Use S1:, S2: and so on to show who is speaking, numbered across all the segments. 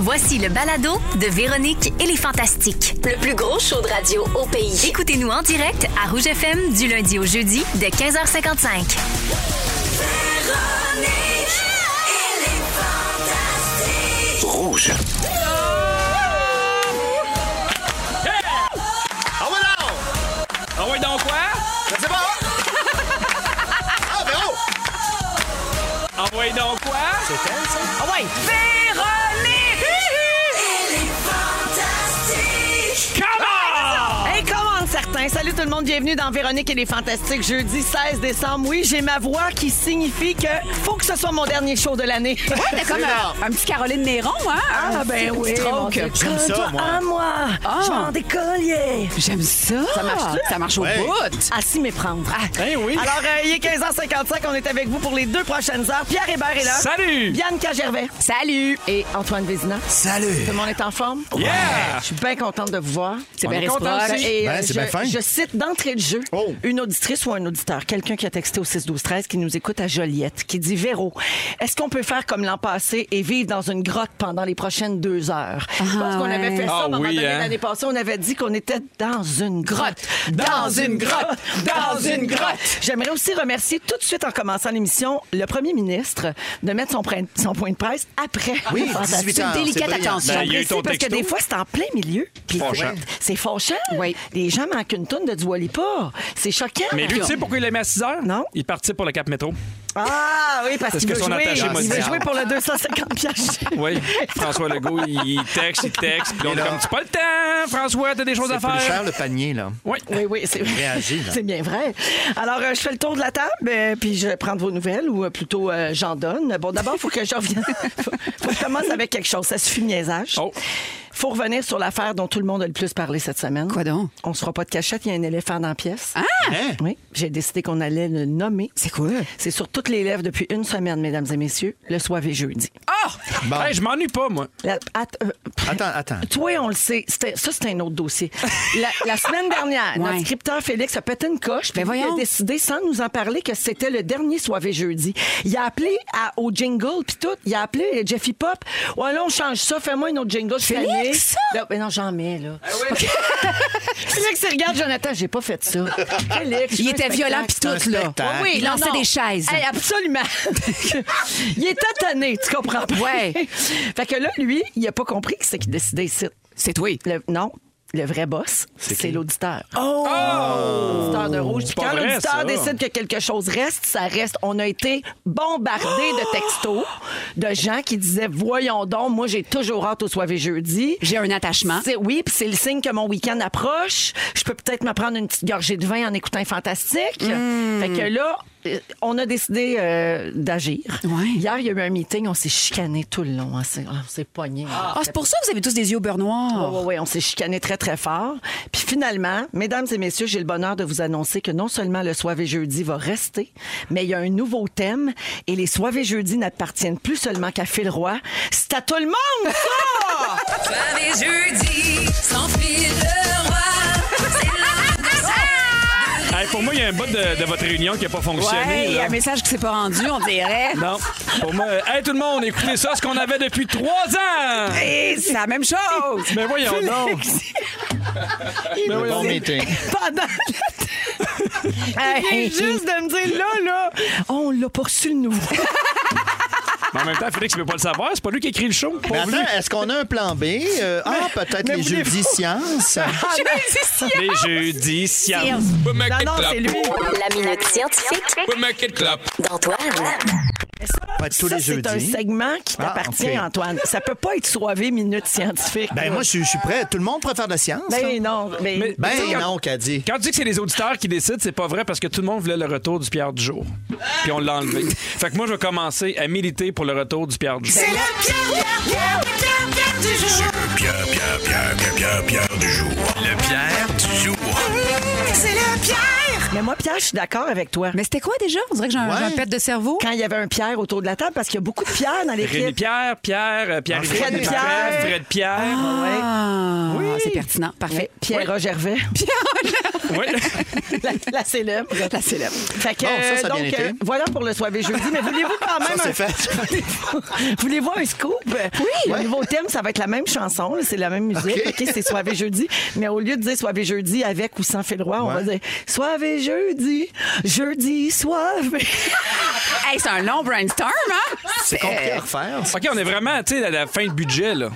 S1: Voici le balado de Véronique et les Fantastiques.
S2: Le plus gros show de radio au pays.
S1: Écoutez-nous en direct à Rouge FM du lundi au jeudi de 15h55.
S3: Rouge.
S4: Ah ouais non!
S5: Ah ouais, donc quoi?
S4: Ben, c'est bon! ah, oh! Véro!
S5: Ah ouais, donc quoi?
S4: Ah ouais!
S6: Ah,
S5: Come
S7: Hey, comment certains? Salut tout le monde, bienvenue dans Véronique et les Fantastiques, jeudi 16 décembre. Oui, j'ai ma voix qui signifie que faut que ce soit mon dernier show de l'année.
S6: T'as comme euh,
S4: énorme.
S6: un, un petit Caroline Néron, hein?
S7: Ah, ben oui, Ah. mon Dieu.
S4: J'aime ça, moi.
S7: À moi, genre des colliers.
S6: J'aime ça. Ça marche, Ah. ça marche
S4: Ouais.
S6: au bout. Ah.
S7: À s'y méprendre.
S5: Ben oui.
S7: Alors, euh, il est 15h55, on est avec vous pour les deux prochaines heures. Pierre Hébert est là.
S5: Salut!
S7: Bianca Gervais.
S6: Salut.
S7: Et Antoine Vézina.
S3: Salut.
S7: Tout le monde est en forme?
S5: Yeah!
S7: Je suis bien contente de vous voir.
S6: C'est
S7: On
S6: bien
S7: est contents
S6: réciproque.
S7: aussi. Et,
S3: Ben,
S7: euh,
S3: c'est
S7: je,
S3: bien fin.
S7: je cite d'entrée de jeu
S3: Oh.
S7: une auditrice ou un auditeur, quelqu'un qui a texté au 6-12-13, qui nous écoute à Joliette, qui dit Véro, est-ce qu'on peut faire comme l'an passé et vivre dans une grotte pendant les prochaines deux heures? Je pense qu'on avait fait ça
S5: Ah,
S7: à un moment
S5: oui,
S7: donné
S5: hein.
S7: l'année passée. On avait dit qu'on était dans une grotte.
S5: Dans une grotte. Dans une grotte.
S7: J'aimerais aussi remercier tout de suite en commençant l'émission le premier ministre de mettre son, print- son point de presse après.
S3: Oui,
S7: Fantastique.
S3: 18 heures,
S7: C'est une
S3: c'est
S7: délicate
S3: brillant.
S7: attention.
S5: Ben, il y a eu ton
S7: J'apprécie parce que
S5: texto.
S7: des fois, c'est en plein milieu. Puis
S4: Fâchant.
S7: C'est fâchant.
S6: Oui.
S7: Les gens manquent une tonne de Dualipa. C'est choquant.
S5: Mais lui, tu sais pourquoi il l'a mis à 6 heures?
S7: Non.
S5: Il est parti pour le Cap Métro.
S7: Ah oui, parce
S5: Parce
S7: qu'il
S5: que
S7: veut
S5: son
S7: jouer.
S5: attaché
S7: Il veut
S5: monétaire.
S7: jouer pour le 250 pièges.
S5: Oui. François Legault, il il texte, il texte. Puis on
S4: Et
S5: est
S4: là-
S5: comme, c'est pas le temps, François, t'as des choses
S3: C'est
S5: à
S3: plus cher
S5: faire.
S3: le panier, là.
S5: Oui.
S7: Oui, oui, c'est
S3: réagit, là.
S7: C'est bien vrai. Alors, euh, je fais le tour de la table, euh, puis je vais prendre vos nouvelles, ou euh, plutôt euh, j'en donne. Bon, d'abord, il faut que je revienne. faut, faut que je commence avec quelque chose. Ça suffit de niaisage.
S5: Oh.
S7: faut revenir sur l'affaire dont tout le monde a le plus parlé cette semaine.
S6: Quoi donc? Ah!
S7: On se fera pas de cachette, il y a un éléphant dans la pièce.
S3: Hein?
S7: Oui, j'ai décidé qu'on allait le nommer.
S6: C'est quoi?
S7: C'est sur toutes les lèvres depuis une semaine, mesdames et messieurs, le soir et jeudi.
S5: Ah!
S6: Oh!
S3: Bon.
S5: Hey, je m'ennuie pas, moi.
S7: La- at- euh,
S3: Attends, attends.
S7: toi, on le sait. C'était- ça, c'est un autre dossier. La, la semaine dernière, notre
S6: Ouais.
S7: scripteur Félix a pété une coche. puis
S6: Ben
S7: il a
S6: voyons.
S7: décidé, sans nous en parler, que c'était le dernier soirée jeudi. Il a appelé à- au jingle, puis tout. Il a appelé Jeffy Pop. Ouais, là, on change ça. Fais-moi une autre jingle. je suis allée. Là, ben non, j'en mets, là. OK. Félix, il regarde Jonathan. J'ai pas fait ça. Félix, je
S6: Il était
S7: veux un spectacle.
S6: violent pis tout, là.
S3: spectacle.
S6: Oui, il
S7: non,
S6: lançait
S7: non.
S6: des chaises.
S7: Hey, absolument. il est tanné, tu comprends pas.
S6: Ouais.
S7: fait que là, lui, il a pas compris que c'est qu'il décidait ici.
S6: C'est toi.
S7: Le- non. Le vrai boss, c'est l'auditeur. Oh! L'auditeur de rouge. Puis
S5: pas
S7: quand
S5: vrai, ça.
S7: l'auditeur décide que quelque chose reste, ça reste. On a été bombardés de textos de gens qui disaient Voyons donc, moi j'ai toujours hâte au soir et jeudi.
S6: J'ai un attachement.
S7: C'est- Oui, puis c'est le signe que mon week-end approche. Je peux peut-être me prendre une petite gorgée de vin en écoutant Fantastique.
S6: Hmm.
S7: Fait que là, euh, on a décidé euh, d'agir.
S6: Ouais.
S7: Hier, il y a eu un meeting, on s'est chicané tout le long. hein, On s'est, on s'est pognés.
S6: Ah, c'est pour ça que vous avez tous des yeux au beurre noir.
S7: Oui, on s'est chicané très, très fort. Puis finalement, mesdames et messieurs, j'ai le bonheur de vous annoncer que non seulement le Soir et Jeudi va rester, mais il y a un nouveau thème et les Soirs et Jeudi n'appartiennent plus seulement qu'à Phil Roy. C'est à tout le monde, ça!
S5: Hey, pour moi, il y a un bout de, de votre réunion qui a pas fonctionné.
S6: Ouais, il y a
S5: là.
S6: un message qui s'est pas rendu, on dirait.
S5: Non. Pour moi, euh, hey, tout le monde, écoutez ça, ce qu'on avait depuis trois ans!
S6: Et c'est la même chose.
S5: Mais voyons donc!
S3: Le bon meeting.
S7: pendant le- Il vient juste de me dire là, là, on l'a poursu le nouveau.
S5: Mais en même temps, Félix, il peut pas le savoir, c'est pas lui qui écrit le show.
S3: Mais
S5: Pas lui.
S3: attends, est-ce qu'on a un plan B? Euh, ah, peut-être
S7: mais
S3: les
S7: voulez-vous- Ah,
S3: jeudis sciences.
S5: Les jeudis, science.
S7: Non, non, c'est lui.
S2: La minute scientifique d'Antoine.
S3: Pas tous
S7: Ça,
S3: les
S7: c'est un
S3: jeudis.
S7: segment qui
S3: Ah,
S7: t'appartient,
S3: ok.
S7: Antoine. Ça peut pas être soivé minute scientifique.
S3: Ben moi, je suis- je suis prêt. Tout le monde préfère la science. hein? là.
S7: Ben non, mais,
S5: Mais-
S3: Ben
S5: tu sais, quand-
S3: non, qu'a dit.
S5: Quand tu dis que c'est les auditeurs qui décident, c'est pas vrai parce que tout le monde voulait le retour du Pierre du jour. Puis on l'a enlevé. Fait que moi, je vais commencer à militer pour le retour du Pierre du jour.
S8: Pierre, Pierre, Pierre, Pierre, Pierre, Pierre du jour. Le Pierre du jour.
S7: mais moi, Pierre, je suis d'accord avec toi.
S6: Mais c'était quoi déjà? On dirait que j'ai un,
S3: Ouais.
S6: j'ai un pet de cerveau.
S7: Quand il y avait un Pierre autour de la table, parce qu'il y a beaucoup de Pierre dans
S5: Rémi
S7: l'équipe.
S5: Pierre, Pierre, euh, Pierre
S3: Fred
S5: Fred
S7: Pierre. Ah,
S5: Pierre, Fred Pierre.
S7: Ouais.
S6: Ah, c'est pertinent. Parfait.
S7: Pierre Gervais.
S6: Pierre,
S5: Oui.
S7: la, la célèbre.
S6: La célèbre.
S7: Fait que,
S3: Bon, ça, ça a
S7: euh,
S3: bien
S7: donc,
S3: été.
S7: euh, voilà pour le soirée jeudi. Mais voulez-vous quand même.
S3: Ça,
S7: un-
S3: c'est fait.
S7: Voulez-vous un scoop? Oui. Le nouveau thème, ça va être la même chanson. là, C'est la même musique. OK,
S3: OK.
S7: c'est Soivé jeudi. Mais au lieu de dire Soivé jeudi avec ou sans fil roi, on va
S3: Ouais.
S7: dire Soivé jeudi, jeudi soivé.
S6: Hey, c'est un long brainstorm, hein?
S3: Ah, C'est compliqué à refaire.
S5: OK, on est vraiment tu sais, à la fin de budget, là.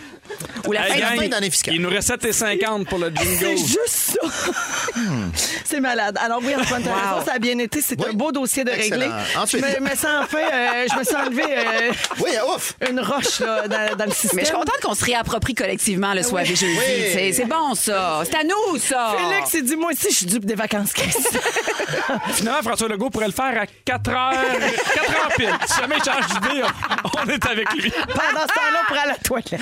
S6: Ou la
S5: Hey,
S6: fin
S3: la
S5: gang,
S3: fin d'année fiscale.
S5: Il nous reste 7,50 pour le
S7: C'est
S5: jingle.
S7: juste ça.
S6: Hmm.
S7: C'est malade. Alors oui, Antoine, t'as raison, ça a bien été. C'est
S3: Oui.
S7: un beau dossier de
S3: Excellent.
S7: régler.
S3: Ensuite.
S7: Je me, me sens euh, enfin, euh, je me suis enlevé
S3: Oui, ouf!
S7: une roche là, dans, dans le système.
S6: Mais je suis contente qu'on se réapproprie collectivement le soir et jeudi.
S3: Oui.
S6: C'est- C'est bon, ça. C'est à nous, ça.
S7: Félix, il dit moi aussi, je suis dupe des vacances.
S5: Finalement, François Legault pourrait le faire à 4 heures, 4 heures pile. Si jamais il change d'idée, on on est avec lui.
S7: Pendant ce temps-là, on prend la toilette.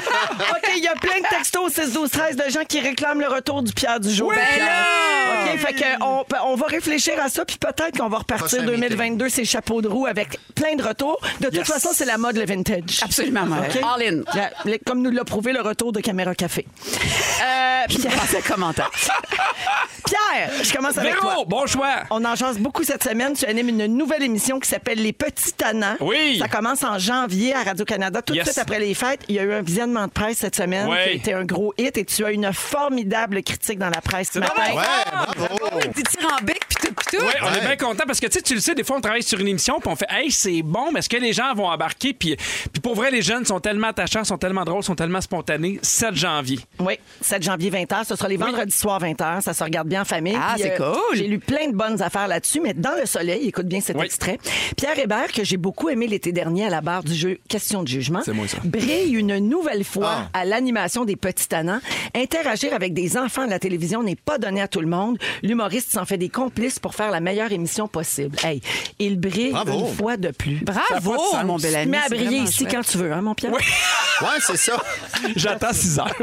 S7: OK, il y a plein de textos 6, 12, 13 de gens qui réclament le retour du Pierre du jour.
S6: Oui,
S7: Pierre.
S6: là!
S7: OK, fait que on, on va réfléchir à ça, puis peut-être qu'on va repartir
S3: Prochain
S7: 2022, ces chapeaux de roue avec plein de retours. De toute
S5: Yes.
S7: façon, c'est la mode, le vintage.
S6: Absolument, Maud.
S7: OK?
S6: All in.
S7: La- le- comme nous l'a prouvé le retour de Caméra Café. Euh, Pierre,
S6: Pensez commentaire.
S7: Pierre, je commence avec toi.
S5: Véro, bon choix.
S7: On en jase beaucoup cette semaine. Tu animes une nouvelle émission qui s'appelle Les Petits Tannants.
S5: Oui.
S7: Ça commence en janvier à Radio-Canada, tout de
S5: Yes.
S7: suite après les fêtes. Il y a eu un visionnement de presse cette semaine
S5: Oui.
S7: qui a été un gros hit et tu as une formidable critique dans la presse ce matin.
S3: Ouais, bravo!
S6: Des tyrambiques, puis tout, puis tout.
S5: Oui, on est bien content parce que tu sais, tu le sais, des fois, on travaille sur une émission, puis on fait Hey, c'est bon, mais est-ce que les gens vont embarquer? Puis, puis pour vrai, les jeunes sont tellement attachants, sont tellement drôles, sont tellement spontanés. 7 janvier.
S7: Oui, 7 janvier 20h. Ce sera les vendredis soirs 20h. Ça se regarde bien en famille.
S6: Ah,
S7: Puis, euh,
S6: c'est cool.
S7: J'ai lu plein de bonnes affaires là-dessus, mais dans le soleil, écoute bien cet
S5: Oui.
S7: extrait. Pierre Hébert, que j'ai beaucoup aimé l'été dernier à la barre du jeu Question de jugement,
S5: C'est moi, ça.
S7: brille une nouvelle fois
S3: Ah.
S7: à l'animation des petits tannants. Interagir avec des enfants de la télévision n'est pas donné à tout le monde. L'humoriste s'en fait des complices pour faire la meilleure émission possible. Hey, il brille
S3: Bravo.
S7: une fois de plus.
S6: Bravo, mon bel ami.
S7: Mais à
S6: c'est
S7: briller
S6: vraiment
S7: ici
S6: chouette.
S7: quand tu veux, hein, mon Pierre? Oui.
S3: Ouais, c'est ça.
S5: J'attends 6 heures.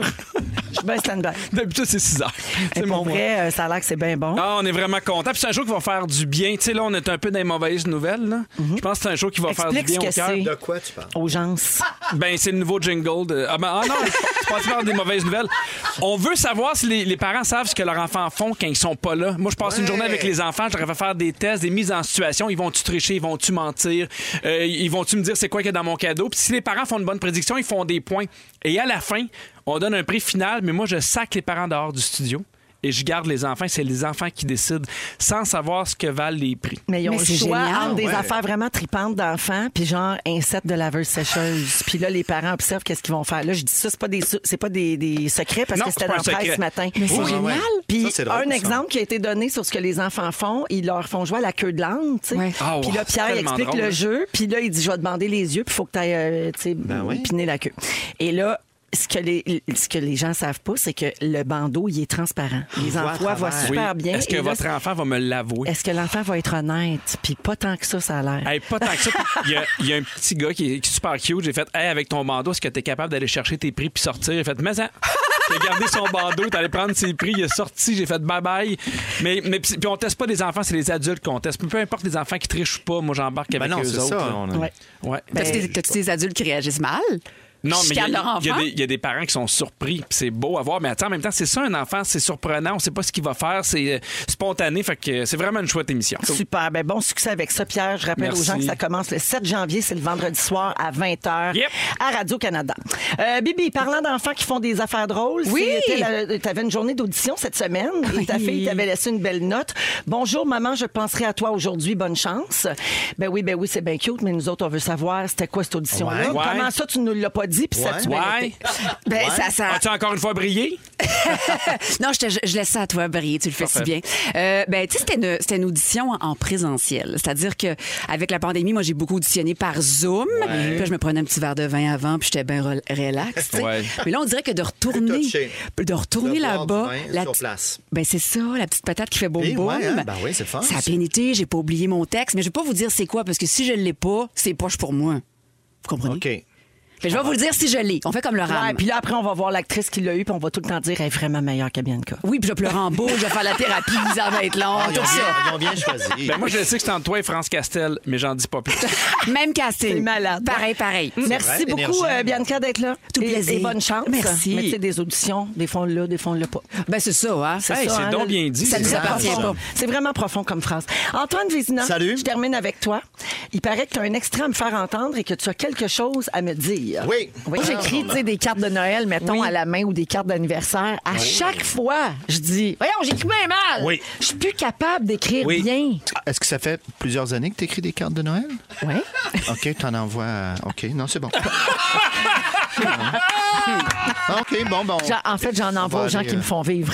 S7: Je suis bien stand-by.
S5: D'habitude, c'est 6 heures. C'est
S7: Pour
S5: mon mois.
S7: vrai, euh, ça a l'air que c'est bien bon.
S5: Ah, on est vraiment content. Puis c'est un show qui va faire du bien. Tu sais, là, on est un peu dans les mauvaises nouvelles. là. Je pense que c'est un show qui va faire
S7: Mm-hmm.
S5: du
S7: Explique
S5: bien
S7: ce
S5: au
S7: que
S5: cœur.
S3: De quoi tu parles?
S7: aux gens.
S5: Ben, c'est le nouveau jingle de. Ah, ben, ah non, je pense parle des mauvaises nouvelles. On veut savoir si les, les parents savent ce que leurs enfants font quand ils sont pas là. Moi, je passe une
S3: Ouais.
S5: journée avec les enfants, j'aurais fait faire des tests, des mises en situation. Ils vont-tu tricher, ils vont-tu mentir, Euh, ils vont-tu me dire c'est quoi qu'il y a dans mon cadeau. Puis si les parents font une bonne prédiction, ils font des points. Et à la fin, on donne un prix final, mais moi, je sac les parents dehors du studio. Et je garde les enfants, c'est les enfants qui décident sans savoir ce que valent les prix.
S7: Mais ils ont
S6: Mais
S7: le
S6: c'est
S7: choix
S6: génial.
S7: entre des
S3: Ouais.
S7: affaires vraiment tripantes d'enfants, puis genre insectes de laveuse
S6: Ah.
S7: sécheuse. puis là, les parents observent qu'est-ce qu'ils vont faire. Là, je dis ça, c'est pas des, sou- c'est pas des, des secrets parce
S5: Non,
S7: que c'était
S5: c'est
S7: dans
S5: pas
S7: la
S5: un secret.
S7: presse ce matin.
S6: Mais c'est
S3: Ouais, ouais, ouais.
S6: génial.
S7: Puis
S3: Ça, c'est drôle,
S7: un
S3: ça.
S7: exemple qui a été donné sur ce que les enfants font, ils leur font jouer à la queue de l'âne, tu sais.
S6: Ouais.
S5: Ah,
S7: puis
S5: wow,
S7: là, Pierre
S5: c'est
S7: il
S5: tellement
S7: explique
S5: drôle,
S7: le
S5: hein.
S7: jeu, puis là, il dit, je vais te bander les yeux, puis faut que t'ailles, euh, tu sais,
S3: oui.
S7: piner la queue. Et là, ce que les, ce que les gens savent pas, c'est que le bandeau, il est transparent. Les
S3: voit à
S7: emplois voient
S3: travers.
S7: super bien.
S5: Est-ce que
S7: Et là,
S5: votre enfant va me l'avouer?
S7: Est-ce que l'enfant va être honnête? Puis pas tant que ça, ça a l'air.
S5: Hey, pas tant que ça. Il y a, il y a un petit gars qui est, qui est super cute. J'ai fait Hey, avec ton bandeau, est-ce que t'es capable d'aller chercher tes prix puis sortir Il a fait Mais ça. Il a gardé son bandeau, t'es allé prendre ses prix, il est sorti, j'ai fait bye bye. Mais, mais puis puis on teste pas des enfants, c'est les adultes qu'on teste. Peu importe les enfants qui trichent ou pas, moi j'embarque
S3: Ben
S5: avec
S3: non,
S5: eux
S3: c'est
S5: autres.
S3: ça.
S5: là.
S3: on a-
S7: Ouais.
S5: Ouais. Ben,
S3: Ben,
S6: Parce que t'as-tu des adultes qui réagissent mal?
S5: Non, mais il y,
S6: Chicanent leur
S5: a- il y a
S6: enfant?
S5: des- il y a des parents qui sont surpris, puis c'est beau à voir. Mais attends, en même temps, c'est ça un enfant, c'est surprenant, on sait pas ce qu'il va faire, c'est euh, spontané, fait que euh, c'est vraiment une chouette émission.
S7: Super. Ben bon succès avec ça, Pierre. Je rappelle
S5: Merci.
S7: aux gens que ça commence le 7 janvier, c'est le vendredi soir à 20h
S5: Yep.
S7: à Radio-Canada. Euh, Bibi, parlant d'enfants qui font des affaires drôles,
S6: Oui.
S7: tu avais une journée d'audition cette semaine et ta fille t'avait laissé une belle note. Bonjour, maman, je penserai à toi aujourd'hui. Bonne chance. Ben oui, ben oui, c'est bien cute, mais nous autres, on veut savoir c'était quoi cette audition-là.
S3: Ouais.
S5: Ouais.
S7: Comment ça, tu ne l'as pas dit, puis ça,
S3: Ouais.
S7: tu m'as
S5: Ouais.
S7: noté.
S6: Ben, ça, ça.
S5: As-tu encore une fois brillé?
S6: Non, je, te- je- je laisse ça à toi, briller. Tu le fais si bien. Euh, ben, tu sais, c'était une, c'était une audition en présentiel. C'est-à-dire que avec la pandémie, moi, j'ai beaucoup auditionné par Zoom. Puis là, je me prenais un petit verre de vin avant, puis j'étais bien rel- relax. tu sais.
S5: Ouais.
S6: Mais là, on dirait que de retourner,
S3: touché.
S6: de
S3: De
S6: retourner
S3: boire
S6: là-bas,
S3: du vin sur place.
S6: Ben, c'est ça, la petite patate qui fait boum
S3: Eh,
S6: boum.
S3: ouais, hein, ben oui, c'est le fun,
S6: Ça a
S3: ça.
S6: bien été. J'ai pas oublié mon texte, mais je vais pas vous dire c'est quoi parce que si je l'ai pas, c'est poche pour moi. Vous comprenez?
S3: OK.
S6: Mais je vais vous le dire si je l'ai. On fait comme le
S7: Ouais,
S6: ram.
S7: puis là, après, on va voir l'actrice qui l'a eu, puis on va tout le temps dire, elle est vraiment meilleure qu'Abianca.
S6: Oui, puis je vais pleurer en beau, je vais faire la thérapie, ça va être long,
S7: Ah,
S3: ils, ont
S6: tout
S3: bien,
S6: ça.
S3: ils ont bien choisi.
S5: Ben, moi, je sais que c'est entre toi et France Castel, mais j'en dis pas plus.
S6: Même casting.
S7: C'est malade.
S6: Pareil, pareil.
S7: Merci
S3: vrai,
S7: beaucoup,
S3: l'énergie.
S7: euh, Bianca, d'être là.
S6: Tout
S7: et,
S6: plaisir.
S7: et bonne chance.
S6: Merci.
S7: Mais tu sais, des auditions, des fois on l'a, des fois on l'a pas.
S6: Ben, c'est ça, hein.
S7: C'est
S5: Hey,
S7: ça,
S5: c'est
S7: hein,
S5: donc
S7: là,
S5: bien dit.
S6: Ça nous
S5: C'est
S6: appartient
S5: ça.
S6: pas.
S7: C'est vraiment profond comme phrase. Antoine Vézina,
S3: Salut.
S7: je termine avec toi. Il paraît que tu as un extrait à me faire entendre et que tu as quelque chose à me dire.
S3: Oui.
S9: Moi, j'écris, tu sais, des cartes de Noël, mettons,
S7: Oui.
S9: à la main ou des cartes d'anniversaire. À chaque fois, je dis, voyons, j'écris bien mal.
S5: Oui.
S9: Je suis plus capable d'écrire
S5: Oui.
S9: bien.
S3: Est-ce que ça fait plusieurs années que tu écris des cartes de Noël?
S9: Ouais.
S3: OK, t'en envoies. à- OK, non, c'est bon.
S1: Ah!
S3: OK, bon, bon.
S9: J'en- Ah! En fait, j'en
S3: On
S9: envoie
S3: va
S9: aux gens
S3: aller,
S9: qui me
S3: euh,
S9: font vivre.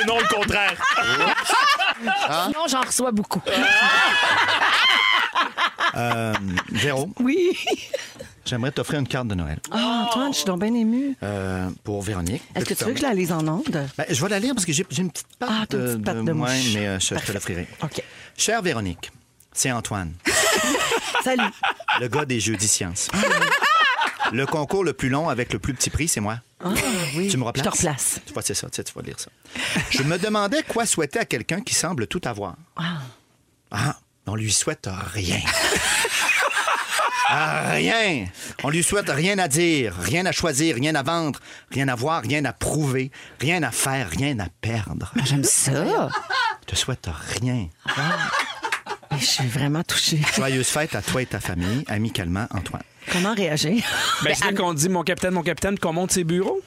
S4: Et non le contraire.
S1: Ah.
S9: Sinon, j'en reçois beaucoup.
S3: Euh, Véro,
S7: Oui.
S3: j'aimerais t'offrir une carte de Noël
S7: Ah, Antoine, je suis donc bien émue.
S3: Euh, pour Véronique.
S7: Est-ce que tu veux que je la lise en ondes?
S3: Ben, je vais la lire parce que j'ai j'ai une petite patte
S7: Ah, t'as une
S3: de,
S7: petite patte
S3: de
S7: de
S3: moi,
S7: mouche.
S3: mais euh, je- je te l'offrirai.
S7: OK.
S3: Chère Véronique, c'est Antoine,
S7: Salut. Ah.
S3: le gars des Jeudis Sciences. le concours le plus long avec le plus petit prix, c'est moi.
S7: Ah, oui.
S3: Tu me replaces?
S7: Je te replace.
S3: Tu vois, c'est ça, tu, sais, tu vas lire ça. Je me demandais quoi souhaiter à quelqu'un qui semble tout avoir. Ah, on lui souhaite rien. Ah, rien. On lui souhaite rien à dire, rien à choisir, rien à vendre, rien à voir, rien à prouver, rien à faire, rien à perdre.
S7: Ah,
S9: J'aime ça.
S3: Je te souhaite rien.
S7: Ah. Je suis vraiment touchée.
S3: Joyeuse fête à toi et ta famille. Amicalement, Antoine.
S7: Comment réagir?
S5: Ben, c'est là qu'on dit mon capitaine, mon capitaine, qu'on monte ses bureaux.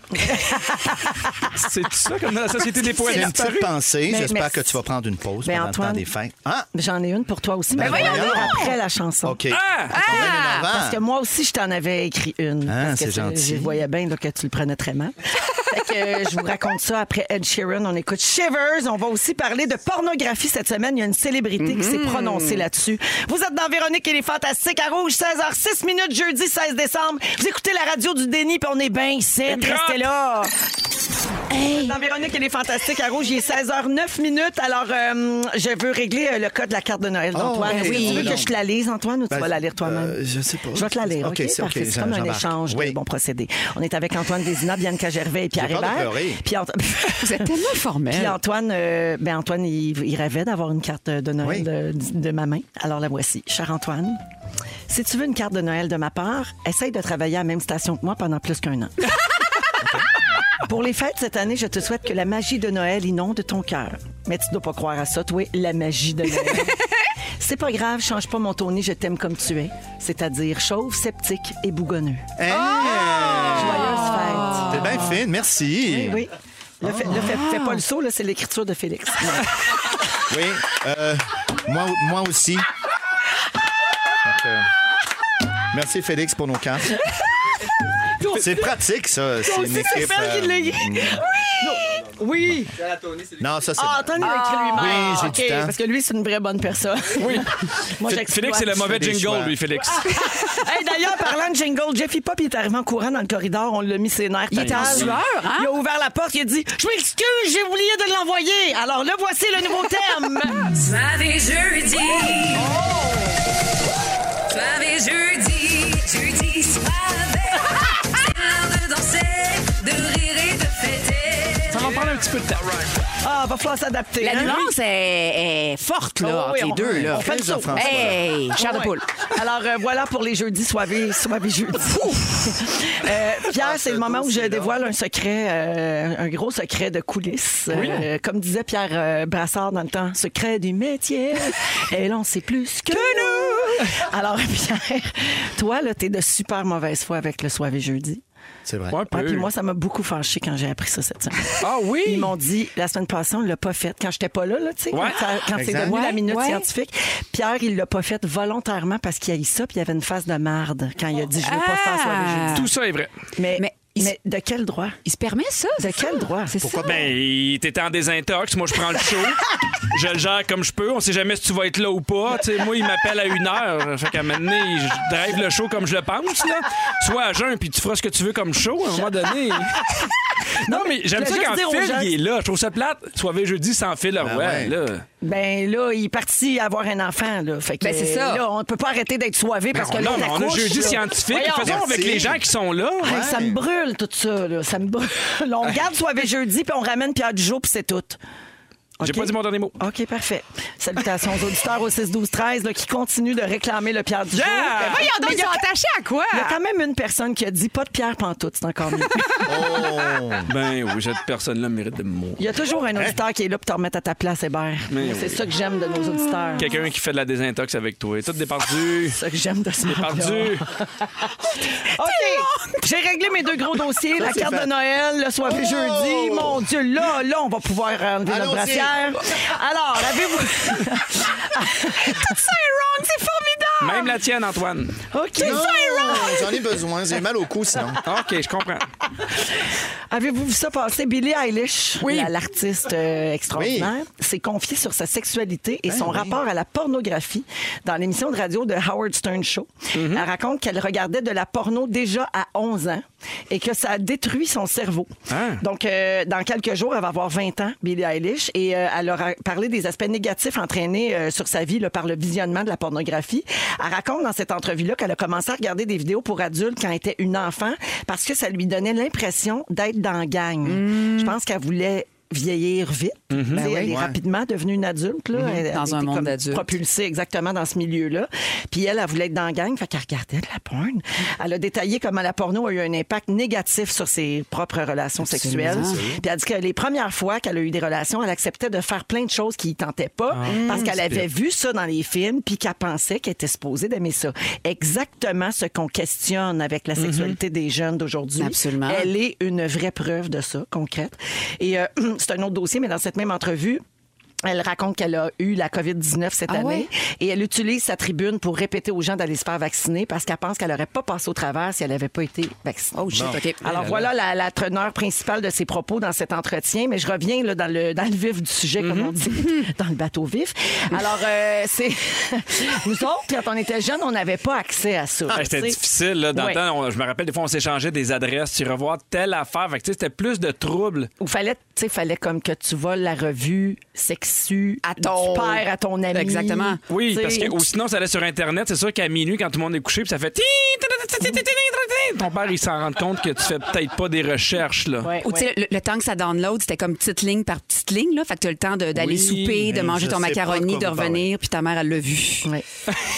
S5: c'est ça, comme dans la Société des poètes.
S3: J'ai une petite pensée.
S7: Mais
S3: J'espère
S7: merci.
S3: que tu vas prendre une pause
S7: Mais
S3: pendant le temps
S7: Antoine-
S3: des fêtes. Ah!
S7: J'en ai une pour toi aussi, mais
S3: Ben
S7: on va
S3: voyons
S7: lire
S3: donc.
S7: après la chanson.
S3: OK.
S5: Ah!
S3: Attends, bien énervant.
S7: Parce que moi aussi, je t'en avais écrit une.
S3: Ah,
S7: Parce que
S3: c'est
S7: tu-
S3: gentil.
S7: Je voyais bien là, que tu le prenais très mal. fait que euh, je vous raconte ça après Ed Sheeran. On écoute Shivers. On va aussi parler de pornographie cette semaine. Il y a une célébrité qui s'est
S3: Mm-hmm.
S7: prononcée là-dessus. Vous êtes dans Véronique et les Fantastiques à Rouge, 16h06 minutes, jeudi 16 décembre. Vous écoutez la radio du déni, puis on est bien ici. Restez là. Dans Véronique et les Fantastiques à Rouge, il est 16h09 minutes. Alors, euh, je veux régler euh, le code de la carte de Noël d'Antoine.
S3: ben
S7: Est-ce que
S3: oui.
S7: Tu veux que je te la lise, Antoine, ou tu
S3: Ben,
S7: vas la lire toi-même?
S3: euh, je sais pas.
S7: Je vais te la lire. OK,
S3: OK, c'est
S7: parfait.
S3: OK,
S7: C'est comme un
S3: j'embarque.
S7: échange de
S3: Oui.
S7: bons procédés. On est avec Antoine Vézina, Bianca Gervais et Pierre
S3: J'ai peur de
S7: Hébert.
S3: pleurer.
S7: Puis Anto-
S6: Vous êtes tellement
S7: Puis
S6: formel.
S7: Antoine, euh, ben Antoine il, il rêvait d'avoir une carte de Noël
S3: Oui.
S7: de, de ma main. Alors la voici. Cher Antoine, si tu veux une carte de Noël de ma part, essaye de travailler à la même station que moi pendant plus qu'un an. Pour les fêtes cette année, je te souhaite que la magie de Noël inonde ton cœur. Mais tu dois pas croire à ça, toi, la magie de Noël. C'est pas grave, change pas mon Tony, je t'aime comme tu es. C'est-à-dire chauve, sceptique et bougonneux. Ah!
S3: Hey!
S7: Joyeuse fête.
S3: T'es bien fine, merci.
S7: Oui, oui. Là, fais, là, fais- fais pas le saut, là, c'est l'écriture de Félix.
S3: Oui, euh, moi, moi aussi. Donc, euh, merci Félix pour nos cartes. C'est pratique ça. C'est une
S7: aussi, c'est
S3: équipe. euh,
S7: Fel qui l'a écrit. Oui!
S3: Non, ça c'est.
S7: Ah, Antoine, il a écrit lui-même. Ah,
S3: Oui, j'ai
S7: OK,
S3: du temps.
S7: Parce que lui, c'est une vraie bonne personne. Oui. Moi, j'exploite.
S5: Félix, c'est le mauvais
S3: des
S5: jingle,
S3: choix.
S5: lui, Félix.
S7: Hey, D'ailleurs, parlant de jingle, Jeffy Pop il est arrivé en courant dans le corridor. On l'a mis ses nerfs. Il
S6: était en sueur, hein?
S7: Il a ouvert la porte. Il a dit Je m'excuse, j'ai oublié de l'envoyer. Alors là, voici le nouveau thème.
S1: Soir et jeudi. Soir et jeudi. Jeudi soir. C'est l'heure de danser, de rire et de fêter.
S5: Ça va prendre un petit peu de temps.
S7: Ah, va falloir s'adapter.
S6: La
S7: hein?
S6: nuance est, est forte, là,
S7: Oh, oui,
S6: entre les
S7: on-
S6: deux, là.
S7: on fait le saut.
S3: François.
S6: Hey, chair de
S7: Ouais.
S6: poule.
S7: Alors euh, voilà pour les jeudis soivés, soivés jeudi. Euh, Pierre, c'est le moment où je dévoile un secret, euh, un gros secret de coulisses. Euh, comme disait Pierre euh, Brassard dans le temps, secret du métier. Et l'on sait plus que nous. Alors Pierre, toi là, t'es de super mauvaise foi avec le soivé jeudi.
S3: C'est vrai.
S5: Un
S7: Ouais,
S5: peu.
S7: puis moi, ça m'a beaucoup fâché quand j'ai appris ça cette semaine.
S5: Ah oui?
S7: Ils m'ont dit, la semaine passée, on l'a pas fait. Quand j'étais pas là, là tu sais,
S5: Ouais.
S7: quand ça- quand c'est
S3: Exact.
S7: devenu la
S6: Ouais,
S7: minute
S6: ouais.
S7: scientifique, Pierre, il l'a pas fait volontairement parce qu'il a eu ça, puis il avait une face de marde quand il a dit, je veux pas
S6: Ah.
S7: faire ça.
S5: Tout ça est vrai.
S7: Mais, mais,
S6: Mais il-
S7: de quel droit?
S6: Il se permet ça?
S7: De
S6: ça?
S7: quel droit?
S6: C'est ça.
S3: Pourquoi
S5: Ben, il- t'étais en désintox. Moi, je prends le show. je le gère comme je peux. On sait jamais si tu vas être là ou pas. Tu sais, moi, il m'appelle à une heure. Fait qu'à maintenant, je drive le show comme je le pense. Là. Sois à jeun, puis tu feras ce que tu veux comme show. À un moment donné, Non, mais j'aime
S7: je
S5: ça
S7: voulais
S5: quand
S7: juste dire aux
S5: Phil,
S7: gens-
S5: il est là. Je trouve ça plate. Soirée jeudi sans Phil, le roi,
S3: ouais.
S5: là.
S7: Ben là, il est parti avoir un enfant. Là. Fait que,
S6: Ben, c'est ça.
S7: Là, on ne peut pas arrêter d'être soivé parce que là,
S5: Ben, Non, mais on a
S7: t'accouches,
S5: jeudi
S7: là.
S5: scientifique.
S7: Voyons.
S5: Faisons avec
S3: Merci.
S5: les gens qui sont là.
S7: Hey, Ça
S3: Ouais.
S7: me brûle tout ça. Là. Ça me brûle. On regarde soivé jeudi, puis on ramène Pierre Dujo, puis c'est tout.
S5: J'ai
S7: OK.
S5: pas dit mon dernier mot.
S7: OK, parfait. Salutations aux auditeurs au 6-12-13 là, qui continuent de réclamer le Pierre Dujo.
S5: Yeah!
S7: Ben, voyons donc,
S6: Mais
S7: il
S6: ils
S7: y
S6: sont
S7: a-
S6: attachés à quoi?
S7: il y a quand même une personne qui a dit pas de Pierre pantoute, c'est encore mieux.
S3: Oh.
S5: Ben oui, cette personne-là mérite de mourir.
S7: Il y a toujours un auditeur qui est là pour te remettre à ta place, Hébert.
S5: Hein? Mais
S7: C'est
S5: oui.
S7: ça que j'aime de nos auditeurs. C'est
S5: Quelqu'un qui fait de la désintox avec toi. Tout dépardu.
S7: ça que j'aime de ce monde-là.
S5: Dépardu.
S7: OK. J'ai réglé mes deux gros dossiers, la
S3: c'est
S7: carte
S3: fait.
S7: de Noël, le soir
S3: Oh!
S7: jeudi. Mon Dieu, là, là, on va pouvoir enlever notre
S3: Allons-y.
S7: brassière.
S5: Ah,
S7: Alors, avez-vous.
S6: C'est wrong, c'est formidable!
S5: Même la tienne, Antoine.
S7: OK.
S3: Non, J'en ai besoin. J'ai mal au cou, sinon.
S5: OK, je comprends.
S7: Avez-vous vu ça passer? Billie Eilish,
S6: Oui.
S7: la- l'artiste euh, extraordinaire, s'est confiée sur sa sexualité
S6: Ben
S7: et son rapport à la pornographie dans l'émission de radio de Howard Stern Show.
S6: Mm-hmm.
S7: Elle raconte qu'elle regardait de la porno déjà à 11 ans et que ça a détruit son cerveau.
S5: Hein?
S7: Donc, euh, dans quelques jours, elle va avoir 20 ans, Billie Eilish, et euh, elle aura parlé des aspects négatifs entraînés euh, sur sa vie là, par le visionnement de la pornographie. Elle raconte dans cette entrevue-là qu'elle a commencé à regarder des vidéos pour adultes quand elle était une enfant parce que ça lui donnait l'impression d'être dans la gang. Je pense qu'elle voulait vieillir vite. Tu sais,
S6: Hmm. Ben oui.
S7: Elle est
S6: Ouais. Mhm.
S7: rapidement devenue une adulte. Là. Elle- elle
S6: Dans
S7: était
S6: un monde
S7: comme
S6: d'adultes.
S7: Propulsée exactement dans ce milieu-là. Puis elle, elle voulait être dans la gang, fait qu'elle regardait de la porn. Elle a détaillé comment la porno a eu un impact négatif sur ses propres relations sexuelles.
S6: Absolument.
S7: Puis elle dit que les premières fois qu'elle a eu des relations, elle acceptait de faire plein de choses qui ne tentait pas
S6: Ah.
S7: parce
S6: Mm.
S7: qu'elle avait vu ça dans les films puis qu'elle pensait qu'elle était supposée d'aimer ça. Exactement ce qu'on questionne avec la sexualité des jeunes d'aujourd'hui.
S6: Mm-hmm. Absolument.
S7: Elle est une vraie preuve de ça, concrète. Et euh, c'est un autre dossier, mais dans cette même entrevue, elle raconte qu'elle a eu la COVID-19 cette
S6: Ah
S7: année
S6: ouais?
S7: et elle utilise sa tribune pour répéter aux gens d'aller se faire vacciner parce qu'elle pense qu'elle n'aurait pas passé au travers si elle n'avait pas été vaccinée.
S6: Oh shit, OK.
S7: Alors voilà la, la teneur principale de ses propos dans cet entretien, mais je reviens là, dans, le, dans le vif du sujet, comme on dit, dans le bateau vif. Alors, euh, c'est. Nous autres, quand on était jeunes, on n'avait pas accès à ça.
S5: Hey, Ah, c'était
S7: Tu sais.
S5: difficile. Là, dans le
S7: Ouais.
S5: temps, on- je me rappelle, des fois, on s'échangeait des adresses, tu revois telle affaire. Fait que, tu sais, c'était plus de troubles.
S7: Ou fallait, tu sais, fallait comme que tu voles la revue sexu
S6: À ton-
S7: du père à ton ami.
S6: Exactement.
S5: Oui,
S7: Tu sais,
S5: parce que ou sinon, ça allait sur Internet. C'est sûr qu'à minuit, quand tout le monde est couché, puis ça fait... ti- ti- ti- ti- ti- ti- ti- ti- ti- Ton père, il s'en rend compte que tu fais peut-être pas des recherches, là.
S7: Ouais,
S6: Ou tu
S7: ouais.
S6: sais, le, le temps que ça download, c'était comme petite ligne par petite ligne, là. Fait que t'as le temps de- d'aller
S5: Oui,
S6: souper, de
S3: mais
S6: manger
S3: je
S6: ton
S3: sais pas de quoi
S6: macaroni, de
S3: vous parlez.
S6: revenir, puis ta mère, elle l'a vu.
S7: Ouais.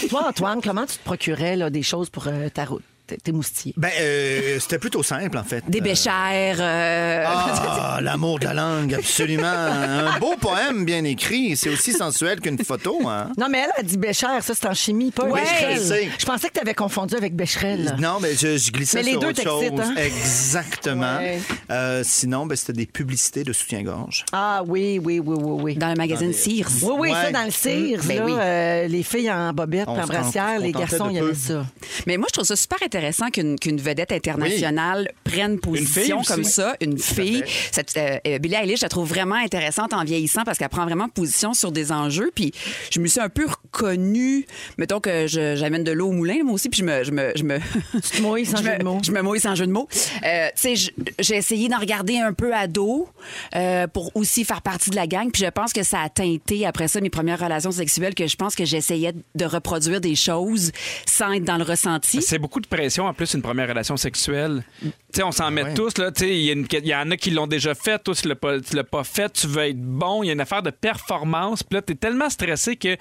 S7: Toi, Antoine, comment tu te procurais là, des choses pour euh, ta route, tes- tes moustiers?
S3: Ben, euh, c'était plutôt simple, en fait.
S6: Des béchères. euh,
S3: Ah, l'amour de la langue, absolument. Un beau poème bien écrit, c'est aussi sensuel qu'une photo. Hein?
S7: Non, mais elle a dit Bécher, ça c'est en chimie, pas
S6: Ouais.
S7: Bécherel.
S3: Bécherel, c'est-
S7: Je pensais que tu avais confondu avec Bécherel.
S3: Non, mais je, je glissais
S7: Mais les
S3: sur
S7: deux
S3: autre chose.
S7: t'excitent, hein?
S3: Exactement.
S7: Ouais.
S3: Euh, sinon, ben, c'était des publicités de soutien-gorge.
S7: Ah oui, oui, oui, oui, oui.
S6: Dans le magazine Sears.
S7: Oui, oui,
S3: Ouais.
S7: ça dans le cire,
S3: Ben
S7: là,
S3: oui.
S7: euh, les filles en bobette,
S3: On
S7: puis en
S3: se rend-
S7: brassière,
S3: on
S7: les
S3: tentait
S7: garçons,
S3: de
S7: il y
S3: peu.
S7: avait ça.
S6: Mais moi, je trouve ça super intéressant qu'une qu'une vedette internationale prenne position
S5: fille
S6: comme
S5: aussi.
S6: ça, une fille. Cette, euh, euh, Billie Eilish, je la trouve vraiment intéressante en vieillissant parce qu'elle prend vraiment position sur des enjeux. Puis je me suis un peu reconnue. Mettons que je- j'amène de l'eau au moulin, moi aussi, puis je me. Je me, je me...
S7: te mouilles sans
S6: je
S7: jeu
S6: me-
S7: de mots.
S6: Je me mouille sans jeu de mots. Euh, tu sais, je- j'ai essayé d'en regarder un peu à dos euh, pour aussi faire partie de la gang. Puis je pense que ça a teinté après ça mes premières relations sexuelles que je pense que j'essayais de reproduire des choses sans être dans le ressenti.
S5: C'est beaucoup de pression, en plus, une première relation sexuelle. Tu sais, on
S6: Ah
S5: s'en met tous, là. Tu sais, il y, a une- il y en a qui l'ont déjà fait, toi, tu l'as pas, tu l'as pas fait, tu veux être bon. Il y a une affaire de performance. Puis là, t'es tellement stressé que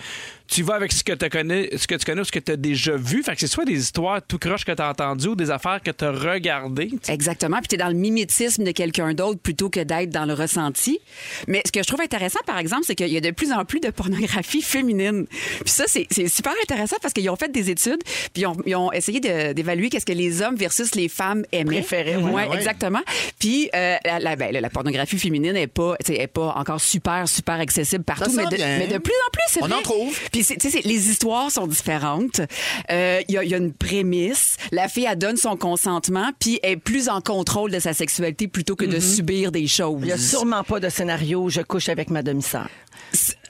S5: tu vas avec ce que, t'as connais, ce que tu connais ou ce que tu as déjà vu. Fait que c'est soit des histoires tout croche que tu as entendues ou des affaires que tu as regardées. tu sais.
S6: Exactement. Puis t'es dans le mimétisme de quelqu'un d'autre plutôt que d'être dans le ressenti. Mais ce que je trouve intéressant, par exemple, c'est qu'il y a de plus en plus de pornographie féminine. Puis ça, c'est c'est super intéressant parce qu'ils ont fait des études, puis ils ont, ils ont essayé de- d'évaluer qu'est-ce que les hommes versus les femmes aimaient.
S7: Préféraient, ouais.
S6: ouais,
S3: Ah ouais.
S6: exactement. Puis euh, la, la- ben, la pornographie féminine est pas, tu sais, est pas encore super, super accessible partout,
S3: s'en
S6: mais de,
S3: vient.
S6: mais de plus en plus, c'est
S3: On
S6: vrai.
S3: en trouve.
S6: Puis, c'est- tu sais, c'est- les histoires sont différentes. Euh, Il y, a- il y a une prémisse. La fille, elle donne son consentement, puis est plus en contrôle de sa
S7: Mm-hmm.
S6: sexualité plutôt que de subir des choses.
S7: Il n'y a sûrement pas de scénario je couche avec ma demi-sœur.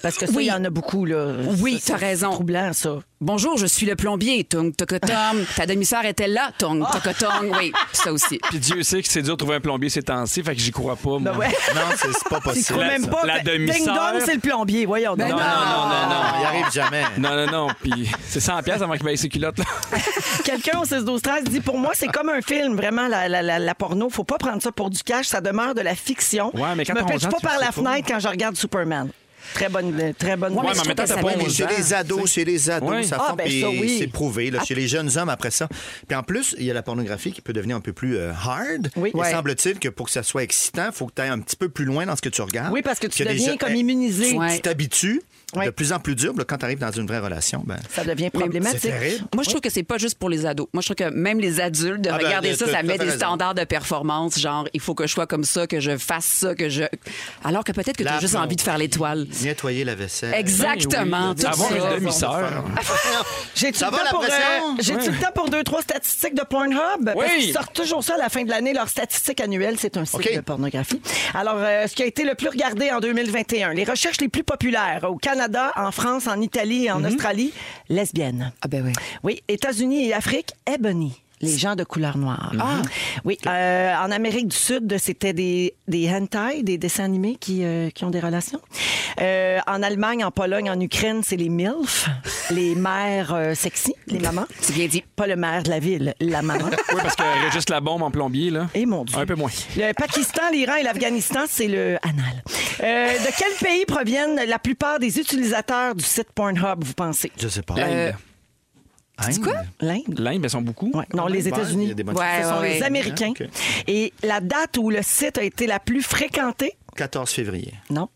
S7: Parce que ça, il
S6: Oui.
S7: y en a beaucoup, là.
S6: Oui,
S7: Ça,
S6: t'as
S7: c'est
S6: raison.
S7: troublant, ça.
S6: Bonjour, je suis le plombier. Tung, tocotom. Ta demi-sœur était là. Tung, tocotom. Oui, ça aussi.
S5: Puis Dieu sait que c'est dur de trouver un plombier ces temps-ci, fait que j'y crois pas. Moi.
S3: Non, c'est c'est pas possible.
S5: La-
S7: Même pas.
S5: la
S7: ben,
S5: demi-sœur.
S7: Ding dong, c'est le plombier, voyons.
S5: non, non,
S7: donc.
S5: non, non, non.
S3: Non, il arrive jamais.
S5: Non, non, non. Puis c'est 100 pièces avant qu'il baisse ses culottes. Là.
S7: Quelqu'un au 16 12 13 dit pour moi c'est comme un film vraiment la, la, la, la porno faut pas prendre ça pour du cash ça demeure de la fiction
S5: Ouais, mais quand
S7: je
S5: t'as
S7: me pitche
S5: 11 ans,
S7: pas
S5: tu
S7: par
S5: le
S7: la
S5: sais pas.
S7: fenêtre quand je regarde Superman très bonne euh, très bonne
S5: Ouais, mais en même temps, t'as pas
S3: Ouais, mais
S5: 11
S3: chez
S5: ans.
S3: les ados, chez les ados,
S5: Ouais.
S3: ça
S7: Ah,
S3: fond,
S7: ben
S3: puis
S7: ça, oui. Ah.
S3: c'est prouvé. là, chez les jeunes hommes, après ça. Puis en plus, il y a la pornographie qui peut devenir un peu plus euh, hard.
S7: Oui.
S3: Il
S7: Ouais.
S3: semble-t-il que pour que ça soit excitant, il faut que tu ailles un petit peu plus loin dans ce que tu regardes.
S7: oui parce que tu
S3: Qu'il y a des
S7: deviens
S3: gens-
S7: comme
S3: Hey,
S7: immunisé
S6: Ouais.
S3: Tu t'habitues
S7: Ouais.
S3: de plus en plus dur. là, quand tu arrives dans une vraie relation, ben,
S7: ça devient
S3: c'est
S7: problématique
S3: terrible.
S6: Moi, je trouve que c'est pas juste pour les ados. Moi, je trouve que même les adultes, de
S3: Ah ben,
S6: regarder
S3: t'as-
S6: ça,
S3: t'as
S6: ça
S3: tout
S6: met
S3: à fait
S6: des
S3: raison.
S6: standards de performance. Genre, il faut que je sois comme ça, que je fasse ça, que je. Alors que peut-être que tu as
S3: La
S6: juste
S3: plombe.
S6: envie de faire l'étoile.
S3: Nettoyer la vaisselle. Ben
S6: Exactement. tout
S5: Avoir
S6: ça.
S5: une demi-sœur.
S7: J'ai-tu
S3: Ça
S7: le,
S3: va,
S7: temps
S3: la
S7: pour, euh,
S3: pression?
S7: j'ai-tu le temps pour deux, trois statistiques de Pornhub? Parce
S5: Oui.
S7: qu'ils sortent toujours ça à la fin de l'année. Leur statistique annuelle, c'est un site
S3: OK.
S7: de pornographie. Alors, euh, ce qui a été le plus regardé en 2021, les recherches les plus populaires au Canada, en France, en Italie et en Australie, lesbiennes.
S6: Mhm. Ah, ben oui.
S7: Oui, États-Unis et Afrique, ebony. Les gens de couleur
S6: Mhm.
S7: noire. Ah! Oui, euh, en Amérique du Sud, c'était des, des hentai, des dessins animés qui, euh, qui ont des relations. Euh, en Allemagne, en Pologne, en Ukraine, c'est les MILF, les mères euh, sexy, les mamans.
S6: C'est bien dit.
S7: Pas le maire de la ville, la maman.
S5: Oui, parce que Régis la bombe en plombier, là.
S7: Et Eh, mon Dieu.
S5: Un peu moins.
S7: Le Pakistan, l'Iran et l'Afghanistan, c'est le anal. Euh, de quel pays proviennent la plupart des utilisateurs du site Pornhub, vous pensez? Euh,
S3: Je sais pas.
S5: L'Inde.
S3: Hein?
S6: Euh, quoi?
S7: L'Inde?
S5: L'Inde, elles sont beaucoup.
S7: Ouais. Non, les
S3: Ouais, il y
S7: États-Unis.
S3: a des bonnes-
S6: Ouais,
S7: Ce sont
S6: ouais,
S7: les
S6: ouais.
S7: Américains.
S3: Ok.
S7: Et la date où le site a été la plus fréquentée,
S3: 14 février.
S7: non.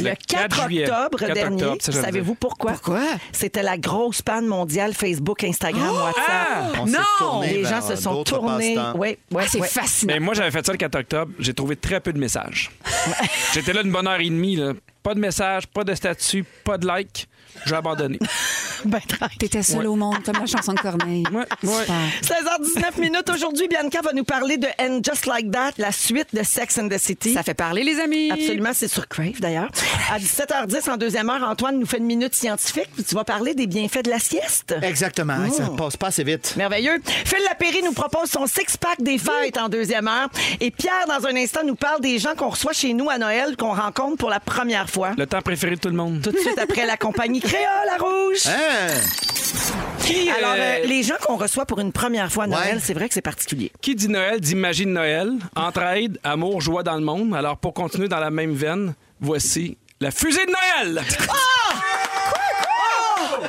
S7: Le 4,
S5: 4 juillet.
S7: octobre
S5: 4
S7: dernier,
S5: octobre, ça, je le
S7: savez-vous pourquoi?
S6: Pourquoi? Oh!
S7: C'était la grosse panne mondiale Facebook, Instagram, WhatsApp.
S3: On
S6: Ah! Non!
S3: s'est tourné
S7: Oh! Ah! Les
S3: vers,
S7: gens se
S3: euh,
S7: sont
S3: d'autres
S7: tournés.
S3: passe-temps.
S7: Oui, oui,
S6: Ah, c'est
S7: oui.
S6: fascinant.
S5: Mais moi, j'avais fait ça le 4 octobre. J'ai trouvé très peu de messages. J'étais là une bonne heure et demie. Là. Pas de messages, pas de statut, pas de like. J'ai abandonné.
S7: Ben, tranquille.
S6: T'étais seule au monde, comme la chanson de Corneille.
S5: Ouais, ouais.
S6: Super.
S7: 16h19 minutes. Aujourd'hui, Bianca va nous parler de And Just Like That, la suite de Sex and the City.
S6: Ça fait parler, les amis.
S7: Absolument, c'est sur Crave d'ailleurs. À 17h10, en deuxième heure, Antoine nous fait une minute scientifique. puis Tu vas parler des bienfaits de la sieste. Mm.
S3: Exactement. Hey, Ça passe pas assez vite.
S7: Merveilleux. Phil Lapéry nous propose son six-pack des fêtes en deuxième heure. Et Pierre, dans un instant, nous parle des gens qu'on reçoit chez nous à Noël, qu'on rencontre pour la première fois.
S5: Le temps préféré de tout le monde.
S7: Tout de suite après la compagnie Créole à Rouge.
S3: Hein?
S7: Alors, euh,
S5: euh,
S7: les gens qu'on reçoit pour une première fois à Noël,
S3: Ouais.
S7: c'est vrai que c'est particulier.
S5: Qui dit Noël dit magie de Noël, entraide, amour, joie dans le monde. Alors pour continuer dans la même veine, voici la fusée de Noël.
S7: Ah!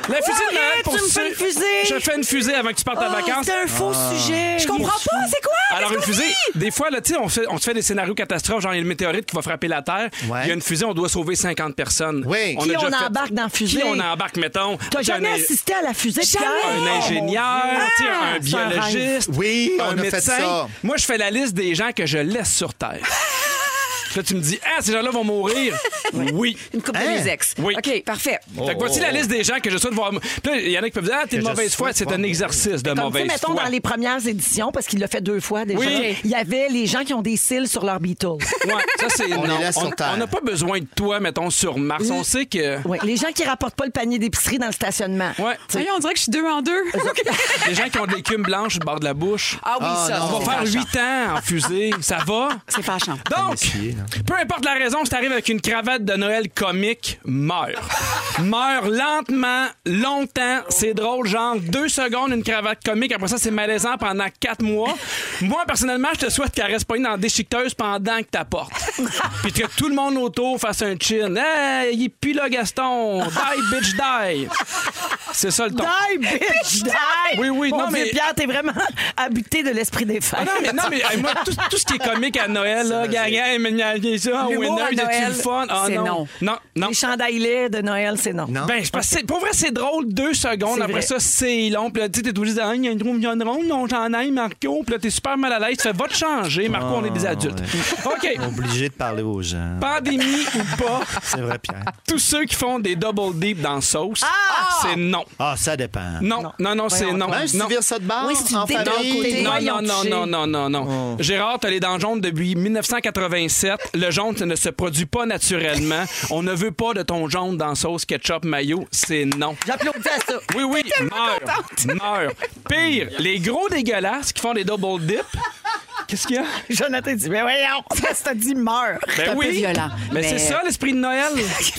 S5: La fusée de Noël pour
S7: tu me
S5: ceux-
S7: fais une fusée. Ah,
S5: Je fais une fusée avant que tu partes en vacances. Ah.
S7: c'est un faux sujet.
S6: Je comprends pas, c'est quoi?
S7: Ah,
S5: Alors
S6: Qu'est-ce
S5: une
S6: qu'on
S5: fusée,
S6: dit?
S5: des fois là, tu sais, on, fait- on se fait des scénarios catastrophes, genre il y a le météorite qui va frapper la Terre.
S3: Ouais.
S5: Il y a une fusée, on doit sauver 50 personnes.
S3: Oui.
S5: a
S7: Qui
S5: déjà
S7: on
S5: fait-
S7: embarque dans la fusée?
S5: Qui on embarque, mettons
S7: T'as jamais
S5: un-
S7: assisté à la fusée, Pierre? Oh,
S5: un ingénieur, tu sais, un
S7: Ah, c'est un rêve.
S5: biologiste,
S3: Oui,
S5: un
S3: on a fait
S5: médecin.
S3: ça.
S5: Moi, je fais la liste des gens que je laisse sur Terre. Là, tu me dis, ah, ces gens-là vont mourir. oui.
S6: Une coupe de
S3: Hein?
S6: mes ex.
S5: Oui.
S6: OK, parfait.
S5: fait que voici la liste des gens que je souhaite voir. Puis là, il y en a qui peuvent dire, ah, t'es de
S3: Que je
S5: mauvaise foi.
S3: souhaite
S5: C'est
S3: voir
S5: un
S3: mourir.
S5: exercice de
S7: Comme tu sais,
S5: mauvaise
S7: mettons
S5: foi.
S7: dans les premières éditions, parce qu'il l'a fait deux fois déjà.
S5: Oui.
S7: Il y avait les gens qui ont des cils sur leur Beatles.
S5: Ouais, ça, c'est.
S3: On
S5: non.
S3: les laisse
S5: on
S3: sur Terre.
S5: on n'a pas besoin de toi, mettons, sur Mars. On sait que.
S7: Mm. Oui, Les gens qui rapportent pas le panier d'épicerie dans le stationnement.
S5: Ouais.
S6: Voyons, on dirait que je suis deux en deux.
S5: Les gens qui ont de l'écume blanche au bord de la bouche.
S6: Ah oui, ça.
S5: On va faire huit ans en fusée. Ça va?
S6: C'est fâchant.
S5: Donc, peu importe la raison, si t'arrives avec une cravate de Noël comique, meurs. meurs lentement, longtemps. C'est drôle, genre deux secondes, une cravate comique. Après ça, c'est malaisant pendant quatre mois. Moi, personnellement, je te souhaite qu'elle reste pognée dans la déchiqueteuse pendant que t'apportes. Puis que tout le monde autour fasse un chin. Hey, il pue là, Gaston. Die, bitch, die. C'est ça le ton.
S7: Die, bitch, die!
S5: Oui, oui,
S7: Mon
S5: non,
S7: Dieu,
S5: mais-
S7: Pierre, t'es vraiment habité de l'esprit des
S5: Ah
S7: fêtes.
S5: non, mais, non, mais hey, moi, tout, tout ce qui est comique à Noël, là, gagnant, mais ça,
S6: L'humour
S5: winner,
S6: à
S5: c'est
S6: Noël,
S5: le fun. Ah
S6: c'est
S5: non.
S6: non.
S5: Non, non.
S7: Les chandails laids de Noël, c'est non.
S3: Non.
S5: Ben, je pense que c'est- pour vrai, c'est drôle deux secondes.
S7: C'est
S5: Après
S7: vrai.
S5: ça, c'est long. Puis là, tu sais, t'es obligé de dire, Ah, il y a une roue, il y a une ronde, non, j'en ai, Marco. Puis là, t'es super mal à l'aise. Tu fais, va te changer, Marco,
S3: Ah,
S5: on est des adultes. OK.
S3: Obligé de parler aux gens.
S5: Pandémie ou pas,
S3: C'est vrai, Pierre.
S5: tous ceux qui font des double deep dans sauce, c'est non.
S3: Ah, ça dépend.
S5: Non, non, non, c'est
S7: Voyons
S5: non.
S3: Même si tu
S5: non.
S3: vires ça de bord,
S9: Oui, si tu
S3: en
S9: te détends
S3: famille.
S9: de côté.
S5: Non,
S9: Voyons
S5: non, non,
S9: toucher.
S5: non, non, non, non. Gérard, t'as les dents jaunes depuis 1987. Le jaune ça ne se produit pas naturellement. On ne veut pas de ton jaune dans sauce ketchup mayo. C'est non.
S7: J'applaudis à ça.
S5: Oui, oui, meurs, meurs. Pire, les gros dégueulasses qui font des double dips. Qu'est-ce qu'il y a?
S9: Jonathan dit, mais voyons, ça se dit meurt.
S5: Ben
S6: un peu violent,
S5: Mais,
S6: mais-
S5: c'est ça l'esprit de Noël.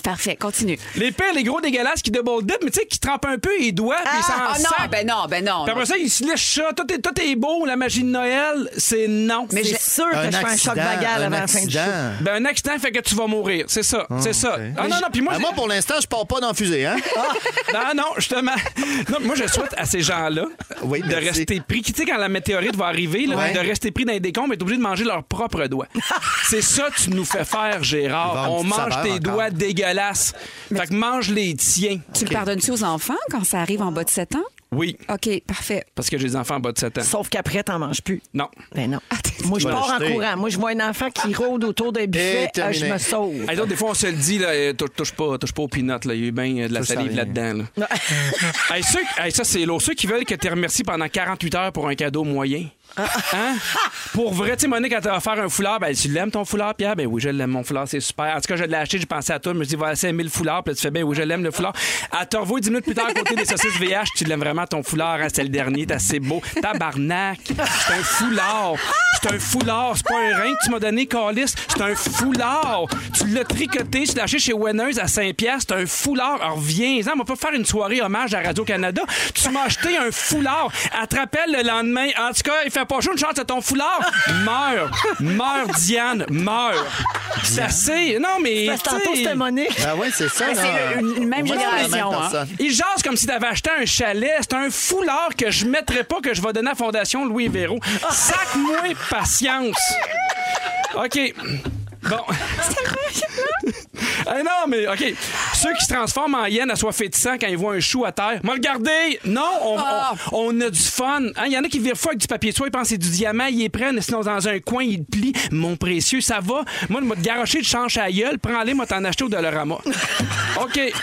S6: Parfait, continue.
S5: Les pires, les gros dégueulasses qui double dip, mais tu sais, qui trempent un peu les doigts, puis ils s'en
S6: Ah, ah non,
S5: sacrent.
S6: ben non, ben non.
S5: Puis après ça, ils se lèchent ça. Tout est, tout est beau, la magie de Noël. C'est non.
S6: Mais
S7: C'est
S6: j'ai-
S7: sûr que
S3: Un
S7: je fais un
S3: accident,
S7: choc vagal
S3: un
S7: avant la fin du show.
S3: accident.
S5: Ben, un accident fait que tu vas mourir. C'est ça. c'est ça.
S3: ok.
S5: Ah non, non, puis moi,
S3: Ah,
S5: j'ai- Ah.
S3: moi, pour l'instant, je pars pas dans la fusée, hein?
S5: Non, non, justement. Non, moi, je souhaite à ces gens-là
S3: Oui,
S5: de
S3: merci.
S5: rester pris. Tu sais, quand la météorite va arriver, là,
S3: Ouais.
S5: de rester pris dans les décombres et être obligé de manger leurs propres doigts. C'est ça que tu nous fais faire,
S3: Il va
S5: Gérard.
S3: avoir
S5: On
S3: une petite
S5: mange
S3: saveur
S5: tes
S3: encore.
S5: doigts dégueulasses. Fait que mange les tiens.
S6: Tu le pardonnes-tu aux enfants quand ça arrive en bas de 7 ans?
S5: Oui,
S6: OK, parfait.
S5: parce que j'ai des enfants en bas de 7 ans.
S7: Sauf qu'après, t'en manges plus.
S5: Non.
S7: Ben non. Moi, je
S3: vas
S7: pars en
S3: l'acheter.
S7: courant. Moi, je vois un enfant qui rôde autour d'un buffet. euh, je
S3: terminé.
S7: me sauve.
S5: Hey, donc, des fois, on se le dit, là, euh, touche, touche pas, touche pas aux peanuts, là. Il y a eu bien euh, de la
S3: Touche à
S5: salive
S3: rien.
S5: là-dedans. là. Hey, ceux- hey, ça, c'est lourd. Ceux qui veulent que tu remercies pendant 48 heures pour un cadeau moyen.
S3: Ah,
S5: Hein? Pour vrai, tu sais, Monique, quand t'as offert un foulard, ben, tu l'aimes ton foulard, Pierre? Ben oui, je l'aime, mon foulard, c'est super. En tout cas, je l'ai acheté, j'ai pensé à toi, je me suis dit, va essayer le foulard, puis là, tu fais, ben oui, je l'aime, le foulard. À te revoir 10 minutes plus tard, à côté des saucisses VH, tu l'aimes vraiment, ton foulard, hein, c'est le dernier, t'as assez beau. Tabarnak! C'est un foulard! C'est un foulard, c'est pas un rein que tu m'as donné, Calis, c'est un foulard! Tu l'as tricoté, tu l'as acheté chez Wenneuse à Saint-Pierre, c'est un foulard. Alors, viens-en, on va pas faire une soirée hommage à Radio-Canada. Tu m'as acheté un foulard. Elle te rappelle le lendemain, en tout cas, il fait pas chaud, une chance à ton foulard. Meurs! Meurs, Diane! Meurs! C'est assez. Non, mais.
S7: Parce que
S5: tu
S7: Tantôt,
S5: sais,
S7: c'était Monique.
S3: Ah ouais, c'est ça,
S6: Mais
S3: là.
S6: c'est le- une- une même
S3: Au moins, c'est la
S6: génération, hein.
S3: personne.
S5: il jase comme si t'avais acheté un chalet. C'est un foulard que je mettrais pas que je vais donner à Fondation Louis Véro. Sac-moi patience. OK. Bon. Eh non, mais OK. Ceux qui se transforment en hyène assoiffés de sang quand ils voient un chou à terre. Moi, regardez! Non, on,
S6: Ah.
S5: on, on a du fun. Hein, Il y en a qui virent fou avec du papier soie, ils pensent que c'est du diamant, ils les prennent, sinon dans un coin, ils le plient. Mon précieux, ça va. Moi, le mode garocher de change à la gueule, prends-les, moi, t'en acheter au Dollarama. OK.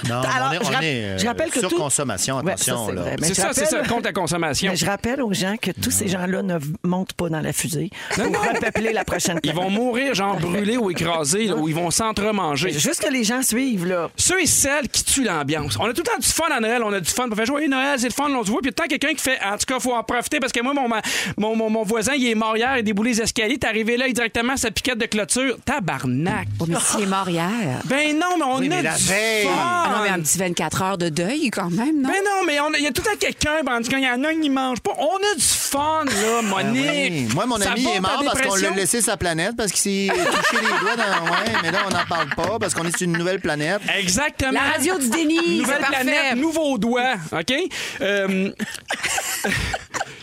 S3: Non,
S7: Alors,
S3: mais on est,
S7: je
S3: on
S7: rap-
S3: est, euh,
S7: je rappelle que tout-
S3: surconsommation,
S7: Ouais, ça,
S3: attention.
S7: c'est
S3: là.
S7: vrai. Mais
S5: C'est
S7: je
S5: ça, c'est ça,
S7: rappelle-
S5: compte à consommation.
S7: Mais je rappelle aux gens que tous ces gens-là ne montent pas dans la fusée pour repeupler la prochaine
S5: Ils vont mourir, genre brûlés ou écrasés, là, ou ils vont s'entremanger.
S7: Juste que les gens suivent, là.
S5: Ceux et celles qui tuent l'ambiance. On a tout le temps du fun à Noël, on a du fun pour faire jouer Noël, c'est le fun, on se voit. Puis tant quelqu'un qui fait, en tout cas, faut en profiter parce que moi, mon, ma- mon, mon, mon voisin, il est mort hier, il déboulait les escaliers, t'es arrivé là, il est directement à sa piquette de clôture. Tabarnak.
S6: Oh, mais s'il est mort hier.
S5: Ben non, mais on
S3: Oui,
S5: a
S3: mais la
S5: du
S3: veille.
S5: fun.
S6: Ah non, mais un petit 24 heures de deuil quand même, non?
S5: Ben non, mais on a- il y a tout le temps quelqu'un, ben, en tout cas, il y en a un qui mange pas. On a du fun, là, Monique.
S3: Ben Oui. Moi, mon
S5: Ça
S3: ami
S5: va,
S3: est
S5: ta
S3: mort parce qu'on l'a
S5: dépression?
S3: laissé sa planète parce qu'il s'est touché les doigts dans. Ouais, mais là, on n'en parle pas parce qu'on est sur une nouvelle planète.
S5: Exactement.
S6: La radio du déni,
S5: Nouvelle
S6: c'est
S5: planète,
S6: parfait.
S5: nouveau doigt, OK? Euh,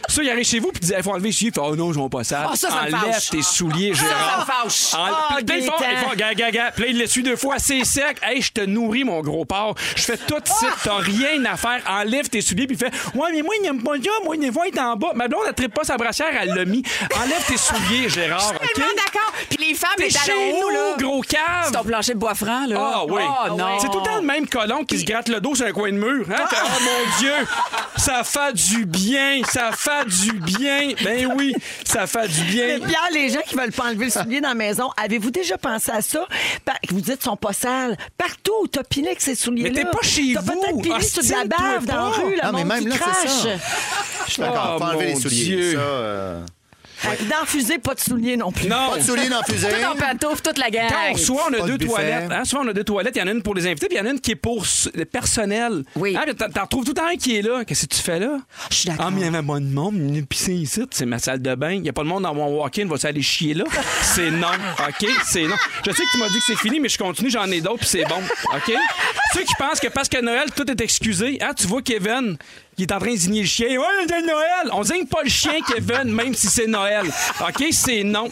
S5: Ça, il arrive chez vous puis il dit, il faut enlever ici. Il fait, oh non, je ne pas ça.
S6: Ah, ça, ça me
S5: Enlève
S6: fâche.
S5: tes souliers, Gérard.
S6: ça me fâche.
S5: En-
S7: Ah,
S5: Puis là, il fait,
S7: Gaétan.
S5: il fait, Ga, ga, ga. Puis là, il l'essuie deux fois, c'est sec. Hey, je te nourris, mon gros porc. Je fais tout de suite,
S6: Ah!
S5: t'as rien à faire. Enlève tes souliers, puis il fait, ouais, mais moi, il n'aime pas le gars. Moi, il est il est en bas. Ma blonde, elle tripe pas sa brassière, elle l'a mis. Enlève tes souliers,
S3: Ah,
S5: Gérard,
S6: Je suis
S5: OK?
S6: tellement d'accord. Puis les femmes,
S5: T'es
S6: les
S5: chez
S6: talons hauts, là.
S5: nous, gros cave.
S6: C'est ton plancher de bois franc, là.
S5: Ah oui.
S6: Oh non. Ah!
S5: C'est tout le temps le même colon qui se gratte le dos sur un coin de mur. Hein? T'as- Oh mon Dieu! Ça fait du bien! Ça fait du bien! Ben oui, ça fait du bien.
S7: Mais Pierre, les gens qui veulent pas enlever le soulier dans la maison, avez-vous déjà pensé à ça? Par- Vous dites, ils sont pas sales. Partout, où t'as pilé avec ces souliers-là.
S5: Mais t'es pas chez
S7: T'as peut-être
S5: vous.
S7: pilé
S5: Ah,
S7: sur de la
S5: style-toi
S7: bave dans la
S5: pas.
S7: rue, le
S3: Non, mais
S7: monde
S3: même
S7: qui
S3: là, c'est ça.
S7: crache.
S3: Je suis d'accord,
S5: Oh,
S3: faut enlever
S5: mon
S3: les souliers.
S5: Dieu.
S3: Ça, euh,
S7: Dans la fusée, pas de souliers non plus.
S5: Non!
S3: Pas de souliers dans la fusée.
S6: Tout en pantoufle, toute la gang.
S5: Quand on reçoit, on
S3: Pas
S5: a
S3: de
S5: deux
S3: buffet.
S5: toilettes. hein. Souvent, on a deux toilettes. Il y en a une pour les invités, puis il y en a une qui est pour s- le personnel.
S6: Oui.
S5: Hein, puis t'en t'en retrouves tout le temps un qui est là. Qu'est-ce que tu fais là?
S6: Je suis d'accord.
S5: Ah, mais il y avait moins de monde. Il y a une piscine ici. C'est ma salle de bain. Il n'y a pas de monde dans mon walk-in. Vas-tu aller chier là? C'est non. OK? C'est non. Je sais que tu m'as dit que c'est fini, mais je continue. J'en ai d'autres, puis c'est bon. OK? Ceux qui pensent que parce que Noël, tout est excusé. Ah, tu vois Kevin, il est en train de zigner le chien. Ouais, c'est Noël! On zigne pas le chien, Kevin, même si c'est Noël. OK? C'est non.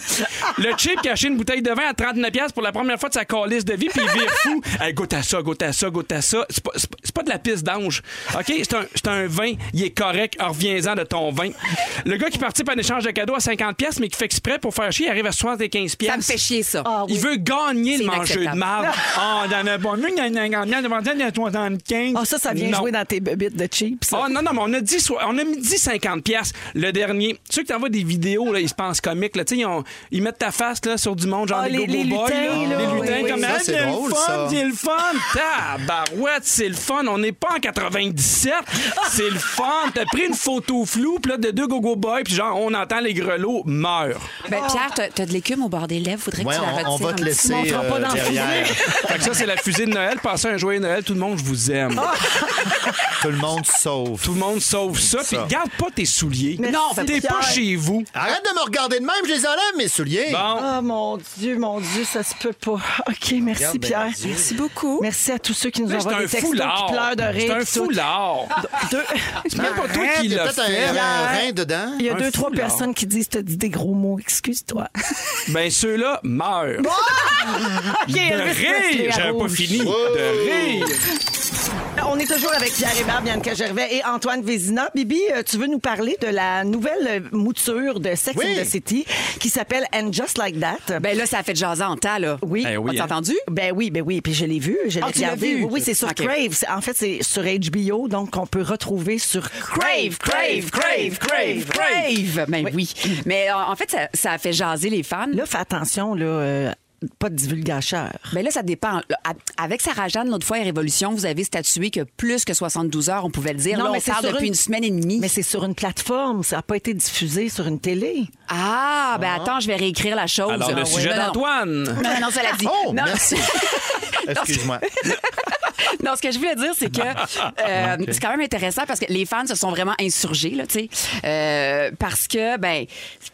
S5: Le chip qui a acheté une bouteille de vin à 39$ pour la première fois de sa calice de vie, puis il vire fou. Hey, goûte à ça, goûte à ça, goûte à ça. C'est pas, c'est pas- c'est pas de la pisse d'ange. OK? C'est un, c'est un vin. Il est correct. Alors, Reviens-en de ton vin. Le gars qui participe à un échange de cadeaux à 50$, mais qui fait exprès pour faire chier, il arrive à 75$.
S6: Ça me fait chier, ça.
S5: Il veut gagner
S6: C'est
S5: le mangeux de
S6: inacceptable.
S5: marde. Ah, on en a pas mieux, il y en a un gagnant, il y en a un gagnant, il y en a un 75.
S7: Ah, ça, ça vient
S5: Non.
S7: jouer dans tes bébites de cheap. ça.
S5: Oh non, non, non, mais on a dit, soi- on a mis 10, 50 pièces le dernier. Ceux qui t'envoient des vidéos, là, ils se pensent comiques. Là. Tu sais, Ils, ont- ils mettent ta face là, sur du monde, genre
S7: Ah,
S5: les, go-go
S7: les- les
S5: boys,
S7: lutins, là.
S5: Les lutins,
S7: Oui, oui.
S5: comme
S3: Ça,
S5: Ah,
S3: c'est
S5: il y a le
S3: drôle,
S5: fun,
S3: ça.
S5: il y a le fun. Tabarouette, c'est le fun. On n'est pas en 97. C'est le fun. T'as pris une photo floue puis là, de deux go-go boys, puis genre, on entend les grelots meurent.
S6: Ben, Pierre, t'as- t'as de l'écume au bord des lèvres. Faudrait que
S3: Ouais,
S6: tu la
S3: on, on va
S6: retires
S3: te
S6: un petit
S3: laisser
S6: moment.
S7: fera pas
S3: euh,
S7: dans le
S3: derrière.
S5: Fait que ça, c'est la fusée de Noël. Passez un joyeux Noël. Tout le monde, je vous aime.
S6: Ah!
S3: Tout le monde sauve.
S5: Tout le monde sauve ça. Puis
S3: Ça.
S5: garde pas tes souliers.
S7: Merci,
S5: non, t'es pas
S7: Pierre.
S5: chez vous.
S3: Arrête de me regarder de même, je les enlève, mes souliers.
S5: Bon.
S7: Ah, mon Dieu, mon Dieu, ça se peut pas. OK, merci,
S3: Regarde, ben,
S7: Pierre.
S3: Dieu.
S6: Merci beaucoup.
S7: Merci à tous ceux qui nous
S5: C'est
S7: envoient
S5: un
S7: des textos qui pleurent
S5: foulard.
S7: de rire.
S5: C'est un
S7: puis tout.
S5: foulard.
S7: Deux-
S5: C'est même pas toi
S3: Arrête,
S5: qui
S3: il y a
S5: l'as
S3: peut-être
S5: fait.
S3: un, un
S7: Pierre.
S3: rein dedans.
S7: Il y a
S5: Un
S7: deux, trois
S5: foulard.
S7: personnes qui disent T'as dit des gros mots, excuse-toi.
S5: Ben, ceux-là meurent.
S7: OK,
S5: de
S7: Elvis Presley
S5: rire.
S7: à
S5: J'avais pas
S7: rouge.
S5: fini. De rire.
S7: On est toujours avec Pierre Hébert, Bianca Gervais et Antoine Vézina. Bibi, euh, tu veux nous parler de la nouvelle euh, mouture de Sex
S3: Oui.
S7: and the City qui s'appelle And Just Like That.
S6: Ben là, ça a fait jaser en tas, là.
S7: oui.
S5: Eh oui,
S6: T'as
S5: hein.
S6: entendu?
S7: Ben oui, ben oui, puis je l'ai vu, je l'ai
S6: Ah, tu l'as
S7: regardé.
S6: vu?
S7: Oui, oui, c'est sur
S6: OK.
S7: Crave. C'est- En fait, c'est sur HBO, donc on peut retrouver sur Crave, Crave, Crave, Crave, Crave.
S6: Ben oui. Mais euh, en fait, ça, ça a fait jaser les fans.
S7: Là, fais attention, là, euh, pas de divulgateur.
S6: Ben là, ça dépend. Là, à- Avec Sarah Jeanne, l'autre fois, à Révolution, vous avez statué que plus que 72 heures, on pouvait le dire.
S7: Non,
S6: là,
S7: mais
S6: on
S7: c'est
S6: parle
S7: sur
S6: depuis
S7: une-
S6: une semaine et demie.
S7: Mais c'est sur une plateforme, ça n'a pas été diffusé sur une télé.
S6: Ah, ben attends, je vais réécrire la chose.
S5: Alors, le
S6: Ah,
S5: sujet
S6: ouais. Non, non.
S5: d'Antoine.
S6: Non, non, non, cela dit.
S3: Oh,
S6: Non.
S3: merci. Excuse-moi.
S6: Non, ce que je voulais dire, c'est que
S3: Ah,
S5: Ah,
S6: euh, c'est quand même intéressant parce que les fans se sont vraiment insurgés, là, tu sais. Euh, parce que, ben,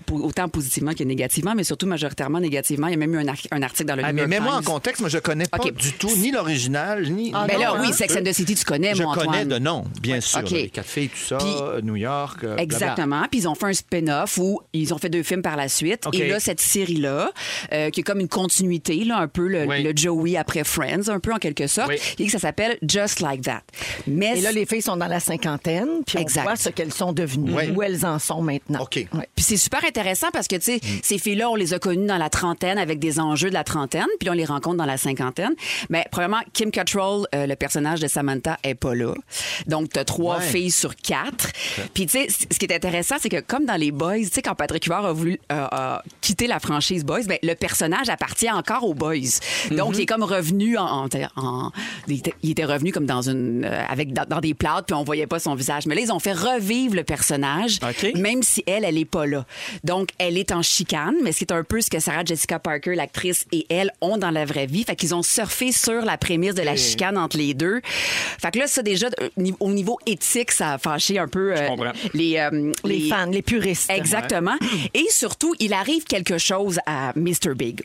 S6: pour- autant positivement que négativement, mais surtout majoritairement négativement. Il y a même eu un, ar- un article dans le
S3: Ah,
S6: New
S3: mais
S6: York
S3: mets-moi en
S6: Times.
S3: contexte, moi je connais pas
S6: Ok.
S3: du tout ni l'original ni.
S6: Ben là,
S7: non,
S6: oui,
S7: hein?
S6: Sex and the City, tu connais,
S3: je
S6: moi, Antoine.
S3: connais de nom, bien sûr.
S6: OK.
S3: là, Les quatre filles, tout ça,
S6: Puis-
S3: New York. euh, blabla.
S6: Exactement. Puis ils ont fait un spin-off où ils ont fait deux films par la suite.
S3: OK.
S6: Et là, cette série-là, euh, qui est comme une continuité, là, un peu le,
S3: Oui.
S6: le Joey après Friends, un peu en quelque sorte,
S3: Oui.
S6: et que ça s'appelle Just Like That. Mais
S7: Et là, les filles sont dans la cinquantaine, puis on
S6: Exact.
S7: voit ce qu'elles sont devenues,
S3: Ouais.
S7: où elles en sont maintenant.
S3: OK. Mm.
S7: Ouais.
S6: Puis c'est super intéressant parce que, tu sais, ces filles-là, on les a connues dans la trentaine avec des enjeux de la trentaine, puis on les rencontre dans la cinquantaine. Mais premièrement, Kim Cattrall, euh, le personnage de Samantha, est pas là. Donc, t'as trois
S3: Ouais.
S6: filles sur quatre. Puis, tu sais, c- ce qui est intéressant, c'est que comme dans les Boys, tu sais, quand Patrick Huard a voulu euh, euh, quitter la franchise Boys, ben, le personnage appartient encore aux Boys. Donc, il est comme revenu en... en- en- il était- il était revenu comme dans une... euh, avec dans, dans des plâtres, puis on voyait pas son visage. Mais là, ils ont fait revivre le personnage
S5: OK.
S6: même si elle, elle n'est pas là. Donc, elle est en chicane, mais c'est un peu ce que Sarah Jessica Parker, l'actrice, et elle ont dans la vraie vie. Fait qu'ils ont surfé sur la prémisse de la chicane entre les deux. Fait que là, ça, déjà, euh, ni- au niveau éthique, ça a fâché un peu euh,
S5: comprends.
S6: les, euh,
S7: Les, fans, les puristes.
S6: Exactement. Et surtout, il arrive quelque chose à Mr. Big.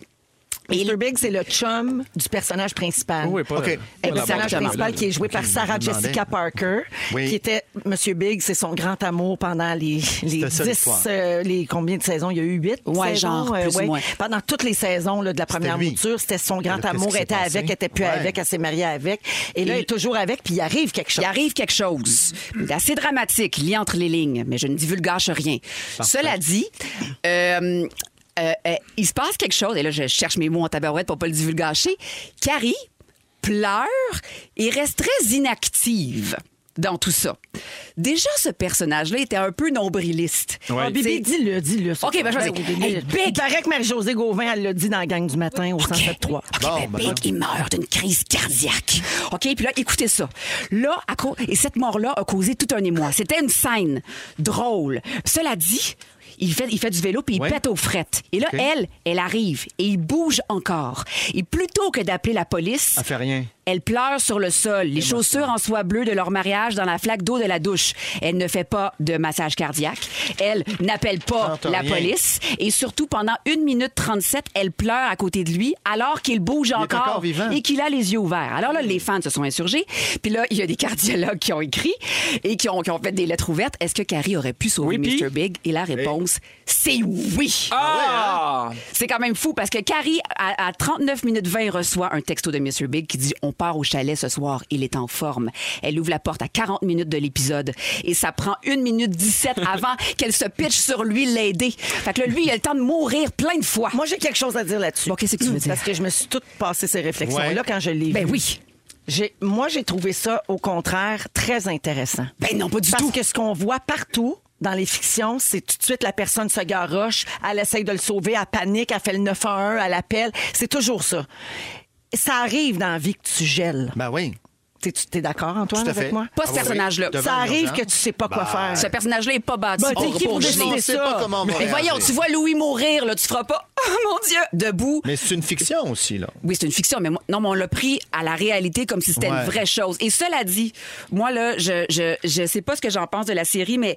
S6: Et
S7: Mr. Big, c'est le chum du personnage principal.
S5: Oui, pas-
S3: OK.
S5: pas
S7: Le
S5: la
S7: personnage
S5: banque.
S7: principal qui est joué par Sarah
S3: je me demandais.
S7: Jessica Parker,
S3: Oui.
S7: qui était Monsieur Big, c'est son grand amour pendant les, les
S3: ça
S7: 10,
S3: l'histoire.
S7: euh, les combien de saisons? Il y a eu huit
S6: Ouais,
S7: saisons, euh,
S6: genre, plus ou moins.
S7: Pendant toutes les saisons là, de la première
S3: lui.
S7: mouture, c'était son
S3: Là,
S7: grand
S3: qu'est-ce
S7: amour,
S3: qui s'est
S7: elle était
S3: passé?
S7: avec, elle était plus
S3: Ouais.
S7: avec, elle s'est mariée avec. Et là,
S6: Et-
S7: elle est toujours avec, puis il arrive quelque chose.
S6: Il arrive quelque chose d'assez dramatique, lié entre les lignes, mais je ne divulgage rien. Cela dit, euh, euh, euh, il se passe quelque chose, et là, je cherche mes mots en tabarouette pour pas le divulgacher. Carrie pleure et reste très inactive dans tout ça. Déjà, ce personnage-là était un peu nombriliste.
S5: Ouais.
S7: Ah, Bibi,
S6: C'est-
S7: dis-le, dis-le. ça.
S6: OK, ben, je vais
S7: oui,
S6: dire.
S7: dis-le.
S6: Hey, Big!
S7: Il paraît que Marie-Josée Gauvin, elle l'a dit dans la gang du matin au 107.3.
S6: OK,
S3: Bon,
S6: ben,
S3: ben
S6: Big,
S3: là.
S6: il meurt d'une crise cardiaque. OK, puis là, écoutez ça. Là, à cause- et cette mort-là a causé tout un émoi. C'était une scène drôle. Cela dit, il fait, il fait du vélo puis il
S3: Ouais.
S6: pète aux frettes. Et là,
S3: OK.
S6: elle, elle arrive et il bouge encore. Et plutôt que d'appeler la police,
S3: Elle fait rien.
S6: elle pleure sur le sol, les chaussures en soie bleue de leur mariage dans la flaque d'eau de la douche. Elle ne fait pas de massage cardiaque. Elle n'appelle pas
S3: J'entends
S6: la
S3: rien.
S6: police. Et surtout, pendant 1 minute 37, elle pleure à côté de lui alors qu'il bouge
S3: est
S6: encore,
S3: encore vivant.
S6: et qu'il a les yeux ouverts. Alors là, les fans se sont insurgés. Puis là, il y a des cardiologues qui ont écrit et qui ont, qui ont fait des lettres ouvertes. Est-ce que Carrie aurait pu sauver
S5: Oui, puis-
S6: Mr. Big? Et la
S3: Eh.
S6: réponse, c'est oui.
S5: Ah!
S3: hein?
S6: C'est quand même fou parce que Carrie, à, à 39 minutes 20, reçoit un texto de Mr. Big qui dit On part au chalet ce soir, il est en forme. Elle ouvre la porte à 40 minutes de l'épisode et ça prend 1 minute 17 avant qu'elle se pitche sur lui l'aider. Fait que là, lui, il a le temps de mourir plein de fois.
S7: Moi, j'ai quelque chose à dire là-dessus.
S6: Bon, qu'est-ce que tu veux dire?
S7: Parce que je me suis toute passée ces réflexions-là
S3: Ouais.
S7: quand je l'ai
S6: Ben
S7: vu.
S6: oui.
S7: j'ai- moi, j'ai trouvé ça, au contraire, très intéressant.
S6: Ben non, pas du
S7: Parce
S6: tout.
S7: que ce qu'on voit partout dans les fictions, c'est tout de suite la personne se garoche, elle essaye de le sauver, elle panique, elle fait le 911, elle appelle. C'est toujours ça. Ça arrive dans la vie que tu gèles.
S3: Ben oui.
S7: T'es, tu- t'es d'accord, Antoine,
S3: Tout à
S7: avec
S3: fait.
S7: moi?
S6: Pas ce
S3: Ah oui, oui.
S6: personnage-là.
S3: Devant Bah.
S7: Ça arrive
S3: l'urgence.
S7: que tu sais pas quoi faire.
S6: Ce personnage-là est pas bâti
S7: Ben,
S6: pour,
S7: t'es qui pour
S6: pour
S3: Je
S7: décider
S6: geler.
S3: ne
S7: décidez
S3: sais
S7: ça.
S3: pas comment on va
S6: Mais voyons,
S3: réagir.
S6: tu vois Louis mourir, là, tu feras pas « Oh mon Dieu! » debout.
S3: Mais c'est une fiction aussi, là.
S6: Oui, c'est une fiction, mais moi- non, mais on l'a pris à la réalité comme si c'était
S3: Ouais.
S6: une vraie chose. Et cela dit, moi, là, je, je, je sais pas ce que j'en pense de la série, mais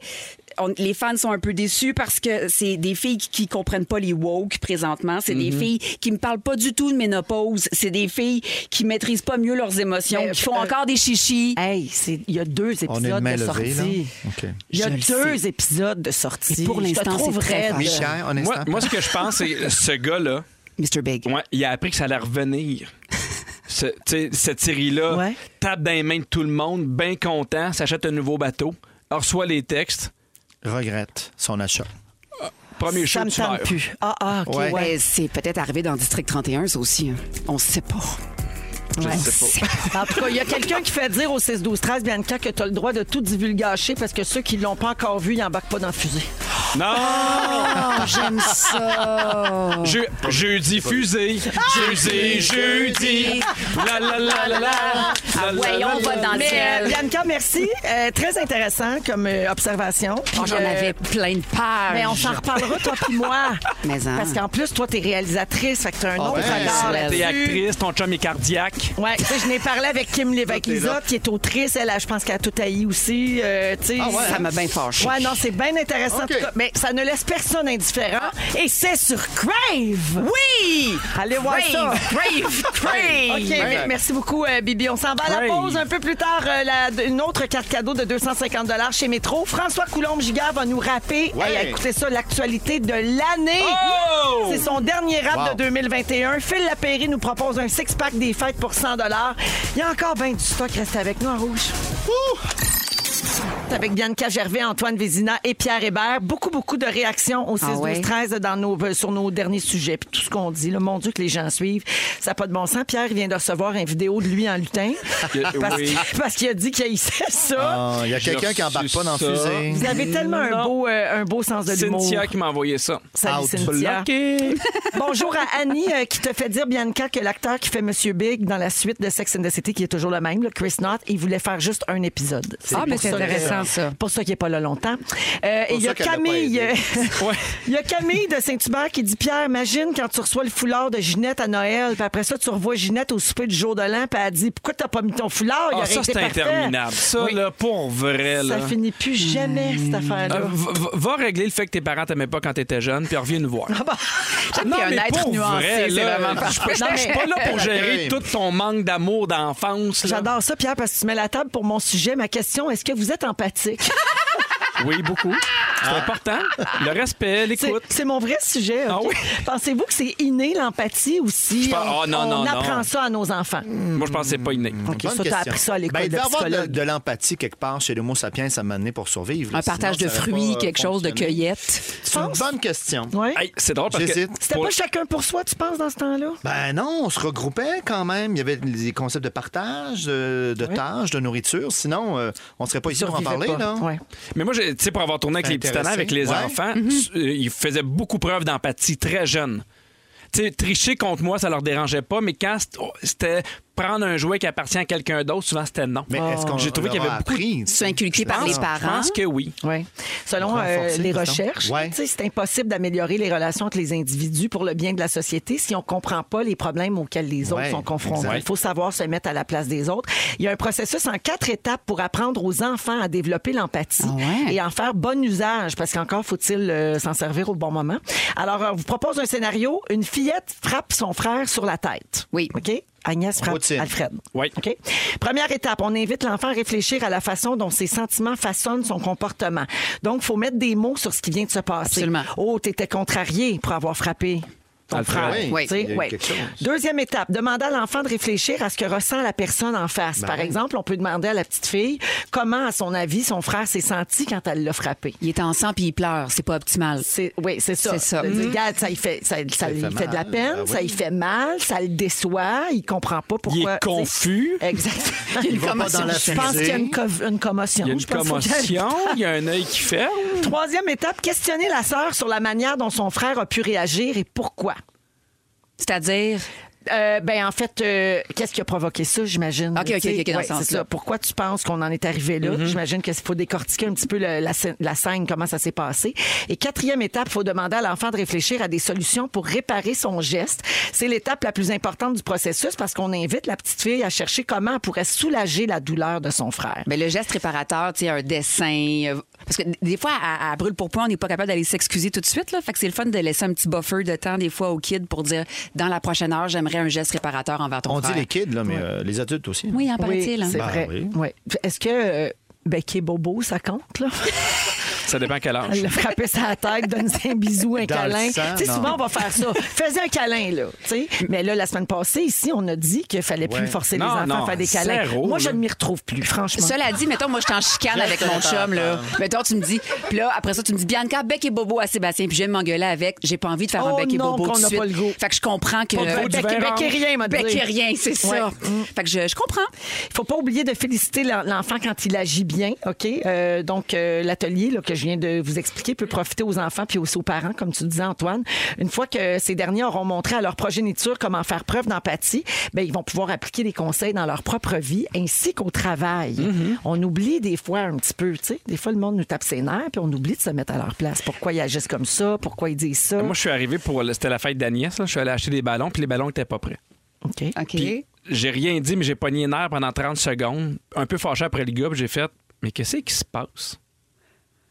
S6: on- les fans sont un peu déçus parce que c'est des filles qui, qui comprennent pas les woke présentement. C'est
S3: Mhm.
S6: des filles qui me parlent pas du tout de ménopause. C'est des filles qui maîtrisent pas mieux leurs émotions,
S7: Mais,
S6: qui font
S7: euh,
S6: encore des chichis.
S7: Hey, c'est- il y a deux
S3: On est de
S7: épisodes
S3: main
S7: de
S3: levée, là.
S7: sortie.
S3: OK.
S7: Il y a
S6: Je le
S7: deux
S6: sais.
S7: épisodes de sortie.
S6: Et pour
S7: Je te
S6: l'instant, c'est
S7: trouve
S6: très
S7: raide.
S6: fâcheux.
S3: Michel, honnêtement.
S5: Moi, moi, ce que je pense, c'est ce gars-là,
S6: Mr. Big.
S5: ouais, il a appris que ça allait revenir. Ce- tu sais, cette série-là
S7: Ouais.
S5: tape dans les mains de tout le monde, bien content, s'achète un nouveau bateau, reçoit les textes,
S3: Regrette son achat.
S5: premier show,
S7: Ça me
S5: tu meurs.
S7: tente plus. Ah, ah, OK,
S3: Ouais.
S7: ouais.
S6: Ben, c'est peut-être arrivé dans District 31, ça aussi. hein. On sait pas.
S3: Je
S6: Ouais.
S3: sais pas.
S7: En tout cas, il y a quelqu'un qui fait dire au 6-12-13, Bianca, que tu as le droit de tout divulgacher parce que ceux qui l'ont pas encore vu, ils n'embarquent pas dans la fusée.
S5: Non!
S6: Oh, j'aime ça!
S5: Ah! Je- jeudi fusée, fusée, jeudi, la la la la la,
S7: Ah,
S5: la. la,
S6: Ah, voyons,
S5: la,
S6: on va
S5: la.
S6: dans le
S7: Mais,
S6: ciel.
S7: euh, Bianca, merci. Euh, très intéressant comme euh, observation. Puis,
S6: Oh, J'en
S7: euh,
S6: avais plein de pages.
S7: Mais on s'en reparlera, toi puis moi.
S6: Mais hein. en-
S7: Parce qu'en plus, toi, t'es réalisatrice, fait que
S5: Ah,
S7: t'as un autre
S3: ouais.
S7: regard
S5: T'es
S7: là-dessus.
S5: actrice, ton chum est cardiaque.
S7: Ouais, tu sais, je n'ai parlé avec Kim Lévesque-Isotte, qui est autrice. Elle, je pense qu'elle a tout haï aussi. euh, tu sais,
S3: Ah ouais,
S6: Ça m'a bien fâché.
S7: Ouais, non, c'est bien intéressant. en
S3: OK.
S7: tout cas, mais ça ne laisse personne indifférent. Et c'est sur Crave.
S6: Oui!
S7: Allez voir
S6: Crave,
S7: ça.
S6: Crave, Crave!
S7: OK, mais merci beaucoup, euh, Bibi. On s'en va à la
S5: Crave.
S7: pause. Un peu plus tard, euh, la- une autre carte cadeau de 250 chez Métro. François Coulombe-Gigard va nous rapper.
S3: Ouais.
S7: Hey, écoutez ça, l'actualité de l'année.
S5: Oh!
S7: C'est son dernier rap
S3: Wow.
S7: de 2021. Phil Lapéry nous propose un six-pack des fêtes pour 100 Il y a encore bien du stock. Reste avec nous en rouge. C'est Avec Bianca Gervais, Antoine Vézina et Pierre Hébert. Beaucoup, beaucoup de réactions au 6
S6: Ah ouais?
S7: 12 13 dans nos, euh, sur nos derniers sujets. Puis tout ce qu'on dit, là, mon Dieu, que les gens suivent. Ça n'a pas de bon sens. Pierre il vient de recevoir une vidéo de lui en lutin. parce
S5: oui.
S7: parce qu'il a dit qu'il haïssait ça.
S3: Ah, Il y a
S5: J'ai
S3: quelqu'un qui
S5: reçu
S3: embarque pas dans
S5: ça.
S3: la fusée.
S7: Vous avez tellement un
S5: Non.
S7: beau, euh, un beau sens de l'humour.
S5: Cynthia qui m'a envoyé ça.
S7: Salut,
S3: Out.
S7: Cynthia.
S5: OK.
S7: Bonjour à Annie euh, qui te fait dire, Bianca, que l'acteur qui fait Monsieur Big dans la suite de Sex and the City, qui est toujours le même, le Chris Knott, il voulait faire juste un épisode.
S6: Ah, mais
S7: pour
S6: c'est
S7: ça que-
S6: intéressant, ça.
S7: Pour ça qu'il n'est pas là longtemps. Euh, et il y a
S3: ça qu'elle l'a pas
S7: Camille.
S3: aidé.
S7: euh, Il y a Camille de Saint-Hubert qui dit Pierre, imagine quand tu reçois le foulard de Ginette à Noël, puis après ça, tu revois Ginette au souper du jour de l'an, puis elle dit Pourquoi t'as pas mis ton foulard Il
S5: Ah,
S7: aurait
S5: ça,
S7: été
S5: c'est
S7: parfait.
S5: interminable. Ça,
S7: Oui.
S5: là, pour vrai, là.
S7: Ça finit plus jamais, cette affaire-là.
S5: Euh, va, va- va régler le fait que tes parents t'aimaient pas quand t'étais jeune, puis reviens nous voir.
S7: Ah, bah.
S6: qu'il y a un être
S5: pour
S6: nuancé, c'est
S5: là,
S6: vraiment
S5: Euh, je, je- je-
S7: Non,
S5: je suis
S7: mais-
S5: pas là pour gérer
S3: Ok.
S5: tout ton manque d'amour d'enfance. là.
S7: J'adore ça, Pierre, parce que tu mets la table pour mon sujet. Ma question, est-ce que vous êtes empathique?
S5: Oui, beaucoup. C'est
S6: Ah.
S5: important. Le respect,
S7: C'est-
S5: l'écoute.
S7: C'est mon vrai sujet.
S5: Ah
S7: ok?
S5: oui?
S7: Pensez-vous que c'est inné l'empathie ou si
S5: Je pense-
S7: on,
S5: ah, non,
S7: on
S5: non, non.
S7: apprend ça à nos enfants?
S5: Moi, je pense que c'est pas inné.
S7: OK, ça, t'as appris ça à l'école
S3: Mm. Ben, il
S7: de
S3: devait avoir de,
S7: psychologue.
S3: de l'empathie quelque part chez l'homo sapiens à m'amener pour survivre. là.
S6: Un partage
S3: Sinon,
S6: de
S3: ça aurait
S6: fruits,
S3: pas, euh,
S6: quelque chose de
S3: fonctionné.
S6: cueillette.
S3: C'est une bonne question.
S7: Ouais.
S5: Hey, c'est drôle parce que.
S3: J'hésite.
S7: C'était
S5: pour-
S7: pas chacun pour soi, tu penses, dans ce temps-là?
S3: Ben non, on se regroupait quand même. Il y avait les concepts de partage, de, de tâches, de nourriture. Sinon, euh, on serait pas ici pour en parler.
S7: Survivais pas.
S3: Là.
S7: Ouais.
S5: Mais moi, j'ai- tu sais, pour avoir tourné avec les petits
S3: Intéressé.
S5: tannants, avec les
S3: Ouais.
S5: enfants, s- euh, ils faisaient beaucoup preuve d'empathie très jeune. Tu sais, tricher contre moi, ça leur dérangeait pas, mais quand c't- oh, c'était prendre un jouet qui appartient à quelqu'un d'autre, souvent c'était non.
S3: Mais est-ce qu'on
S5: J'ai trouvé qu'il y avait beaucoup.
S3: appris?
S6: C'est inculqué par
S3: pense-
S6: les
S5: Je
S6: parents.
S5: pense que oui.
S7: Oui. Selon
S3: On prend
S7: euh,
S3: forcé,
S7: les
S3: mettons.
S7: recherches,
S3: Ouais.
S7: tu sais, c'est impossible d'améliorer les relations entre les individus pour le bien de la société si on ne comprend pas les problèmes auxquels les autres
S3: Ouais,
S7: sont confrontés.
S3: exact.
S7: Il faut savoir se mettre à la place des autres. Il y a un processus en quatre étapes pour apprendre aux enfants à développer l'empathie
S6: Ah ouais?
S7: et en faire bon usage, parce qu'encore faut-il euh, s'en servir au bon moment. Alors, euh, on vous propose un scénario. Une fillette frappe son frère sur la tête.
S6: Oui.
S7: OK? Agnès frappe
S3: Routine.
S7: Alfred.
S5: Oui.
S7: OK? Première étape, on invite l'enfant à réfléchir à la façon dont ses sentiments façonnent son comportement. Donc, il faut mettre des mots sur ce qui vient de se passer.
S6: Absolument.
S7: Oh, t'étais contrarié pour avoir frappé. ton frère.
S3: oui.
S6: Oui.
S3: Il y a eu
S6: Oui.
S3: quelque chose.
S7: Deuxième étape, demander à l'enfant de réfléchir à ce que ressent la personne en face. Par exemple, on peut demander à la petite fille comment, à son avis, son frère s'est senti quand elle l'a frappé.
S6: Il est en sang puis il pleure. C'est pas optimal.
S7: C'est- oui, c'est ça.
S6: C'est ça.
S7: De dire, Regarde, ça lui fait, ça, ça lui
S3: fait
S7: fait, de la
S3: mal.
S7: peine,
S3: Ah oui.
S7: ça lui fait mal, ça le déçoit, il comprend pas pourquoi.
S5: Il est confus.
S7: Exactement.
S6: Il y a une
S3: va pas
S6: commotion
S3: dans la
S6: qui
S7: Je
S6: fait
S7: pense
S6: ça.
S7: qu'il y a une, co- une commotion.
S5: Il y a une
S7: Je pense qu'il faut qu'elle-
S5: commotion, il y a un œil qui ferme.
S7: Troisième étape, questionner la sœur sur la manière dont son frère a pu réagir et pourquoi.
S6: C'est-à-dire,
S7: Euh, ben en fait, euh, qu'est-ce qui a provoqué ça, j'imagine.
S6: Ok, ok,
S7: Tu sais,
S6: ok, dans ce
S7: ouais,
S6: sens-là. Mm-hmm.
S7: c'est ça. Pourquoi tu penses qu'on en est arrivé là J'imagine qu'il faut décortiquer un petit peu le- la, scè- la scène, comment ça s'est passé. Et quatrième étape, faut demander à l'enfant de réfléchir à des solutions pour réparer son geste. C'est l'étape la plus importante du processus parce qu'on invite la petite fille à chercher comment elle pourrait soulager la douleur de son frère.
S6: ben, le geste réparateur, tu sais, un dessin. euh, Parce que d- des fois, à, à brûle pour point, on n'est pas capable d'aller s'excuser tout de suite. Là. Fait que c'est le fun de laisser un petit buffer de temps, des fois, aux kids pour dire, dans la prochaine heure, j'aimerais un geste réparateur envers ton
S3: On
S6: frère.
S3: dit les kids, là, mais euh, les adultes aussi.
S6: Oui, en paraît-il. hein.
S7: c'est
S3: Bah
S7: vrai.
S3: oui.
S7: Ouais. Est-ce que euh, Becky Bobo, ça compte là
S5: Ça dépend quel
S7: Elle
S5: âge.
S7: l'a frappé sa tête, donne un bisou, un
S3: Ah, Dans
S7: câlin.
S3: le sang,
S7: Tu sais,
S3: non.
S7: souvent, on va faire ça. Faisais un câlin, là. tu sais. Mais là, la semaine passée, ici, on a dit qu'il fallait
S3: Ouais.
S7: plus forcer
S5: Non,
S7: les enfants
S5: non,
S7: à faire des câlins.
S5: zéro,
S7: Moi, je
S5: là.
S7: ne m'y retrouve plus, franchement.
S6: Cela dit, mettons, moi, je t'en chicane avec mon chum, là. Mettons, tu me dis, puis là, après ça, tu me dis, Bianca, bec et bobo à Sébastien, puis je vais m'engueuler avec, j'ai pas envie de faire
S7: Oh
S6: un bec et
S7: non,
S6: bobo
S7: qu'on
S6: tout de
S7: n'a
S6: suite.
S7: pas le goût.
S6: Fait que je comprends que.
S5: Pas de goût du
S7: Bec-
S5: verre.
S7: hein? bec et rien, m'a dit.
S6: Bec et rien, c'est ça. Mm.
S7: Ouais.
S6: Fait que je, je comprends.
S7: Il faut pas oublier de féliciter l'en- l'enfant quand il agit bien, OK? Euh, donc, euh, l'atelier là, que je viens de vous expliquer peut profiter aux enfants puis aussi aux parents, comme tu disais, Antoine. Une fois que ces derniers auront montré à leur progéniture comment faire preuve d'empathie, ben, ils vont pouvoir appliquer les conseils dans leur propre vie ainsi qu'au travail.
S6: Mm-hmm.
S7: On oublie des fois un petit peu, tu sais, des fois, le monde nous tape ses nerfs puis on oublie de se mettre à leur place. Pourquoi ils agissent comme ça? Pourquoi ils disent
S6: Ben,
S7: ça?
S5: Moi, je suis arrivé pour. le- C'était la fête d'Agnès. là. Je suis allé acheter des ballons, puis les ballons étaient pas prêts.
S7: OK.
S6: OK.
S5: Puis, j'ai rien dit, mais j'ai pogné un air pendant 30 secondes. Un peu fâché après le gars, puis j'ai fait Mais qu'est-ce qui se passe?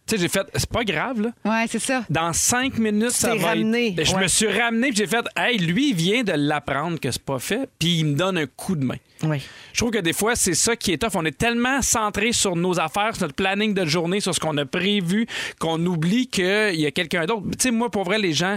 S5: Tu sais, j'ai fait C'est pas grave, là.
S6: Ouais, c'est ça.
S5: Dans cinq minutes, ça
S7: t'es
S5: va
S7: ramené,
S5: être- Je
S7: ouais.
S5: me suis ramené, puis j'ai fait Hey, lui, il vient de l'apprendre que c'est pas fait, puis il me donne un coup de main.
S7: Oui.
S5: Je trouve que des fois, c'est ça qui est tough. On est tellement centré sur nos affaires, sur notre planning de journée, sur ce qu'on a prévu, qu'on oublie qu'il y a quelqu'un d'autre. Tu sais, moi, pour vrai, les gens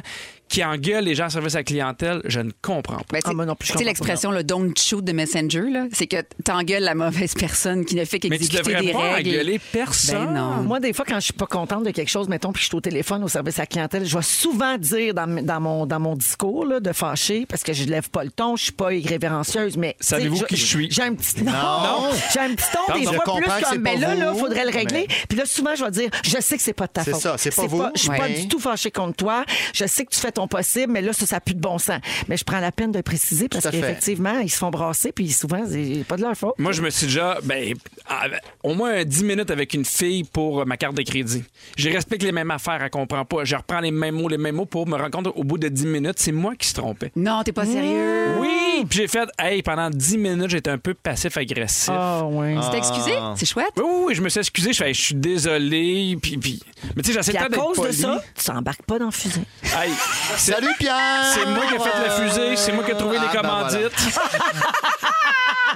S5: qui engueulent les gens en service à la clientèle, je ne comprends pas.
S6: Ben,
S7: Ah,
S6: c'est-
S7: moi non plus, je
S6: tu sais
S7: comprends
S6: l'expression le don't shoot de Messenger là, c'est que t'engueules la mauvaise personne qui ne fait
S5: Mais tu
S6: qu'exécuter
S5: devrais
S6: des
S5: pas
S6: règles.
S5: engueuler personne.
S6: Ben non.
S7: Moi, des fois, quand je suis pas contente de quelque chose, mettons, puis je suis au téléphone au service à la clientèle, je vais souvent dire dans, m- dans mon, dans mon discours là, de fâcher parce que je lève pas le ton, je suis pas irrévérencieuse, mais. tu sais,
S5: Savez-vous
S7: je-
S5: qui je suis?
S7: J'ai un petit. Non!
S3: Non.
S7: J'ai un petit ton
S5: Pardon.
S7: des
S5: Je
S7: fois
S3: comprends
S7: plus
S3: que c'est
S7: comme. Mais
S3: pas
S7: là, là,
S3: vous,
S7: faudrait le régler.
S3: mais-
S7: Puis là, souvent, je vais dire, je sais que c'est pas de ta
S3: C'est
S7: faute.
S3: ça, c'est pas vous.
S7: Je suis pas
S6: Ouais.
S7: du tout fâchée contre toi. Je sais que tu fais ton possible, mais là, ça, ça pue de bon sens. Mais je prends la peine de le préciser parce
S3: à fait.
S7: qu'effectivement, ils se font brasser, puis souvent, c'est pas de leur faute.
S5: Moi, je me suis déjà, ben, à- au moins 10 minutes avec une fille pour euh, ma carte de crédit. Je respecte les mêmes affaires, elle comprend pas. Je reprends les mêmes mots, les mêmes mots pour me rendre compte au bout de 10 minutes, c'est moi qui se trompais. Mmh.
S6: Non, t'es pas sérieux.
S5: Oui! Puis j'ai fait, hey, pendant 10 minutes, j'étais un peu passif-agressif.
S7: Ah, ouais.
S6: Tu t'es excusé,
S3: Ah.
S6: c'est chouette.
S5: Oui, oui, oui, je me suis excusé, je fais, je suis désolé, puis, puis... Mais tu sais, j'essaie
S7: Puis
S5: tant
S7: à
S5: d'être
S7: cause de
S5: poli.
S7: ça, Ah, tu t'embarques pas dans le fusil.
S5: Hey, c'est-
S3: Salut Pierre!
S5: C'est moi qui ai fait la fusée, c'est moi qui ai trouvé
S3: Ah,
S5: les
S3: ben voilà.
S5: commandites.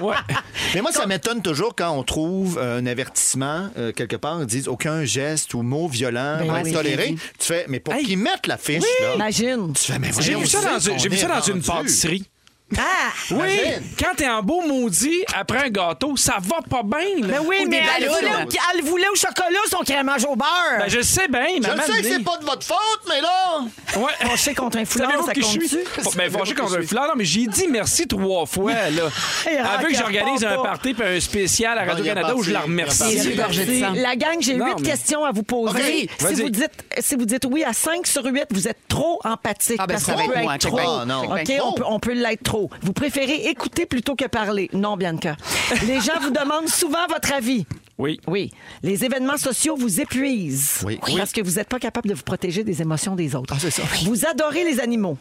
S5: ouais.
S3: Mais moi, ça m'étonne toujours quand on trouve euh, un avertissement euh, quelque part, ils disent aucun geste ou mot violent
S7: Ben
S3: va être
S7: oui.
S3: toléré. Tu fais, mais pour qu'ils mettent la fiche, là.
S7: Imagine.
S3: Tu fais, mais
S5: J'ai
S3: voyons,
S5: vu ça
S3: où
S5: dans,
S3: c'est
S5: une- j'ai
S3: qu'on
S5: vu ça
S3: est
S5: dans une
S3: rendu?
S5: pâtisserie.
S7: Ah!
S5: Oui,
S3: Imagine.
S5: quand t'es en beau maudit après un gâteau, ça va pas bien.
S7: Ben
S5: là.
S7: oui,
S6: Ou
S7: mais
S6: des
S7: elle
S6: ballons.
S7: voulait, au, elle voulait au chocolat son crémage au beurre.
S5: Ben, je sais bien,
S3: Je le sais que c'est pas de votre faute, mais là!
S5: Ouais.
S7: Fâché contre un foulard,
S5: Savez-vous
S7: ça
S5: qui je suis?
S7: compte-tu?
S5: Ben, fâché contre un foulard, non, mais j'ai dit merci trois fois, là.
S7: Il
S5: Avec que
S7: raconte
S5: j'organise
S7: pas.
S5: un party puis un spécial à
S3: Bon, il
S5: Radio-Canada
S3: a
S5: où je la
S3: parti, il a
S5: remercie.
S3: parti.
S6: Merci, gorgée de sang.
S7: La gang, j'ai
S5: Non,
S7: huit
S5: mais-
S7: questions à vous poser.
S5: Ok, vas-y.
S7: si, vous dites, si vous dites oui à 5 sur 8, vous êtes trop empathique.
S6: Ah, ben,
S7: parce
S6: ça
S7: qu'on
S6: va être
S7: peut
S6: moi, check
S7: trop.
S3: bien. Ah, non.
S7: OK,
S6: Check bien.
S7: on peut, on peut l'être trop. Vous préférez écouter plutôt que parler. Non, Bianca. Les gens vous demandent souvent votre avis.
S5: Oui.
S7: Oui. Les événements sociaux vous épuisent.
S3: Oui.
S7: Parce que vous n'êtes pas capable de vous protéger des émotions des autres.
S3: c'est ça.
S7: Vous adorez les animaux.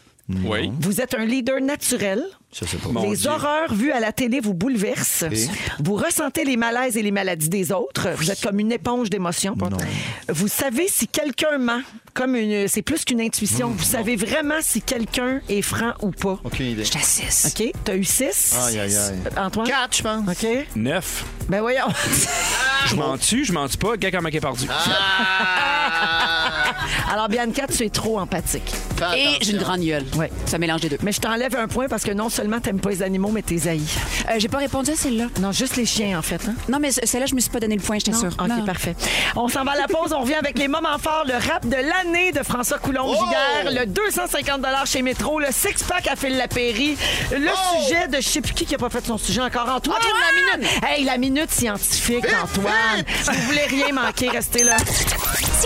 S5: Oui.
S7: Vous êtes un leader naturel.
S3: Ça, c'est pas
S7: les horreurs vues à la télé vous bouleversent.
S3: Et?
S7: Vous ressentez les malaises et les maladies des autres. Vous êtes comme une éponge d'émotions. Vous savez si quelqu'un ment. Comme une, c'est plus qu'une intuition. vous savez vraiment si quelqu'un est franc ou pas.
S3: Aucune idée.
S6: J'assiste.
S7: OK? T'as eu six?
S3: Aïe, aïe, aïe.
S7: Euh, Antoine?
S3: Quatre, je pense.
S7: OK?
S5: Neuf.
S7: Ben voyons.
S3: Ah!
S5: Je m'en tue, je m'en tue pas. Gars comme un perdu.
S3: Ah!
S7: Alors, Bianca, tu es trop empathique.
S6: Et j'ai une grande gueule.
S7: Ouais.
S6: Ça mélange les deux.
S7: Mais je t'enlève un point parce que non seulement t'aimes pas les animaux, mais t'es haïs.
S6: Euh, j'ai pas répondu à celle-là.
S7: Non, juste les chiens, en fait. Hein?
S6: Non, mais ce- celle-là, je me suis pas donné le point, j'étais sûre.
S7: OK,
S6: Non.
S7: parfait. On s'en va à la pause. On revient avec les moments forts, le rap de l'année de François Coulombe-Giguère,
S6: Oh!
S7: le 250 chez Métro, le six-pack à Phil Lapéry, le sujet de je sais plus qui qui a pas fait son sujet encore, Antoine.
S6: Oh! Ah, Antoine, la minute.
S7: Hey, la minute scientifique, Antoine. Si vous voulez rien manquer, restez là.
S2: Si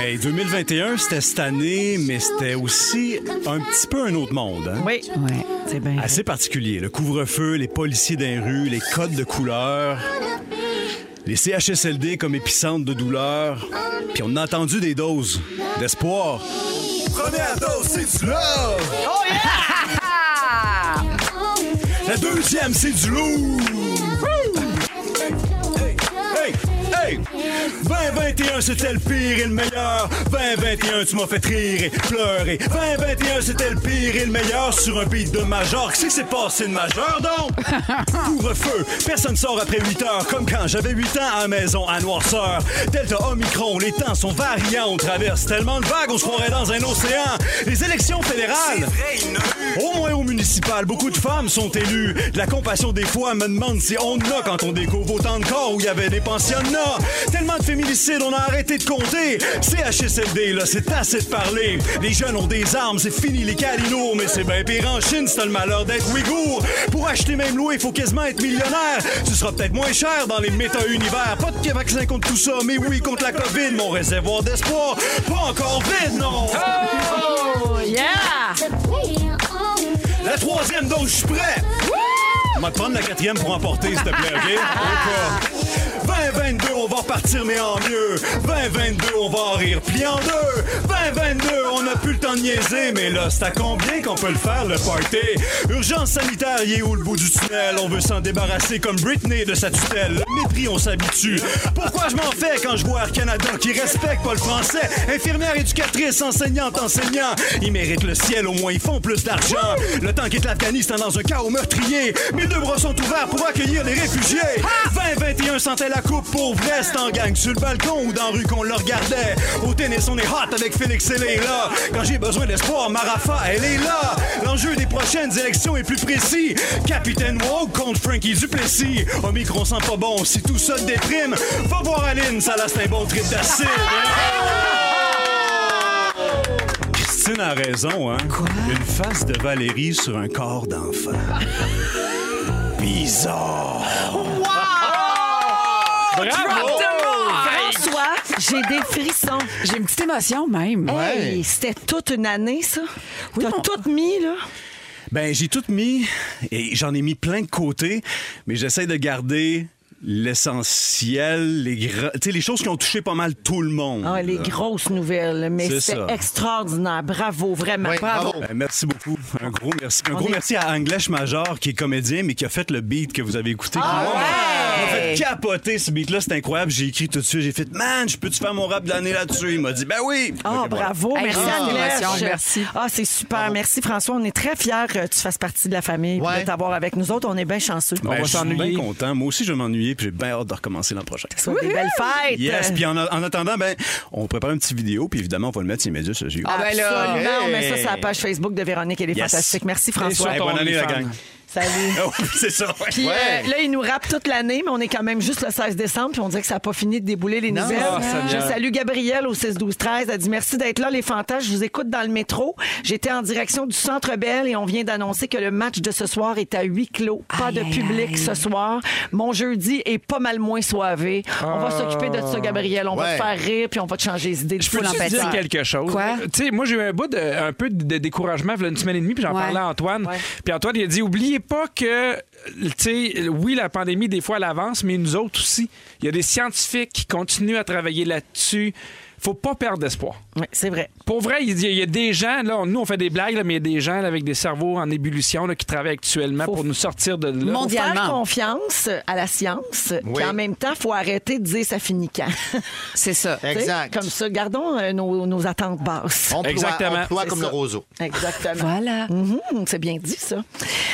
S10: Hey, 2021, c'était cette année, mais c'était aussi un petit peu un autre monde. hein?
S7: Oui,
S6: Ouais.
S7: c'est bien.
S10: Assez particulier. Le couvre-feu, les policiers dans les rues, les codes de couleur, les CHSLD comme épicentre de douleur. Puis on a entendu des doses d'espoir. Prenez la dose, c'est du love!
S7: Oh,
S10: La deuxième, c'est du lourd! Hey, hey! 2021, c'était le pire et le meilleur. 2021, tu m'as fait rire et pleurer. 2021, c'était le pire et le meilleur sur un beat de major. Qu'est-ce qui s'est passé de majeur, donc? Couvre-feu, personne sort après 8 heures, comme quand j'avais 8 ans à la maison à noirceur. Delta Omicron, les temps sont variants, on traverse tellement de vagues, on se croirait dans un océan. Les élections fédérales. Au moins au municipal, beaucoup de femmes sont élues. De la compassion des fois me demande si on en a quand on découvre autant de corps où il y avait des pensionnats. Tellement de féminicides, on a arrêté de compter. CHSLD, là, c'est assez de parler. Les jeunes ont des armes, c'est fini les calinours, mais c'est bien pire en Chine, c'est le malheur d'être ouïghour. Pour acheter même louer, il faut quasiment être millionnaire. Ce sera peut-être moins cher dans les méta-univers. Pas de vaccin contre tout ça, mais oui, contre la COVID, mon réservoir d'espoir. Pas encore vide, non!
S1: Oh,
S7: Oh,
S10: La troisième dose, je suis prêt. On va te prendre la quatrième pour emporter, s'il te plaît, OK? Au cas. 2022, on va repartir, mais en mieux. 2022, on va en rire, plié en deux. 2022, on n'a plus le temps de niaiser, mais là, c'est à combien qu'on peut le faire, le party? Urgence sanitaire, il est où le bout du tunnel? On veut s'en débarrasser comme Britney de sa tutelle. Le mépris, on s'habitue. Pourquoi je m'en fais quand je vois Air Canada qui respecte pas le français? Infirmière, éducatrice, enseignante, enseignant. Ils méritent le ciel, au moins ils font plus d'argent. Le temps quitte l'Afghanistan dans un chaos meurtrier. Mes deux bras sont ouverts pour accueillir les réfugiés. 2021 sentait la coupe pour vrai, c'est en gang sur le balcon ou dans la rue qu'on le regardait. Au tennis, on est hot avec Félix et Leila. Quand j'ai besoin d'espoir, Marafa, elle est là. L'enjeu des prochaines élections est plus précis. Capitaine Woke contre Frankie Duplessis. Omicron sent pas bon, si tout ça te déprime, va voir Aline, ça là c'est un bon trip d'acide. Christine a raison, hein? Une face de Valérie sur un corps d'enfant. Bizarre.
S7: Ah.
S5: Bravo!
S7: François, j'ai des frissons.
S6: J'ai une petite émotion, même.
S7: Hey, c'était toute une année, ça. T'as
S10: on-
S7: tout mis, là.
S10: Ben, j'ai tout mis et j'en ai mis plein de côtés, mais j'essaie de garder l'essentiel, les gra- tu sais, les choses qui ont touché pas mal tout le monde.
S7: Ah, les
S10: là.
S7: grosses nouvelles, mais
S10: Mm. C'est
S7: c'est
S10: ça.
S7: extraordinaire. Bravo, vraiment.
S3: Oui,
S7: bravo.
S3: bravo.
S10: Ben, merci beaucoup. Un gros merci. Un
S7: On
S10: gros
S7: est-
S10: merci à Anglesh Major qui est comédien mais qui a fait le beat que vous avez écouté.
S7: Ah
S10: Qui m'a- m'a fait capoter ce beat là, c'est incroyable. J'ai écrit tout de suite, j'ai fait "Man, je peux tu faire mon rap de l'année là-dessus Il m'a dit "Ben oui."
S7: Ah,
S10: Ok, voilà.
S7: bravo,
S6: Hey,
S7: merci
S6: ah,
S7: Anglèche.
S6: l'émotion, merci.
S7: Ah, c'est super, merci François. On est très fiers euh, que tu fasses partie de la famille, puis
S3: Ouais.
S7: de t'avoir avec nous autres. On est bien chanceux.
S10: Ben,
S5: va
S10: je suis
S5: s'ennuyer.
S10: bien content. Moi aussi, je vais m'ennuyer puis j'ai bien hâte de recommencer l'an prochain.
S7: Ce sont des belles fêtes.
S10: Yes, puis en, en attendant, ben, on prépare une petite vidéo, puis évidemment, on va le mettre sur les médias sociaux.
S6: Ah, ben là.
S7: Absolument, on met ça
S10: Hey.
S7: sur la page Facebook de Véronique. Elle est
S10: Yes.
S7: fantastique. Merci François.
S10: Hey, bonne année, la gang.
S7: Salut.
S10: Ah oui, c'est ça. ouais.
S7: Puis euh, là, il nous rappe toute l'année, mais on est quand même juste le 16 décembre, puis on dirait que ça n'a pas fini de débouler les nouvelles.
S5: Ah,
S7: je
S5: Seigneur.
S7: salue Gabrielle au 6-12-13. Elle dit merci d'être là, les fantasmes. Je vous écoute dans le métro. J'étais en direction du Centre Bell et on vient d'annoncer que le match de ce soir est à huis clos. Pas
S6: Aïe,
S7: de
S6: aïe,
S7: public
S6: aïe.
S7: ce soir. Mon jeudi est pas mal moins soivé. On va s'occuper de ça, Gabrielle. On va
S3: Ouais.
S7: te faire rire, puis on va te changer les idées.
S5: Je
S7: Faut
S5: peux te
S7: l'empêcher.
S5: dire quelque chose. Euh,
S6: Quoi?
S5: Tu sais, moi, j'ai eu un, bout de- un peu de découragement il y a une semaine et demie, puis j'en
S6: Ouais.
S5: parlais à Antoine. Puis Antoine, il a dit oubliez pas que, euh, tu sais, oui, la pandémie, des fois, elle avance, mais nous autres aussi. Il y a des scientifiques qui continuent à travailler là-dessus. Faut pas perdre d'espoir.
S7: Ouais, c'est vrai.
S5: Pour vrai, il y a- il y a des gens, là, on- nous, on fait des blagues, là, mais il y a des gens là, avec des cerveaux en ébullition là, qui travaillent actuellement pour nous sortir de là.
S6: Mon-
S7: faut faire
S6: Mondialement.
S7: confiance à la science, puis en même temps, faut arrêter de dire ça finit quand.
S6: C'est ça.
S7: T'sais,
S3: Exact.
S7: Comme ça, gardons euh, nos, nos attentes basses.
S3: On ploie,
S5: Exactement.
S3: on ploie
S7: C'est
S3: comme
S7: ça.
S3: le roseau.
S7: Exactement.
S6: Voilà.
S7: Mhm, c'est bien dit, ça.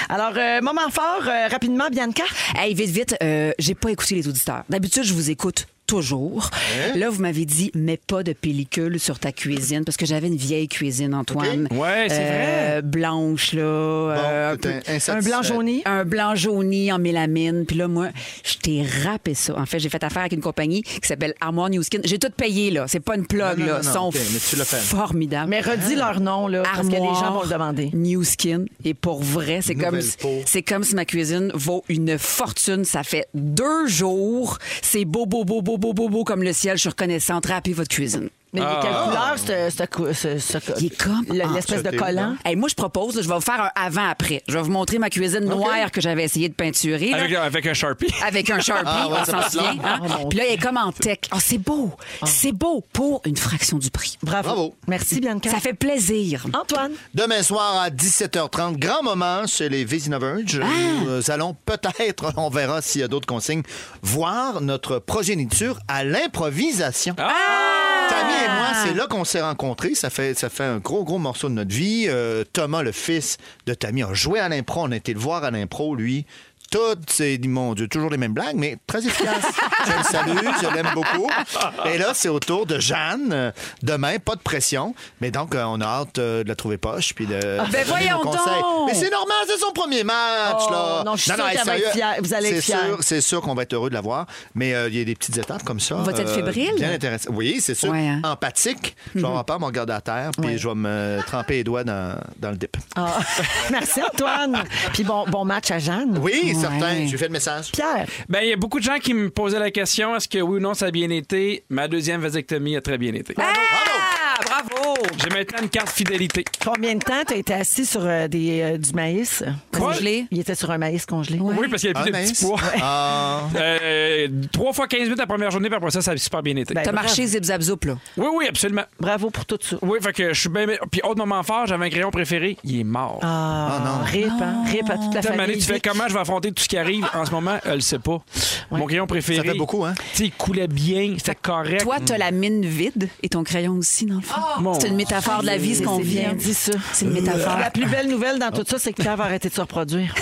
S7: Alors, euh, moment fort, euh, rapidement, Bianca.
S6: Hey, vite, vite, euh, j'ai pas écouté les auditeurs. D'habitude, je vous écoute toujours.
S5: Hein?
S6: Là, vous m'avez dit, mets pas de pellicule sur ta cuisine, parce que j'avais une vieille cuisine, Antoine.
S5: Ouais, c'est
S6: vrai. Blanche, là. euh, un, peu-
S7: Un blanc jauni.
S6: un blanc jauni en mélamine. Puis là, moi, je t'ai rappé ça. En fait, j'ai fait affaire avec une compagnie qui s'appelle Armoire New Skin. J'ai tout payé, là. C'est pas une plug,
S3: Non, non,
S6: là.
S3: non, non,
S6: Ils sont
S3: ok, mais tu l'as fait.
S6: formidables.
S7: Mais redis leur nom, là, parce que les gens vont le demander.
S6: New Skin. Et pour vrai, c'est comme,
S3: Nouvelle peau.
S6: c'est comme si ma cuisine vaut une fortune. Ça fait deux jours. C'est beau, beau, beau, beau, beau, beau, beau comme le ciel. Je suis reconnaissante. Rappez votre cuisine.
S7: Mais
S3: Ah.
S7: il est quelle couleur, ce- ce cou- ce- ce-
S6: Il est comme
S7: le-
S6: en-
S7: l'espèce de
S3: sauté,
S7: collant?
S3: non?
S6: Hey, moi, je propose, là, je vais vous faire un avant-après. Je vais vous montrer ma cuisine noire que j'avais essayé de peinturer. là,
S5: Avec, avec un Sharpie.
S6: avec un Sharpie,
S3: Ah ouais, ça
S6: on s'en
S3: passe
S6: souvient.
S3: long.
S6: hein?
S7: Ah, mon
S6: Puis là, il est comme en tech. Ah, c'est beau. C'est beau pour une fraction du prix.
S7: Bravo.
S3: Bravo.
S7: Merci, Bianca.
S6: Ça fait plaisir.
S7: Antoine.
S3: Demain soir à 17h30, grand moment chez les Vézina Verge.
S6: Ah.
S3: Nous allons peut-être, on verra s'il y a d'autres consignes, voir notre progéniture à l'improvisation.
S7: Ah!
S3: Tammy et moi, c'est là qu'on s'est rencontrés. Ça fait, ça fait un gros, gros morceau de notre vie. Euh, Thomas, le fils de Tammy, a joué à l'impro. On a été le voir à l'impro, lui. Toutes ces, mon Dieu, toujours les mêmes blagues, mais très efficace. je le salue, je l'aime beaucoup. Et là, c'est au tour de Jeanne. Euh, Demain, pas de pression. Mais donc, euh, on a hâte euh, de la trouver poche. Puis de,
S7: Ah,
S3: de donner
S7: ben
S3: nos
S6: voyons donc!
S3: conseils. Mais c'est normal, c'est son premier match.
S7: Oh,
S3: là.
S7: non, je suis sûre
S3: hey,
S7: qu'elle va être
S3: sérieux,
S7: fière. Vous allez être
S3: c'est
S7: fière.
S3: sûr- C'est sûr qu'on va être heureux de la voir. Mais euh, il y a des petites étapes comme ça. euh,
S6: On va être fébrile?
S3: Bien intéressant. Oui, c'est sûr.
S6: Ouais, hein.
S3: Empathique. Je
S7: Mhm.
S3: vais avoir peur, mon garde à terre, puis je vais me tremper les doigts dans, dans le dip.
S7: Ah. Merci, Antoine. Puis bon, bon match à Jeanne.
S3: Oui,
S6: Ouais.
S3: certain. J'ai fait le message.
S7: Pierre.
S5: Ben, il y a beaucoup de gens qui me posaient la question est-ce que oui ou non ça a bien été Ma deuxième vasectomie a très bien été.
S6: Ah, bravo.
S5: J'ai maintenant une carte fidélité.
S7: Combien de temps t'as été assis sur euh, des, euh, du maïs?
S6: Congelé.
S7: Il était sur un maïs congelé.
S5: Oui, parce qu'il y a
S3: Ah,
S5: plus de
S3: mince.
S5: petits pois.
S3: Ah.
S5: Euh, Trois fois 15 minutes la première journée, puis après ça, ça a super bien été.
S7: Ben,
S6: T'as
S7: bravo.
S6: marché zip zap zoup, là.
S5: Oui, oui, absolument.
S7: Bravo pour tout ça.
S5: Oui, fait que je suis bien. Puis autre moment fort, j'avais un crayon préféré, il est mort.
S7: Ah, Rip, hein? Rip à toute la
S5: Tellement donné,
S7: famille.
S5: tu fais comment je vais affronter tout ce qui arrive en ce moment, elle le sait pas. Mon crayon préféré.
S3: Ça fait beaucoup, hein?
S5: Tu sais, il coulait bien, c'était correct.
S6: Toi, t'as la mine vide et ton crayon aussi, dans le fond.
S5: Mon-
S6: c'est une métaphore de la vie, ce qu'on
S7: C'est bien
S6: vient.
S7: dit, ça.
S6: C'est
S5: Euh,
S6: une métaphore.
S7: La plus belle nouvelle dans tout ça, c'est que Pierre va arrêter de se reproduire.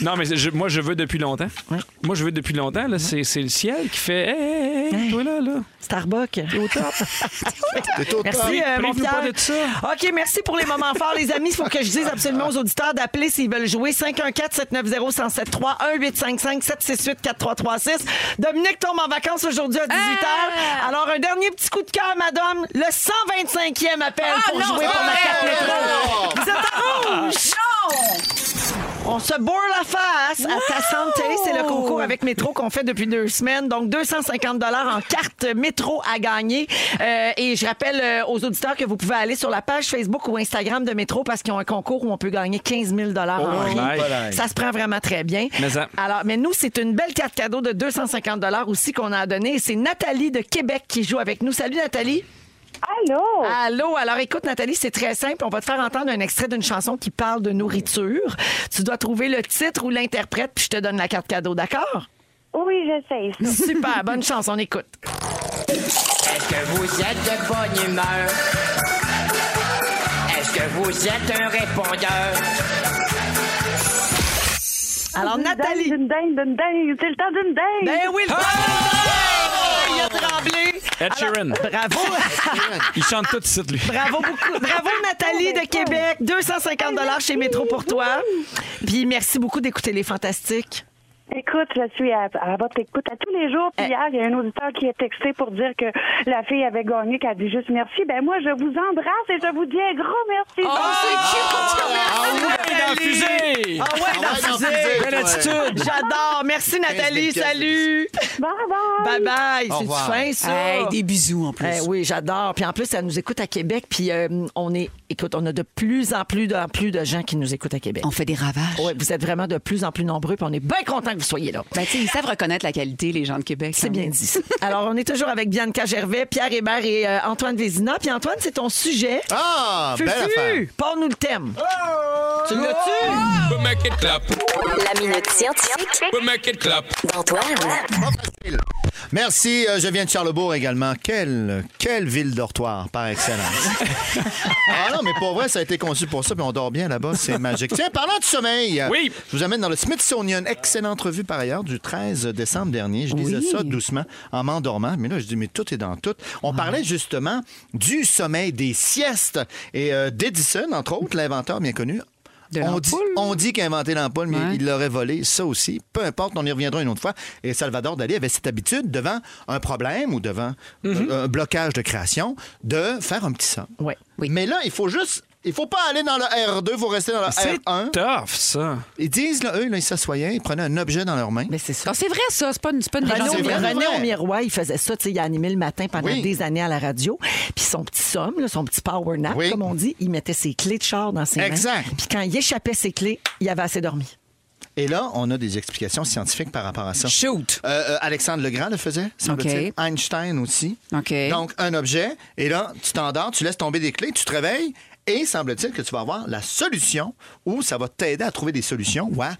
S5: Non, mais je- moi, je veux depuis longtemps. Moi, je veux depuis longtemps. Là, c'est, c'est le ciel qui fait Hey, hey,
S7: Hein?
S5: hey, toi là, là.
S7: Starbucks. au top.
S3: T'es au top.
S7: Merci, euh, mon
S5: Prive-nous
S7: Pierre.
S5: pas de ça.
S7: OK, merci pour les moments forts, les amis. Il faut que je dise absolument aux auditeurs d'appeler s'ils veulent jouer. 514-790-1073, 1-855-768-4336. Dominique tombe en vacances aujourd'hui à 18h.
S3: Ah!
S7: Alors, un dernier petit coup de cœur, madame. Le 125e
S3: Ah
S7: Ah. appel pour jouer pour ma carte métro. Vous êtes à rouge! On se bourre la face à ta santé. C'est le concours avec Métro qu'on fait depuis deux semaines. Donc, 250 en carte Métro à gagner. Euh, et je rappelle euh, aux auditeurs que vous pouvez aller sur la page Facebook ou Instagram de Métro parce qu'ils ont un concours où on peut gagner 15 000 en
S5: Oh,
S7: prix.
S5: nice.
S7: Ça se prend vraiment très bien.
S5: Mais ça-
S7: Alors, mais nous, c'est une belle carte cadeau de 250 aussi qu'on a donnée. C'est Nathalie de Québec qui joue avec nous. Salut, Nathalie.
S11: Allô?
S7: Allô? Alors, écoute, Nathalie, c'est très simple. On va te faire entendre un extrait d'une chanson qui parle de nourriture. Tu dois trouver le titre ou l'interprète, puis je te donne la carte cadeau, d'accord?
S11: Oui, j'essaie.
S7: Super, bonne chance, on écoute.
S12: Est-ce que vous êtes de bonne humeur? Est-ce que vous êtes un répondeur?
S7: Alors, Nathalie.
S11: D'une dingue, d'une dingue, c'est le temps d'une dingue.
S7: Ben oui, le
S10: Ah!
S7: temps d'une dingue. Il a tremblé.
S5: Ed Sheeran.
S7: Bravo.
S5: Il chante tout de suite, lui.
S7: Bravo beaucoup. Bravo Nathalie de Québec. 250 chez Métro pour toi. Puis merci beaucoup d'écouter les fantastiques.
S11: Écoute, je suis à, à votre écoute à tous les jours. Puis
S7: Eh.
S11: hier, il y a un auditeur qui a texté pour dire que la fille avait gagné, qu'elle a dit juste merci. Ben moi, je vous embrasse et je vous dis un gros
S7: Oh,
S11: merci.
S1: Ah,
S5: ouais, dans la fusée!
S7: Ah ouais,
S5: Ah ouais,
S7: dans la fusée.
S5: Belle attitude!
S7: J'adore. Merci Nathalie. Salut. Bye bye.
S6: Au
S7: C'est
S6: revoir.
S7: fin ça.
S6: Hey, des bisous, en plus.
S7: Eh oui, j'adore. Puis en plus, elle nous écoute à Québec. Puis euh, on est, écoute, on a de plus en plus, de, en plus de gens qui nous écoutent à Québec.
S6: On fait des ravages.
S7: Oui, vous êtes vraiment de plus en plus nombreux. Puis on est bien content que vous soyez là.
S6: Ben, tu sais, ils savent reconnaître la qualité, les gens de Québec. hein.
S7: C'est bien dit. Alors, on est toujours avec Bianca Gervais, Pierre Hébert et euh, Antoine Vézina. Puis Antoine, c'est ton sujet.
S3: Ah,
S7: Fufu,
S3: belle affaire. Oh!
S7: Parle-nous le thème.
S3: Ah,
S7: Tu l'as-tu?
S2: La minute scientifique d'Antoine.
S3: Merci, euh, je viens de Charlebourg également. Quelle, quelle ville dortoir par excellence. ah non, mais pour vrai, ça a été conçu pour ça, puis on dort bien là-bas, c'est magique. Tiens, parlant de sommeil, oui. je vous amène dans le Smithsonian. Excellente revue par ailleurs du 13 décembre dernier. Je lisais ça doucement en m'endormant, mais là, je dis, mais tout est dans tout.
S6: Ah.
S3: On parlait justement du sommeil, des siestes, et euh, d'Edison, entre autres, l'inventeur bien connu, on dit, on dit qu'il a inventé l'ampoule, mais il l'aurait volé, ça aussi. Peu importe, on y reviendra une autre fois. Et Salvador Dali avait cette habitude, devant un problème ou devant
S6: Mhm.
S3: euh, un blocage de création, de faire un petit son. Mais là, il faut juste... Il faut pas aller dans le R2, il faut rester dans le
S5: C'est
S3: R1.
S5: tough, ça.
S3: Ils disent, là, eux, là, ils s'assoyaient, ils prenaient un objet dans leurs mains.
S7: Mais c'est ça.
S6: Ah, c'est vrai, ça. C'est pas une, c'est pas une
S7: René,
S6: légende.
S3: C'est vraiment
S7: René
S3: vrai.
S7: Aumirois, il faisait ça, tu sais, il a animé le matin pendant
S3: Oui.
S7: des années à la radio. Puis son petit somme, là, son petit power nap,
S3: Oui.
S7: comme on dit, il mettait ses clés de char dans ses mains.
S3: Exact.
S7: Puis quand il échappait ses clés, il avait assez dormi.
S3: Et là, on a des explications scientifiques par rapport à ça.
S6: Shoot.
S3: Euh, euh, Alexandre Legrand le faisait, semble-t-il.
S6: OK.
S3: Einstein aussi.
S6: OK.
S3: Donc, un objet, et là, tu t'endors, tu laisses tomber des clés, tu te réveilles, et semble-t-il que tu vas avoir la solution, ou ça va t'aider à trouver des solutions ou à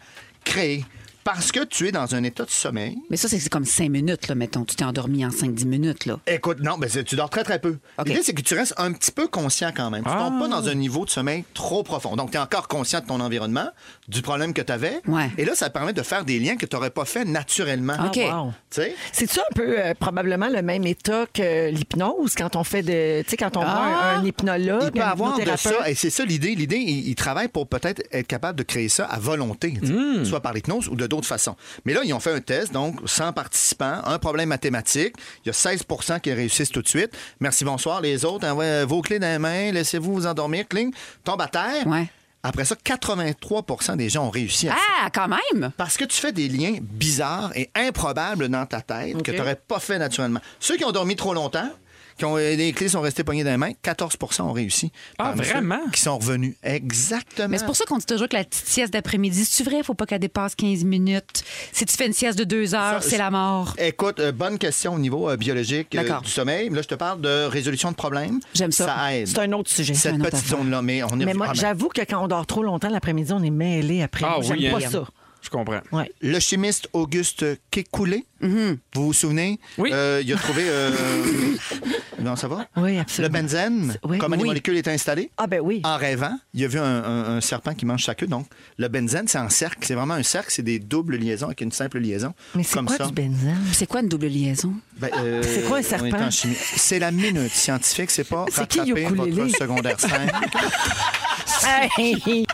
S3: créer. Parce que tu es dans un état de sommeil.
S6: Mais ça, c'est c'est comme 5 minutes, là, mettons. Tu t'es endormi en 5-10 minutes, là.
S3: Écoute, non, mais c'est- tu dors très, très peu. L'idée, c'est que tu restes un petit peu conscient quand même. Tu tombes pas dans un niveau de sommeil trop profond. Donc, tu es encore conscient de ton environnement, du problème que tu avais.
S6: Ouais.
S3: Et là, ça te permet de faire des liens que tu n'aurais pas fait naturellement.
S6: OK.
S3: Tu sais?
S7: C'est-tu un peu euh, probablement le même état que l'hypnose quand on fait de. Tu sais, quand on voit un, un hypnologue,
S3: Il peut
S7: un
S3: avoir de
S7: hypnothérapeute?
S3: ça, et c'est ça l'idée. L'idée, il, il travaille pour peut-être être capable de créer ça à volonté, tu sais,
S6: Hmm.
S3: soit par l'hypnose ou de d'autres façons. Mais là, ils ont fait un test, donc 100 participants, un problème mathématique. Il y a 16 qui réussissent tout de suite. Merci, bonsoir. Les autres, envoyez vos clés dans les mains, laissez-vous vous endormir, cling, tombe à terre.
S6: Ouais.
S3: Après ça, 83 des gens ont réussi à
S6: Ah, quand même!
S3: parce que tu fais des liens bizarres et improbables dans ta tête que tu n'aurais pas fait naturellement. Ceux qui ont dormi trop longtemps, qui ont, euh, les clés sont restées poignées dans les mains, 14 ont réussi.
S5: Ah,
S3: Parmi ceux
S5: vraiment?
S3: Qui sont revenus. Exactement.
S6: Mais c'est pour ça qu'on dit toujours que la petite sieste d'après-midi, c'est vrai, faut pas qu'elle dépasse 15 minutes. Si tu fais une sieste de 2 heures, Ah, c'est la mort.
S3: Écoute, euh, bonne question au niveau euh, biologique euh,
S6: D'accord.
S3: du sommeil. Là, je te parle de résolution de problèmes.
S6: J'aime ça.
S3: Ça aide.
S7: C'est un autre sujet.
S3: Cette
S6: autre
S3: petite
S6: affaire.
S3: zone-là, mais on est
S7: Mais moi, j'avoue que quand on dort trop longtemps l'après-midi, on est mêlé après.
S5: Ah
S7: Moi, J'aime
S5: oui,
S7: pas
S5: hein.
S7: ça.
S5: Je comprends.
S7: Ouais. Mm-hmm.
S3: Le chimiste Auguste Kekulé, vous vous souvenez?
S5: Oui.
S3: Euh, il a trouvé... euh, non, ça va?
S7: Oui,
S3: Le
S7: absolument.
S3: benzène,
S7: Oui.
S3: comment les
S7: Oui.
S3: molécules est installée?
S7: Ah ben oui.
S3: En rêvant, il a vu un, un- un serpent qui mange sa queue. Donc, le benzène, c'est en cercle. C'est vraiment un cercle. C'est des doubles liaisons avec une simple liaison.
S7: Mais c'est
S3: Comme
S7: quoi
S3: ça.
S7: du benzène?
S6: C'est quoi une double liaison?
S3: Ben, euh,
S7: Ah, C'est quoi un
S3: on est
S7: serpent?
S3: en chimie. C'est la minute scientifique. C'est pas
S7: C'est qui,
S3: rattraper
S7: Yokulele?
S3: votre secondaire 5.
S7: Hey!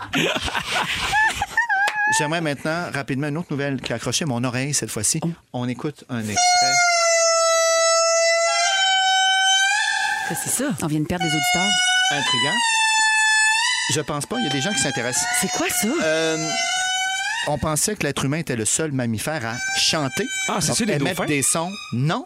S3: J'aimerais maintenant, rapidement, une autre nouvelle qui a accroché mon oreille cette fois-ci.
S7: Oh.
S3: On écoute un extrait.
S7: Qu'est-ce que Ben, c'est ça?
S6: On vient de perdre des auditeurs.
S3: Intriguant. Je pense pas. Il y a des gens qui s'intéressent.
S7: C'est quoi ça?
S3: Euh, on pensait que l'être humain était le seul mammifère à chanter.
S5: Ah, c'est
S3: Donc,
S5: ça, les
S3: émettre
S5: dauphins?
S3: des sons. Non.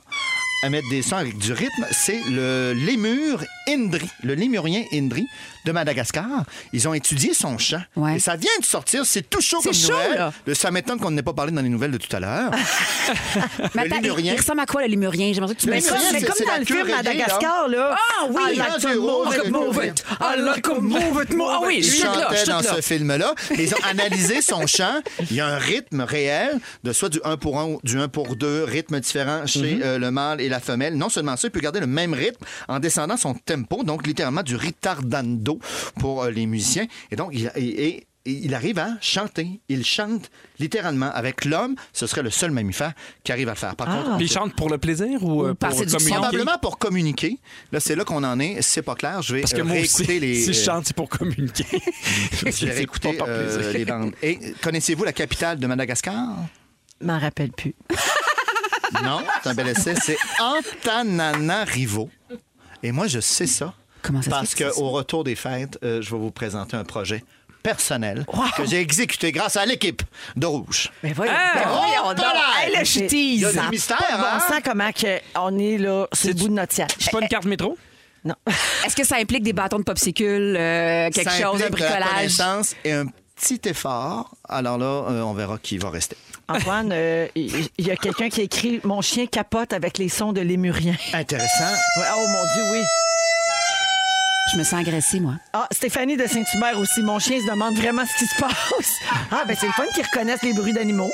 S3: Émettre des sons avec du rythme, c'est le lémur Indri, le lémurien Indri de Madagascar. Ils ont étudié son chant. Et ça vient de sortir, c'est tout chaud
S6: C'est
S3: comme
S6: chaud,
S3: nouvelle.
S6: là.
S3: Le- Ça m'étonne qu'on n'ait pas parlé dans les nouvelles de tout à l'heure.
S6: Mais attends, il,
S3: lémurien.
S6: il ressemble à quoi, le lémurien? J'aimerais que tu me
S3: Mais
S6: dises.
S3: comme- mais
S6: C'est-
S3: comme
S6: c'est
S3: dans
S6: la
S3: le film
S6: queue rayée,
S7: Madagascar, là.
S6: Ah oui!
S7: I like to move it, move it. I like to move it, move it. Ah oui,
S3: Ah, Il
S7: je suis là, je
S3: chantait
S7: suis
S3: dans
S7: là.
S3: ce film-là. Ils ont analysé son chant. Il y a un rythme réel, de soit du 1 pour 1 ou du 1 pour 2, rythme différent chez
S7: Mhm.
S3: euh, le mâle et la femelle. Non seulement ça, il peut garder le même rythme en descendant son tempo, donc littéralement du ritardando pour euh, les musiciens. Et donc, il, et- et- et il arrive à chanter. Il chante littéralement avec l'homme. Ce serait le seul mammifère qui arrive à le faire.
S7: Ah.
S3: Par contre,
S5: Puis ils chantent pour le plaisir ou, euh, pour communiquer?
S3: Probablement pour communiquer. Là, c'est là qu'on en est. C'est pas clair. Je vais
S5: Parce que
S3: euh,
S5: moi aussi,
S3: réécouter les.
S5: si je chante, c'est pour communiquer.
S3: Je vais réécouter
S5: pas par
S3: euh,
S5: plaisir.
S3: les bandes. Et connaissez-vous la capitale de Madagascar?
S7: M'en rappelle plus.
S3: Non, c'est un bel essai. C'est Antananarivo. Et moi, je sais ça.
S6: Comment ça se
S3: Parce
S6: fait que tu sais ça?
S3: qu'au retour des fêtes, euh, je vais vous présenter un projet personnel que j'ai exécuté grâce à l'équipe de Rouge.
S7: Mais voyons,
S3: Ah!
S7: ben voyons
S3: Oh,
S7: donc.
S3: là!
S7: Hey, là, je
S3: Il y
S7: tease.
S3: a du
S7: Ça a
S3: mystère,
S7: pas de
S3: hein?
S7: bon sens comment que on est là sur le bout de notre siège.
S5: pas une carte métro?
S7: Non.
S6: Est-ce que ça implique Eh, des bâtons de popsicules, euh, quelque
S3: Ça
S6: chose, un
S3: implique de la
S6: bricolage?
S3: connaissance et un petit effort. Alors là, euh, on verra qui va rester.
S7: Antoine, euh, il il y a quelqu'un qui a écrit Mon chien capote avec les sons de lémurien.
S3: Intéressant.
S7: oh mon Dieu, oui.
S6: Je me sens agressée, moi.
S7: Ah, Stéphanie de Saint-Hubert aussi. Mon chien se demande vraiment ce qui se passe. Ah, ben c'est le fun qu'ils reconnaissent les bruits d'animaux.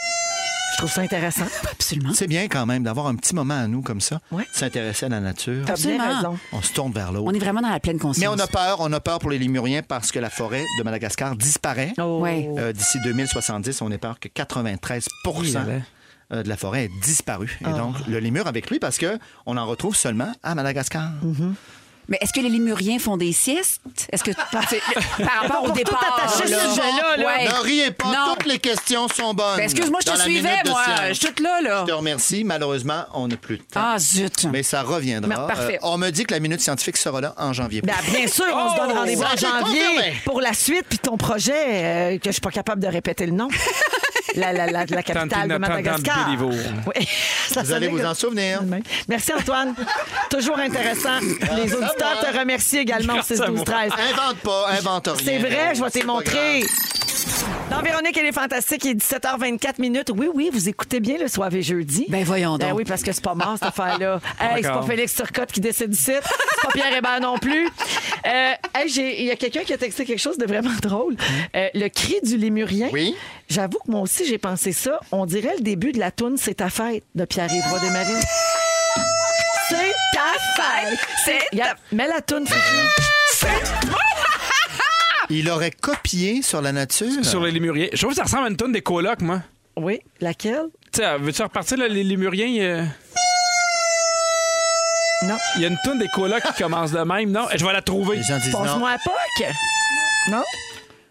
S7: Je trouve ça intéressant.
S3: Ah,
S6: Absolument.
S3: C'est bien quand même d'avoir un petit moment à nous comme ça,
S7: Ouais.
S3: s'intéresser à la nature.
S7: T'as bien
S6: Absolument.
S7: raison.
S3: On se tourne vers l'autre.
S6: On est vraiment dans la pleine conscience.
S3: Oh. Mais on a peur, on a peur pour les Lémuriens parce que la forêt de Madagascar disparaît.
S6: Ouais.
S3: Euh, D'ici 2070, on est peur que 93 euh, de la forêt est Ah. disparue. Et donc, le lémur avec lui parce que on en retrouve seulement à Madagascar.
S6: Mais est-ce que les Lémuriens font des siestes? Est-ce que c'est- par rapport au
S7: Pour tout
S6: départ?
S7: attacher ce
S6: là.
S7: sujet-là, là.
S6: Ouais.
S3: Ne riez pas,
S6: Non.
S3: toutes les questions sont bonnes.
S6: Ben, excuse-moi, je
S3: Dans
S6: te
S3: la
S6: suivais,
S3: minute de
S6: moi.
S3: silence.
S6: Je suis toute là, là.
S3: Je te remercie. Malheureusement, on n'a plus de temps.
S6: Ah, zut.
S3: Mais ça reviendra. Euh,
S6: Mais parfait.
S3: on me dit que la minute scientifique sera là en janvier.
S7: Ben, bien sûr,
S6: Ah!
S7: on se donne rendez-vous
S3: ça,
S7: en
S3: j'ai
S7: janvier
S3: confirmé.
S7: pour la suite, puis ton projet, euh, que je suis pas capable de répéter le nom. La, la, la, la capitale de
S5: Tantina,
S7: Madagascar.
S5: Tantanbilivo.
S7: Oui. Ça
S3: Vous allez
S7: sonnait
S3: vous
S7: comme-
S3: en souvenir. Ah,
S7: Merci Antoine. Toujours intéressant. Les auditeurs te remercient également au 6 12 13.
S3: Invente pas, invente rien.
S7: C'est vrai, je vais
S3: C'est
S7: te
S3: pas
S7: montrer. Dans Véronique, elle est fantastique. Il est 17h24 minutes. Oui, oui, vous écoutez bien le soir et jeudi.
S6: Ben voyons donc.
S7: Ben oui, parce que c'est pas mort, cette affaire-là. Hey, c'est pas
S5: D'accord.
S7: Félix Turcotte qui décide ici. C'est pas Pierre Hébert non plus. Euh, hey, j'ai- il y a quelqu'un qui a texté quelque chose de vraiment drôle. Euh, le cri du lémurien.
S3: Hmm. Oui.
S7: J'avoue que moi aussi, j'ai pensé ça. On dirait le début de la toune C'est ta fête de Pierre-Yves des Marines. C'est ta fête. C'est. Regarde, Mets la toune, Félix.
S3: Il aurait copié sur la nature.
S5: Sur les Lémuriens. Je trouve que ça ressemble à une tonne des colocs, moi.
S7: Oui, laquelle?
S5: Tu sais, veux-tu repartir, là, les Lémuriens? euh?
S7: Non.
S5: Il y a une tonne des colocs qui commence de même, non? Je vais la trouver.
S3: Les gens disent non.
S7: Passe-moi à Pâques. Non?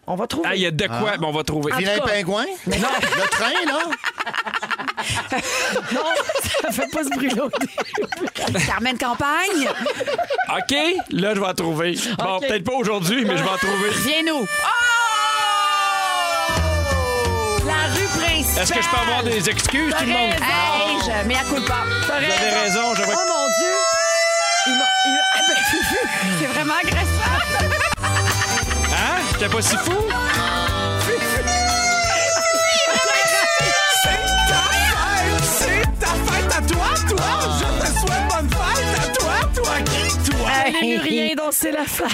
S7: On va trouver.
S5: Ah, il y a de quoi?
S3: Ah.
S5: Ben, on va trouver.
S7: Ah.
S3: Vilain
S7: tout cas.
S3: pingouin? Non. Le train, là?
S7: Non, ça fait pas ce bruit-là. au début.
S6: Carmen Campagne,
S5: OK, là, je vais la trouver. Bon,
S7: OK. Oh!
S5: peut-être pas aujourd'hui, mais je vais la trouver.
S6: viens-nous.
S7: La rue principale.
S5: Est-ce que je peux avoir des excuses, tout le monde?
S6: Hey, je mets à coup de pas.
S5: Vous avez raison, je
S7: Oh
S5: vais...
S7: mon Dieu! Il m'a. il m'a- Ah, ben,
S6: C'est vraiment agressant.
S5: Hein? J'étais pas si fou?
S7: Les Lémuriens, donc c'est la fête.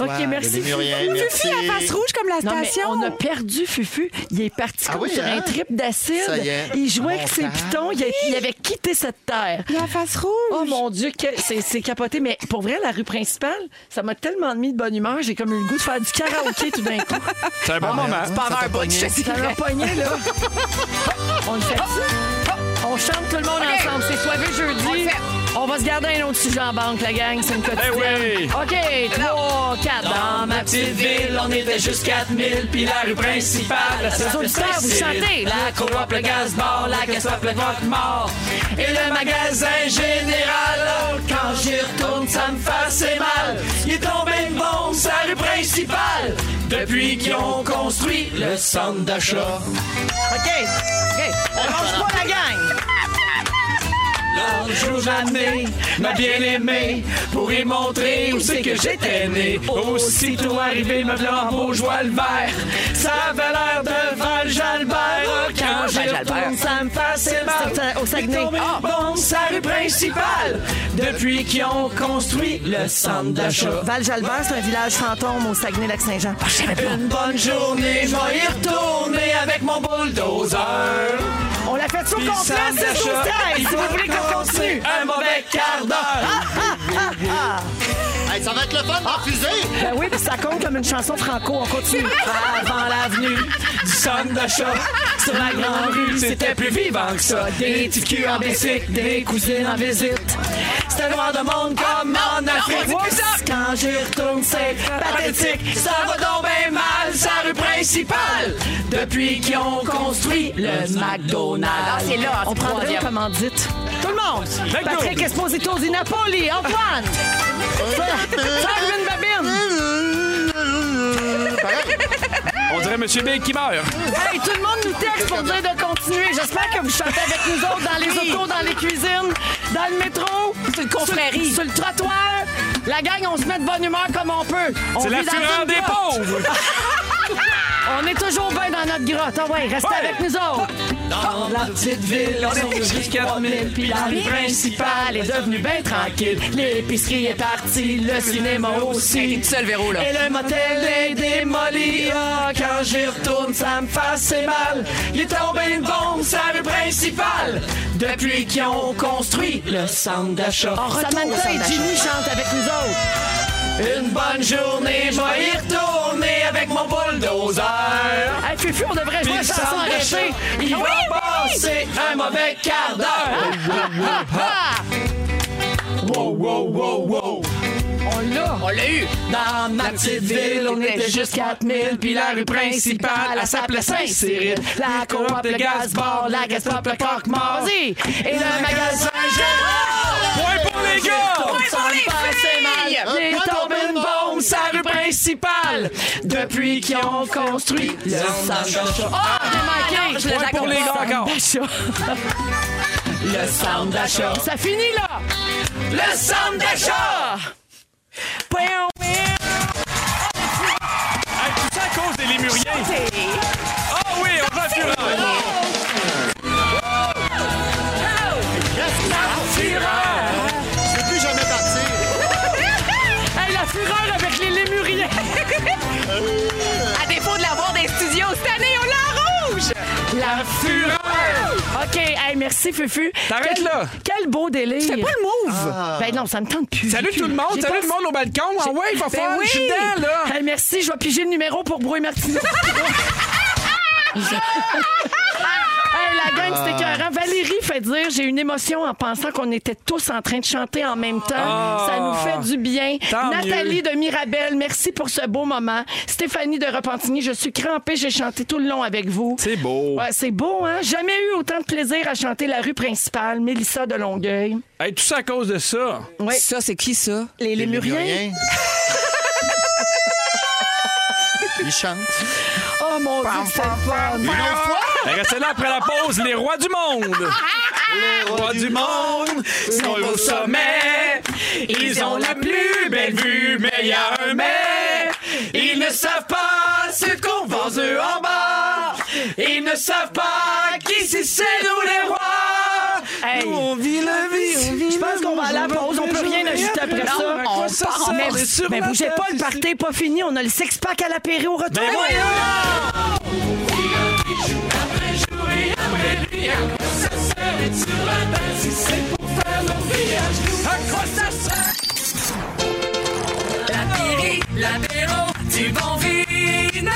S7: OK,
S3: le
S7: merci.
S3: Lémurien,
S7: Fufu.
S3: merci.
S6: Fufu, la face rouge comme la
S7: Non, mais
S6: station.
S7: on a perdu Fufu. Il est parti
S3: Ah
S7: comme
S3: oui,
S7: sur
S3: hein?
S7: un trip d'acide.
S3: Ça y est.
S7: Il jouait
S3: Mon
S7: avec ses
S3: temps.
S7: pitons. Il, a- il avait quitté cette terre.
S6: La face rouge.
S7: Oh mon Dieu, que- c'est c'est capoté. Mais pour vrai, la rue principale, ça m'a tellement mis de bonne humeur. J'ai comme eu le goût de faire du karaoké tout d'un coup.
S5: C'est un bon moment.
S3: merde. Ah, Ça t'a pogné.
S7: Ça m'a pogné, là. On le fait ça? On chante tout le monde ensemble. C'est soivé jeudi. On va se garder un autre sujet en banque, la gang. C'est une quotidienne.
S5: Eh oui.
S7: OK, 3, 4. Ben Dans ma petite ville, on était juste 4000. Puis la rue principale, la station de vous chantez. La coop, le gaz bar, la cassope, le votre mort. Et le magasin général. oh, Quand j'y retourne, ça me fait assez mal. Il est tombé une bombe, sa rue principale.
S1: Depuis qu'ils ont construit le centre d'achat.
S7: OK. OK. On lâche pas la gang.
S1: L'autre jour, j'ai amené ma bien-aimée pour y montrer où c'est que j'étais né. Aussitôt arrivé, me blanc bourgeois le vert. Ça avait l'air de
S7: Ah,
S1: Val-Jalbert. Quand j'ai retourne, ça me passait mal.
S7: Au Saguenay.
S1: Ah. Bon, sa rue principale. Depuis qu'ils ont construit le centre d'achat.
S7: Val-Jalbert, c'est un village fantôme au Saguenay-Lac-Saint-Jean.
S1: Une bonne journée, je vais y retourner avec mon bulldozer.
S7: On l'a fait sur
S1: Puis
S7: complet,
S1: ça me
S7: c'est
S1: déchire.
S7: sur terre.
S1: Il
S7: Si vous
S1: faut
S7: voulez qu'on continue.
S1: un mauvais quart d'heure.
S3: Hey, ça va être le fun ah, en fusée!
S7: Ben oui, puis ça compte comme une chanson franco. On continue.
S1: Ah, Avant l'avenue du centre d'achat, sur la grande rue, c'était plus vivant que ça. Des petits culs en bicycle, des cousines en visite. C'était loin de monde comme en Afrique. Oups, Quand j'y retourne, c'est pathétique. Ça va donc bien mal, sa rue principale. Depuis qu'ils ont construit le
S7: Ah,
S1: McDonald's.
S9: C'est là,
S7: On prendrait une commandite. Tout le monde. Patrick Esposito, Di Napoli, Antoine. Simon Babine.
S5: On dirait Monsieur Big qui meurt.
S7: Hey, tout le monde nous texte pour dire de continuer. J'espère que vous chantez avec nous autres dans les autos, dans les cuisines, dans le métro. Sur le confrérie. Sur, le trottoir. La gang, on se met de bonne humeur comme on peut. On
S5: C'est la
S7: vit dans
S5: fureur
S7: une
S5: des
S7: grotte.
S5: pauvres.
S7: On est toujours bien dans notre grotte. Ah ouais, restez
S5: Ouais.
S7: avec nous autres.
S1: Dans la petite ville, on est jusqu'à 3000. Puis la rue principale est devenue bien tranquille. L'épicerie est partie, le cinéma aussi.
S6: Seul Véro, là.
S1: Et le motel est démoli. Ah, quand j'y retourne, ça me fait mal. Il est tombé une bombe, sa rue principale. Depuis qu'ils ont construit le centre d'achat.
S7: Samantha et Jimmy chantent avec nous autres.
S1: Une bonne journée, je vais y retourner avec mon bulldozer.
S7: Hey, Fufu, on devrait
S1: Puis
S7: jouer la
S1: le
S7: chanson
S1: centre
S7: arrêtée.
S1: d'achat,
S7: Ah
S1: il va passer un mauvais quart
S7: ah,
S1: d'heure. Wow, wow, wow, wow.
S7: On l'a.
S1: On l'a eu. Dans ma petite ville, on était juste 4000. Puis la rue principale, elle s'appelait Saint-Cyril. La coop, le gaz-bar, la gastropop, le coq-mort.
S7: Vas-y.
S1: Et le magasin Gérard.
S5: Point pour les gars!
S1: Point pour les filles! Il est tombé une bombe, sa rue principale. Depuis qu'ils ont construit le centre d'achat.
S9: Ah, je l'ai
S5: Point pour les gars encore.
S1: Le centre d'achat.
S7: Ça finit là.
S1: Le centre d'achat.
S5: Hey, tout ça à cause des lémuriens. Ah oui, on va plus loin.
S3: Je peux plus jamais partir.
S7: Hey, la fureur avec les lémuriens.
S9: À défaut de l'avoir des studios cette année, on l'a en rouge!
S7: La fureur! OK, hey, merci Fufu.
S5: T'arrêtes
S7: Quel-
S5: là.
S7: Quel beau délire.
S6: C'est pas le move.
S7: Ben non, ça me tente plus.
S5: Ah. Salut tout le monde,
S7: J'ai
S5: salut
S7: pas-
S5: le monde au balcon. Ah ouais, il va
S7: Ben
S5: falloir
S7: oui.
S5: je suis dedans, là.
S7: Hey, merci, je vais piger le numéro pour Brouille Martineau. Hey, la gang, c'était écœurant. Valérie fait dire j'ai une émotion en pensant qu'on était tous en train de chanter en même temps.
S5: Ah.
S7: Ça nous fait du bien.
S5: Tant mieux.
S7: Nathalie de Mirabel, merci pour ce beau moment. Stéphanie de Repentigny, je suis crampée, j'ai chanté tout le long avec vous.
S5: C'est beau.
S7: Ouais, c'est beau, hein? Jamais eu autant de plaisir à chanter la rue principale, Mélissa de Longueuil.
S5: Hey, tout ça à cause de ça.
S7: Oui.
S6: Ça, c'est qui, ça?
S7: Les Lémuriens.
S3: Ils chantent.
S7: Oh mon Dieu, c'est fun.
S5: Ben, Restez là après la pause, les rois du monde.
S7: Ah!
S5: Les rois du monde sont au sommet.
S1: Ils ont la plus belle vue, mais il y a un mais. Ils ne savent pas ce qu'on vend eux en bas. Ils ne savent pas qui c'est, c'est nous les rois.
S7: Hey.
S5: Nous, on vit la vie.
S7: Je pense qu'on va aller à la pause. On peut rien ajouter après
S5: Non,
S7: ça.
S5: à quoi ça
S7: part.
S5: sert?
S7: Ben, Mais-
S5: On est sur
S7: Mais
S5: la
S7: bougez pas,
S5: table
S7: le party est pas fini. On a le six-pack à l'apéro au retour.
S5: Ben voyons!
S13: Ah,
S7: Ah,
S1: La Pairie, l'apéro du bon vino.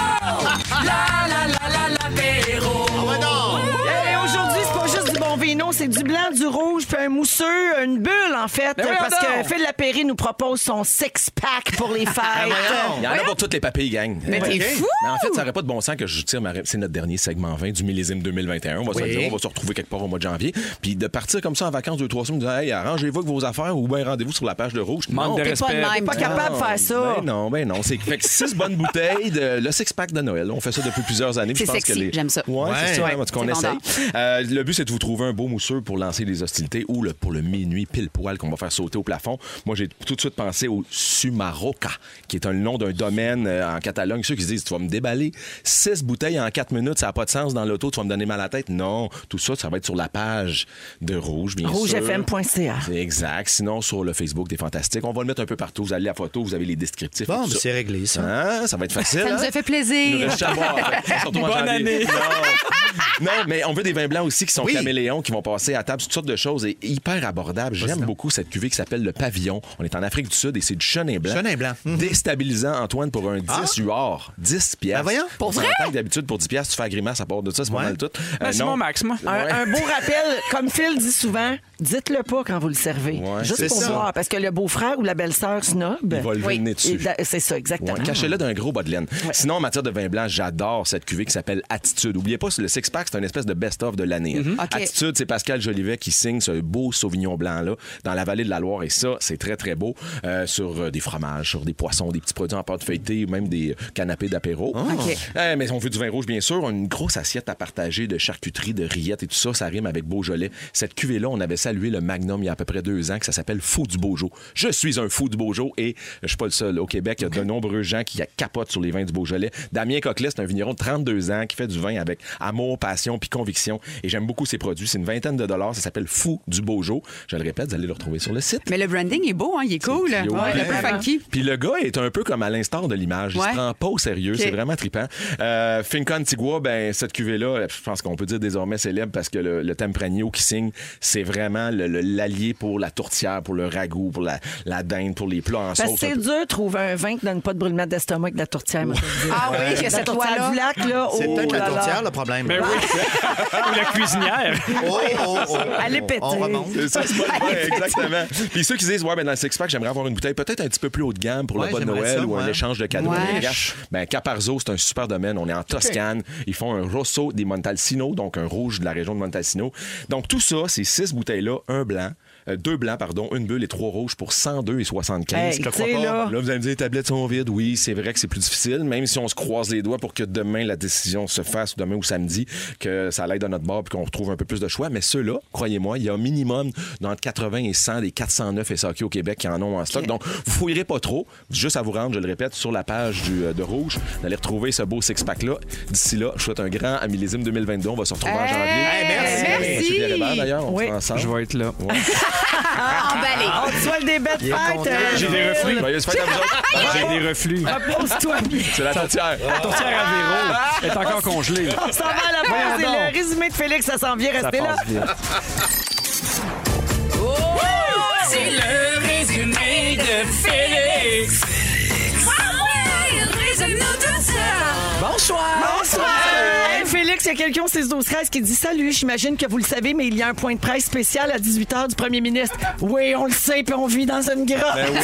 S1: La la la la l'apéro.
S3: Ouais, non.
S7: Et aujourd'hui, c'est pas juste du bon vino, c'est du du blanc, du rouge, puis un mousseux, une bulle, en fait.
S13: Ben voyons
S7: parce que
S13: donc.
S7: Phil Lapéry nous propose son six-pack pour les fêtes.
S13: Ben voyons. Il y en a pour toutes les papilles, gang.
S7: Mais t'es
S13: Ok.
S7: fou!
S13: Mais en fait, ça n'aurait pas de bon sens que je tire ma. ré- C'est notre dernier segment 20 du millésime 2021. On va se le
S14: Oui.
S13: dire, on va se retrouver quelque part au mois de janvier. Puis de partir comme ça en vacances deux, trois semaines, de dire, hey, arrangez-vous avec vos affaires ou bien rendez-vous sur la page de Rouge.
S5: Manque
S13: Non.
S5: de T'es respect. pas de même.
S13: Non.
S5: T'es pas capable de faire ça.
S13: Ben non, ben non. C'est fait que six bonnes bouteilles, de, le six-pack de Noël. On fait ça depuis plusieurs années. puis
S6: C'est
S13: je pense
S6: sexy,
S13: que les-
S6: j'aime ça.
S13: Ouais, c'est
S6: Ouais.
S13: ça. hein, En tout cas, on
S6: C'est vendeur.
S13: essaye. Euh, le but, c'est de vous trouver un beau mousseux pour lancer les hostilités ou le, pour le minuit pile poil qu'on va faire sauter au plafond. Moi, j'ai tout de suite pensé au Sumaroca, qui est un nom d'un domaine euh, en Catalogne. Ceux qui se disent, tu vas me déballer six bouteilles en quatre minutes, ça n'a pas de sens dans l'auto, tu vas me donner mal à la tête. Non, tout ça, ça va être sur la page de Rouge, bien sûr.
S7: rougefm.ca.
S13: C'est Exact. Sinon, sur le Facebook des Fantastiques, on va le mettre un peu partout. Vous allez à la photo, vous avez les descriptifs.
S3: Bon,
S13: tout
S3: ben,
S13: ça.
S3: c'est réglé, ça.
S13: Hein? Ça va être facile.
S6: Ça
S13: hein?
S6: nous a
S13: Il
S6: fait
S13: nous
S6: plaisir.
S13: reste à voir. Surtout en
S5: Bonne
S13: janvier.
S5: année.
S13: Non. Non, mais on veut des vins blancs aussi qui sont caméléons, qui vont passer à table, toutes sortes de choses et hyper abordables. J'aime beaucoup cette cuvée qui s'appelle le Pavillon. On est en Afrique du Sud et c'est du chenin blanc.
S3: Chenin blanc. Mhm. Ah.
S13: Déstabilisant, Antoine, pour un 10 UR. 10 piastres.
S3: Ben voyons.
S13: Pour
S7: vrai?
S13: D'habitude, pour 10 piastres, tu fais la grimace à part de ça, c'est pas mal tout. Euh,
S7: Ben, c'est
S13: non.
S7: mon max,
S5: moi.
S7: Un,
S13: Ouais.
S7: un beau rappel, comme Phil dit souvent, dites-le pas quand vous le servez.
S13: Ouais,
S7: Juste
S13: c'est
S7: pour
S13: ça.
S7: voir, parce que le beau-frère ou la belle-sœur snob.
S13: Il va lever le nez dessus.
S7: Et da- C'est ça, exactement.
S13: Ouais, Cachez-le d'un gros bas de laine. Sinon, en matière de vin blanc, j'adore cette cuvée qui s'appelle Attitude. Oubliez pas, le six-pack, c'est une espèce de best-of de l'année.
S5: Mhm.
S13: hein.
S5: OK.
S13: Attitude, c'est Pascal Jolivet qui signe ce beau Sauvignon blanc-là dans la vallée de la Loire. Et ça, c'est très, très beau euh, sur euh, des fromages, sur des poissons, des petits produits en pâte feuilletée, même des canapés d'apéro.
S14: OK.
S13: Eh, mais on veut du vin rouge, bien sûr. On a une grosse assiette à partager de charcuterie, de rillettes et tout ça. Ça rime avec Beaujolais. Cette cuvée-là, on avait salué le Magnum il y a à peu près deux ans, que ça s'appelle Fou du Beaujolais. Je suis un fou du Beaujolais et je suis pas le seul. Au Québec, il y a de nombreux gens qui capotent sur les vins du Beaujolais. Damien Coquelet, c'est un vigneron de 32 ans qui fait du vin avec amour, passion puis conviction. Et j'aime beaucoup ses produits. C'est une vingtaine de dollars. Ça s'appelle Fou du Beaujolais. Je le répète, vous allez le retrouver sur le site.
S6: Mais le branding est beau, hein, il est cool.
S13: Yo,
S6: Ouais, il est un peu
S13: vraiment.
S6: funky.
S13: Puis le gars est un peu comme à l'instar de l'image. Il
S6: Ouais.
S13: se prend pas au sérieux.
S6: Ok.
S13: C'est vraiment trippant. Euh, Finca Antigua, ben, cette cuvée-là, je pense qu'on peut dire désormais célèbre parce que le, le Tempranillo qui signe, c'est vraiment le- le- l'allié pour la tourtière, pour le ragoût, pour la, la dinde, pour les plats en
S7: Parce que
S13: sauce. un
S7: c'est
S13: peu.
S7: dur de trouver un vin qui donne pas de brûlement d'estomac avec de la tourtière. moi, je veux dire.
S6: Ah oui, que
S7: La
S6: cette
S7: tourtière
S6: loi-là.
S7: du lac, là,
S3: C'est
S7: oh
S3: peut-être la
S7: là là.
S3: tourtière le problème.
S5: Ben oui. Ou la cuisinière.
S3: Oh, oh, oh.
S7: Allez péter.
S3: On remonte.
S13: C'est ça, c'est pas le
S3: Allez,
S13: vrai, exactement. Puis ceux qui disent, ouais, ben dans le six-pack, j'aimerais avoir une bouteille peut-être un petit peu plus haut de gamme pour
S3: Ouais,
S13: le bas de
S3: j'aimerais
S13: Noël
S3: ça,
S13: ou un
S3: moi.
S13: échange de cadeaux.
S3: Ouais.
S13: Mais regarde, Ben, Caparzo, c'est un super domaine. On est en Toscane. Ils font un Rosso des Montalcino, donc un rouge de la région de Montalcino. Donc tout ça, ces six bouteilles-là, un blanc. euh, deux blancs, pardon, une bulle et trois rouges pour 102 et 75.
S7: Hey,
S13: Je te crois
S7: t'sais,
S13: pas.
S7: là.
S13: Là, vous allez me dire, les tablettes sont vides. Oui, c'est vrai que c'est plus difficile, même si on se croise les doigts pour que demain la décision se fasse, demain ou samedi, que ça l'aide à notre bord puis qu'on retrouve un peu plus de choix. Mais ceux-là, croyez-moi, il y a un minimum d'entre 80 et 100 des 409 SAQ au Québec qui en ont en stock. Donc, vous fouillerez pas trop. Juste à vous rendre, je le répète, sur la page du, euh, de Rouge, d'aller retrouver ce beau six-pack-là. D'ici là, je souhaite un grand à millésime 2022. On va se retrouver en janvier.
S6: merci.
S13: Je suis bien Hébert, d'ailleurs. On
S7: Oui.
S13: sera ensemble. Je vais être là.
S7: Ah,
S6: Emballé.
S7: On te souhaite des belles
S13: Il est
S7: fêtes.
S13: content.
S7: euh,
S13: J'ai des reflux. Joyeuses fêtes à vous autres.
S5: J'ai des reflux.
S7: Repose-toi bien.
S13: C'est la tourtière. Ah.
S5: La tourtière à Véro est encore congelée.
S7: On s'en va à la pause.
S5: Voyons
S7: Et
S5: donc.
S7: le résumé de Félix, ça s'en vient.
S5: Ça
S7: Restez là.
S5: passe vite.
S14: Oh!
S1: C'est le résumé de Félix.
S7: Bonsoir. Bonsoir. Hey, Félix, il y a quelqu'un au 6 12 13 qui dit Salut, j'imagine que vous le savez, mais il y a un point de presse spécial à 18h du premier ministre. Oui, on le sait, puis on vit dans une grotte.
S14: Ben oui.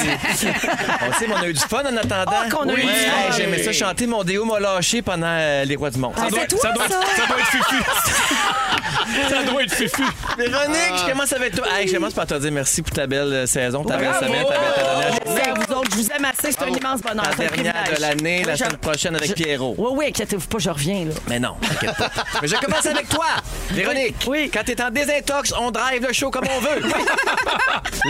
S14: on le sait, mais on a eu du fun en attendant.
S7: Oh, qu'on a eu du fun.
S14: J'ai aimé ça chanter. Mon déo m'a lâché pendant euh, Les Rois du Monde.
S7: Ah, Ça doit- c'est toi, ça doit être- ça? ça doit être
S14: fufu.
S5: ça doit être fufu.
S14: Véronique,
S7: Ah.
S14: je commence avec toi. Hey, je commence par te dire merci pour ta belle euh, saison, ta belle
S7: Bravo.
S14: semaine, ta belle ta dernière
S7: Merci à vous autres. Je vous aime assez. C'est un immense bonheur.
S14: La
S7: c'est un
S14: dernière
S7: privilège.
S14: de l'année, la
S7: Oui, je-
S14: semaine prochaine avec Pierrot.
S7: Oui, oui, inquiétez-vous pas, je reviens. Là.
S14: Mais non, t'inquiète pas. Mais je commence avec toi, Véronique. Oui. Quand t'es en désintox, on drive le show comme on veut.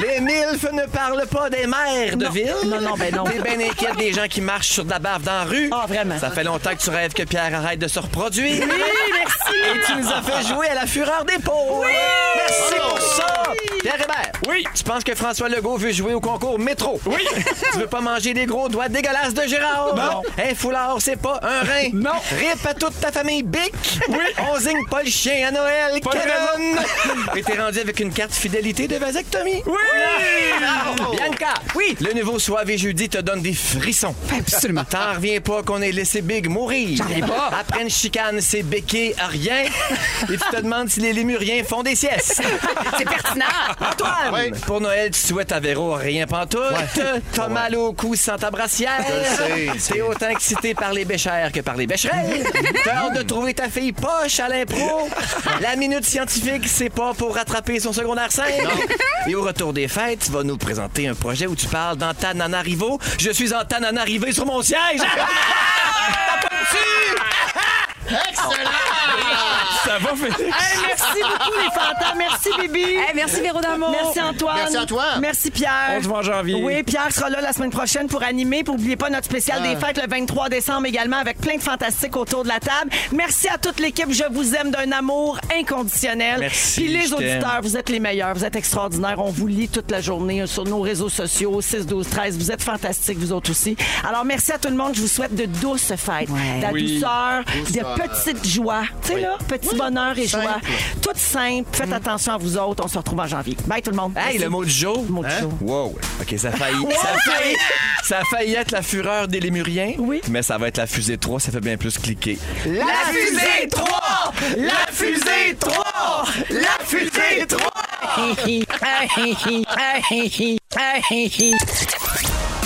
S14: Les MILF ne parlent pas des maires de ville. Non, non, ben non. T'es bien inquiète des gens qui marchent sur de la bave dans la rue. Ah, vraiment. Ça fait longtemps que tu rêves que Pierre arrête de se reproduire.
S1: Oui, merci.
S14: Et tu nous as fait jouer à la fureur des pauvres. Oui. Merci
S1: Oh.
S14: pour ça. Pierre Hébert. Oui. Tu penses que François Legault veut jouer au concours métro? Oui. tu veux pas manger les gros doigts dégueulasses de Gérard? Eh,
S1: Non.
S14: Un foulard, c'est pas un rein. Non. Rip à toute ta famille Bic. On zigne pas le chien à Noël.
S1: Pas le
S14: Kevin. Et t'es rendu avec une carte fidélité de vasectomie. Oui!
S1: Bravo.
S14: Bianca! Oui! Le nouveau Soivé Jeudi te donne des frissons. Absolument. T'en reviens pas qu'on ait laissé Big mourir.
S1: J'en reviens pas.
S14: Après une chicane, c'est béqué à rien. Et tu te demandes si les lémuriens font des siestes.
S1: C'est pertinent.
S14: Antoine! Pour Noël, tu souhaites à Véro rien pantoute. T'as mal au cou sans ta brassière.
S1: Je le sais.
S14: T'es autant excité par les béchères que par les bécherelles. T'as hâte de trouver ta fille poche à l'impro. La minute scientifique, c'est pas pour rattraper son secondaire 5. Et au retour des fêtes, tu vas nous présenter un projet où tu parles dans Tananarivo. Je suis en Tananarivé sur mon siège.
S7: Ah!
S14: T'as pas dessus!
S5: Ça va, Félix?
S7: Hey, merci beaucoup, les fantasmes. Merci, Bibi.
S6: merci, Véro Damour.
S7: Merci, Antoine.
S6: Merci, Antoine.
S7: Merci, Pierre.
S5: On se voit en janvier.
S7: Oui, Pierre sera là la semaine prochaine pour animer. Puis, oubliez pas notre
S5: Ah.
S7: spécial des fêtes le 23 décembre également avec plein de fantastiques autour de la table. Merci à toute l'équipe. Je vous aime d'un amour inconditionnel.
S14: Merci,
S7: Puis, les
S14: je t'aime.
S7: auditeurs, vous êtes les meilleurs. Vous êtes extraordinaires. On vous lit toute la journée sur nos réseaux sociaux, 6, 12, 13. Vous êtes fantastiques, vous autres aussi. Alors, merci à tout le monde. Je vous souhaite de douces fêtes, de la
S1: Oui.
S7: douceur,
S1: Douceur.
S7: de petites joies. Tu sais, là, petit bonheur et
S14: Simple.
S7: joie. Tout simple. Faites attention à vous autres. On se retrouve en janvier. Bye tout le monde.
S14: Hey,
S7: Merci.
S14: le mot du jour. hein?
S7: Le mot du jour.
S14: Wow. OK, ça a failli.
S7: Wow.
S14: ça, a failli ça a failli être la fureur des Lémuriens.
S7: Oui.
S14: Mais ça va être la fusée 3, ça fait bien plus cliquer.
S1: La fusée 3! La fusée 3! La fusée 3!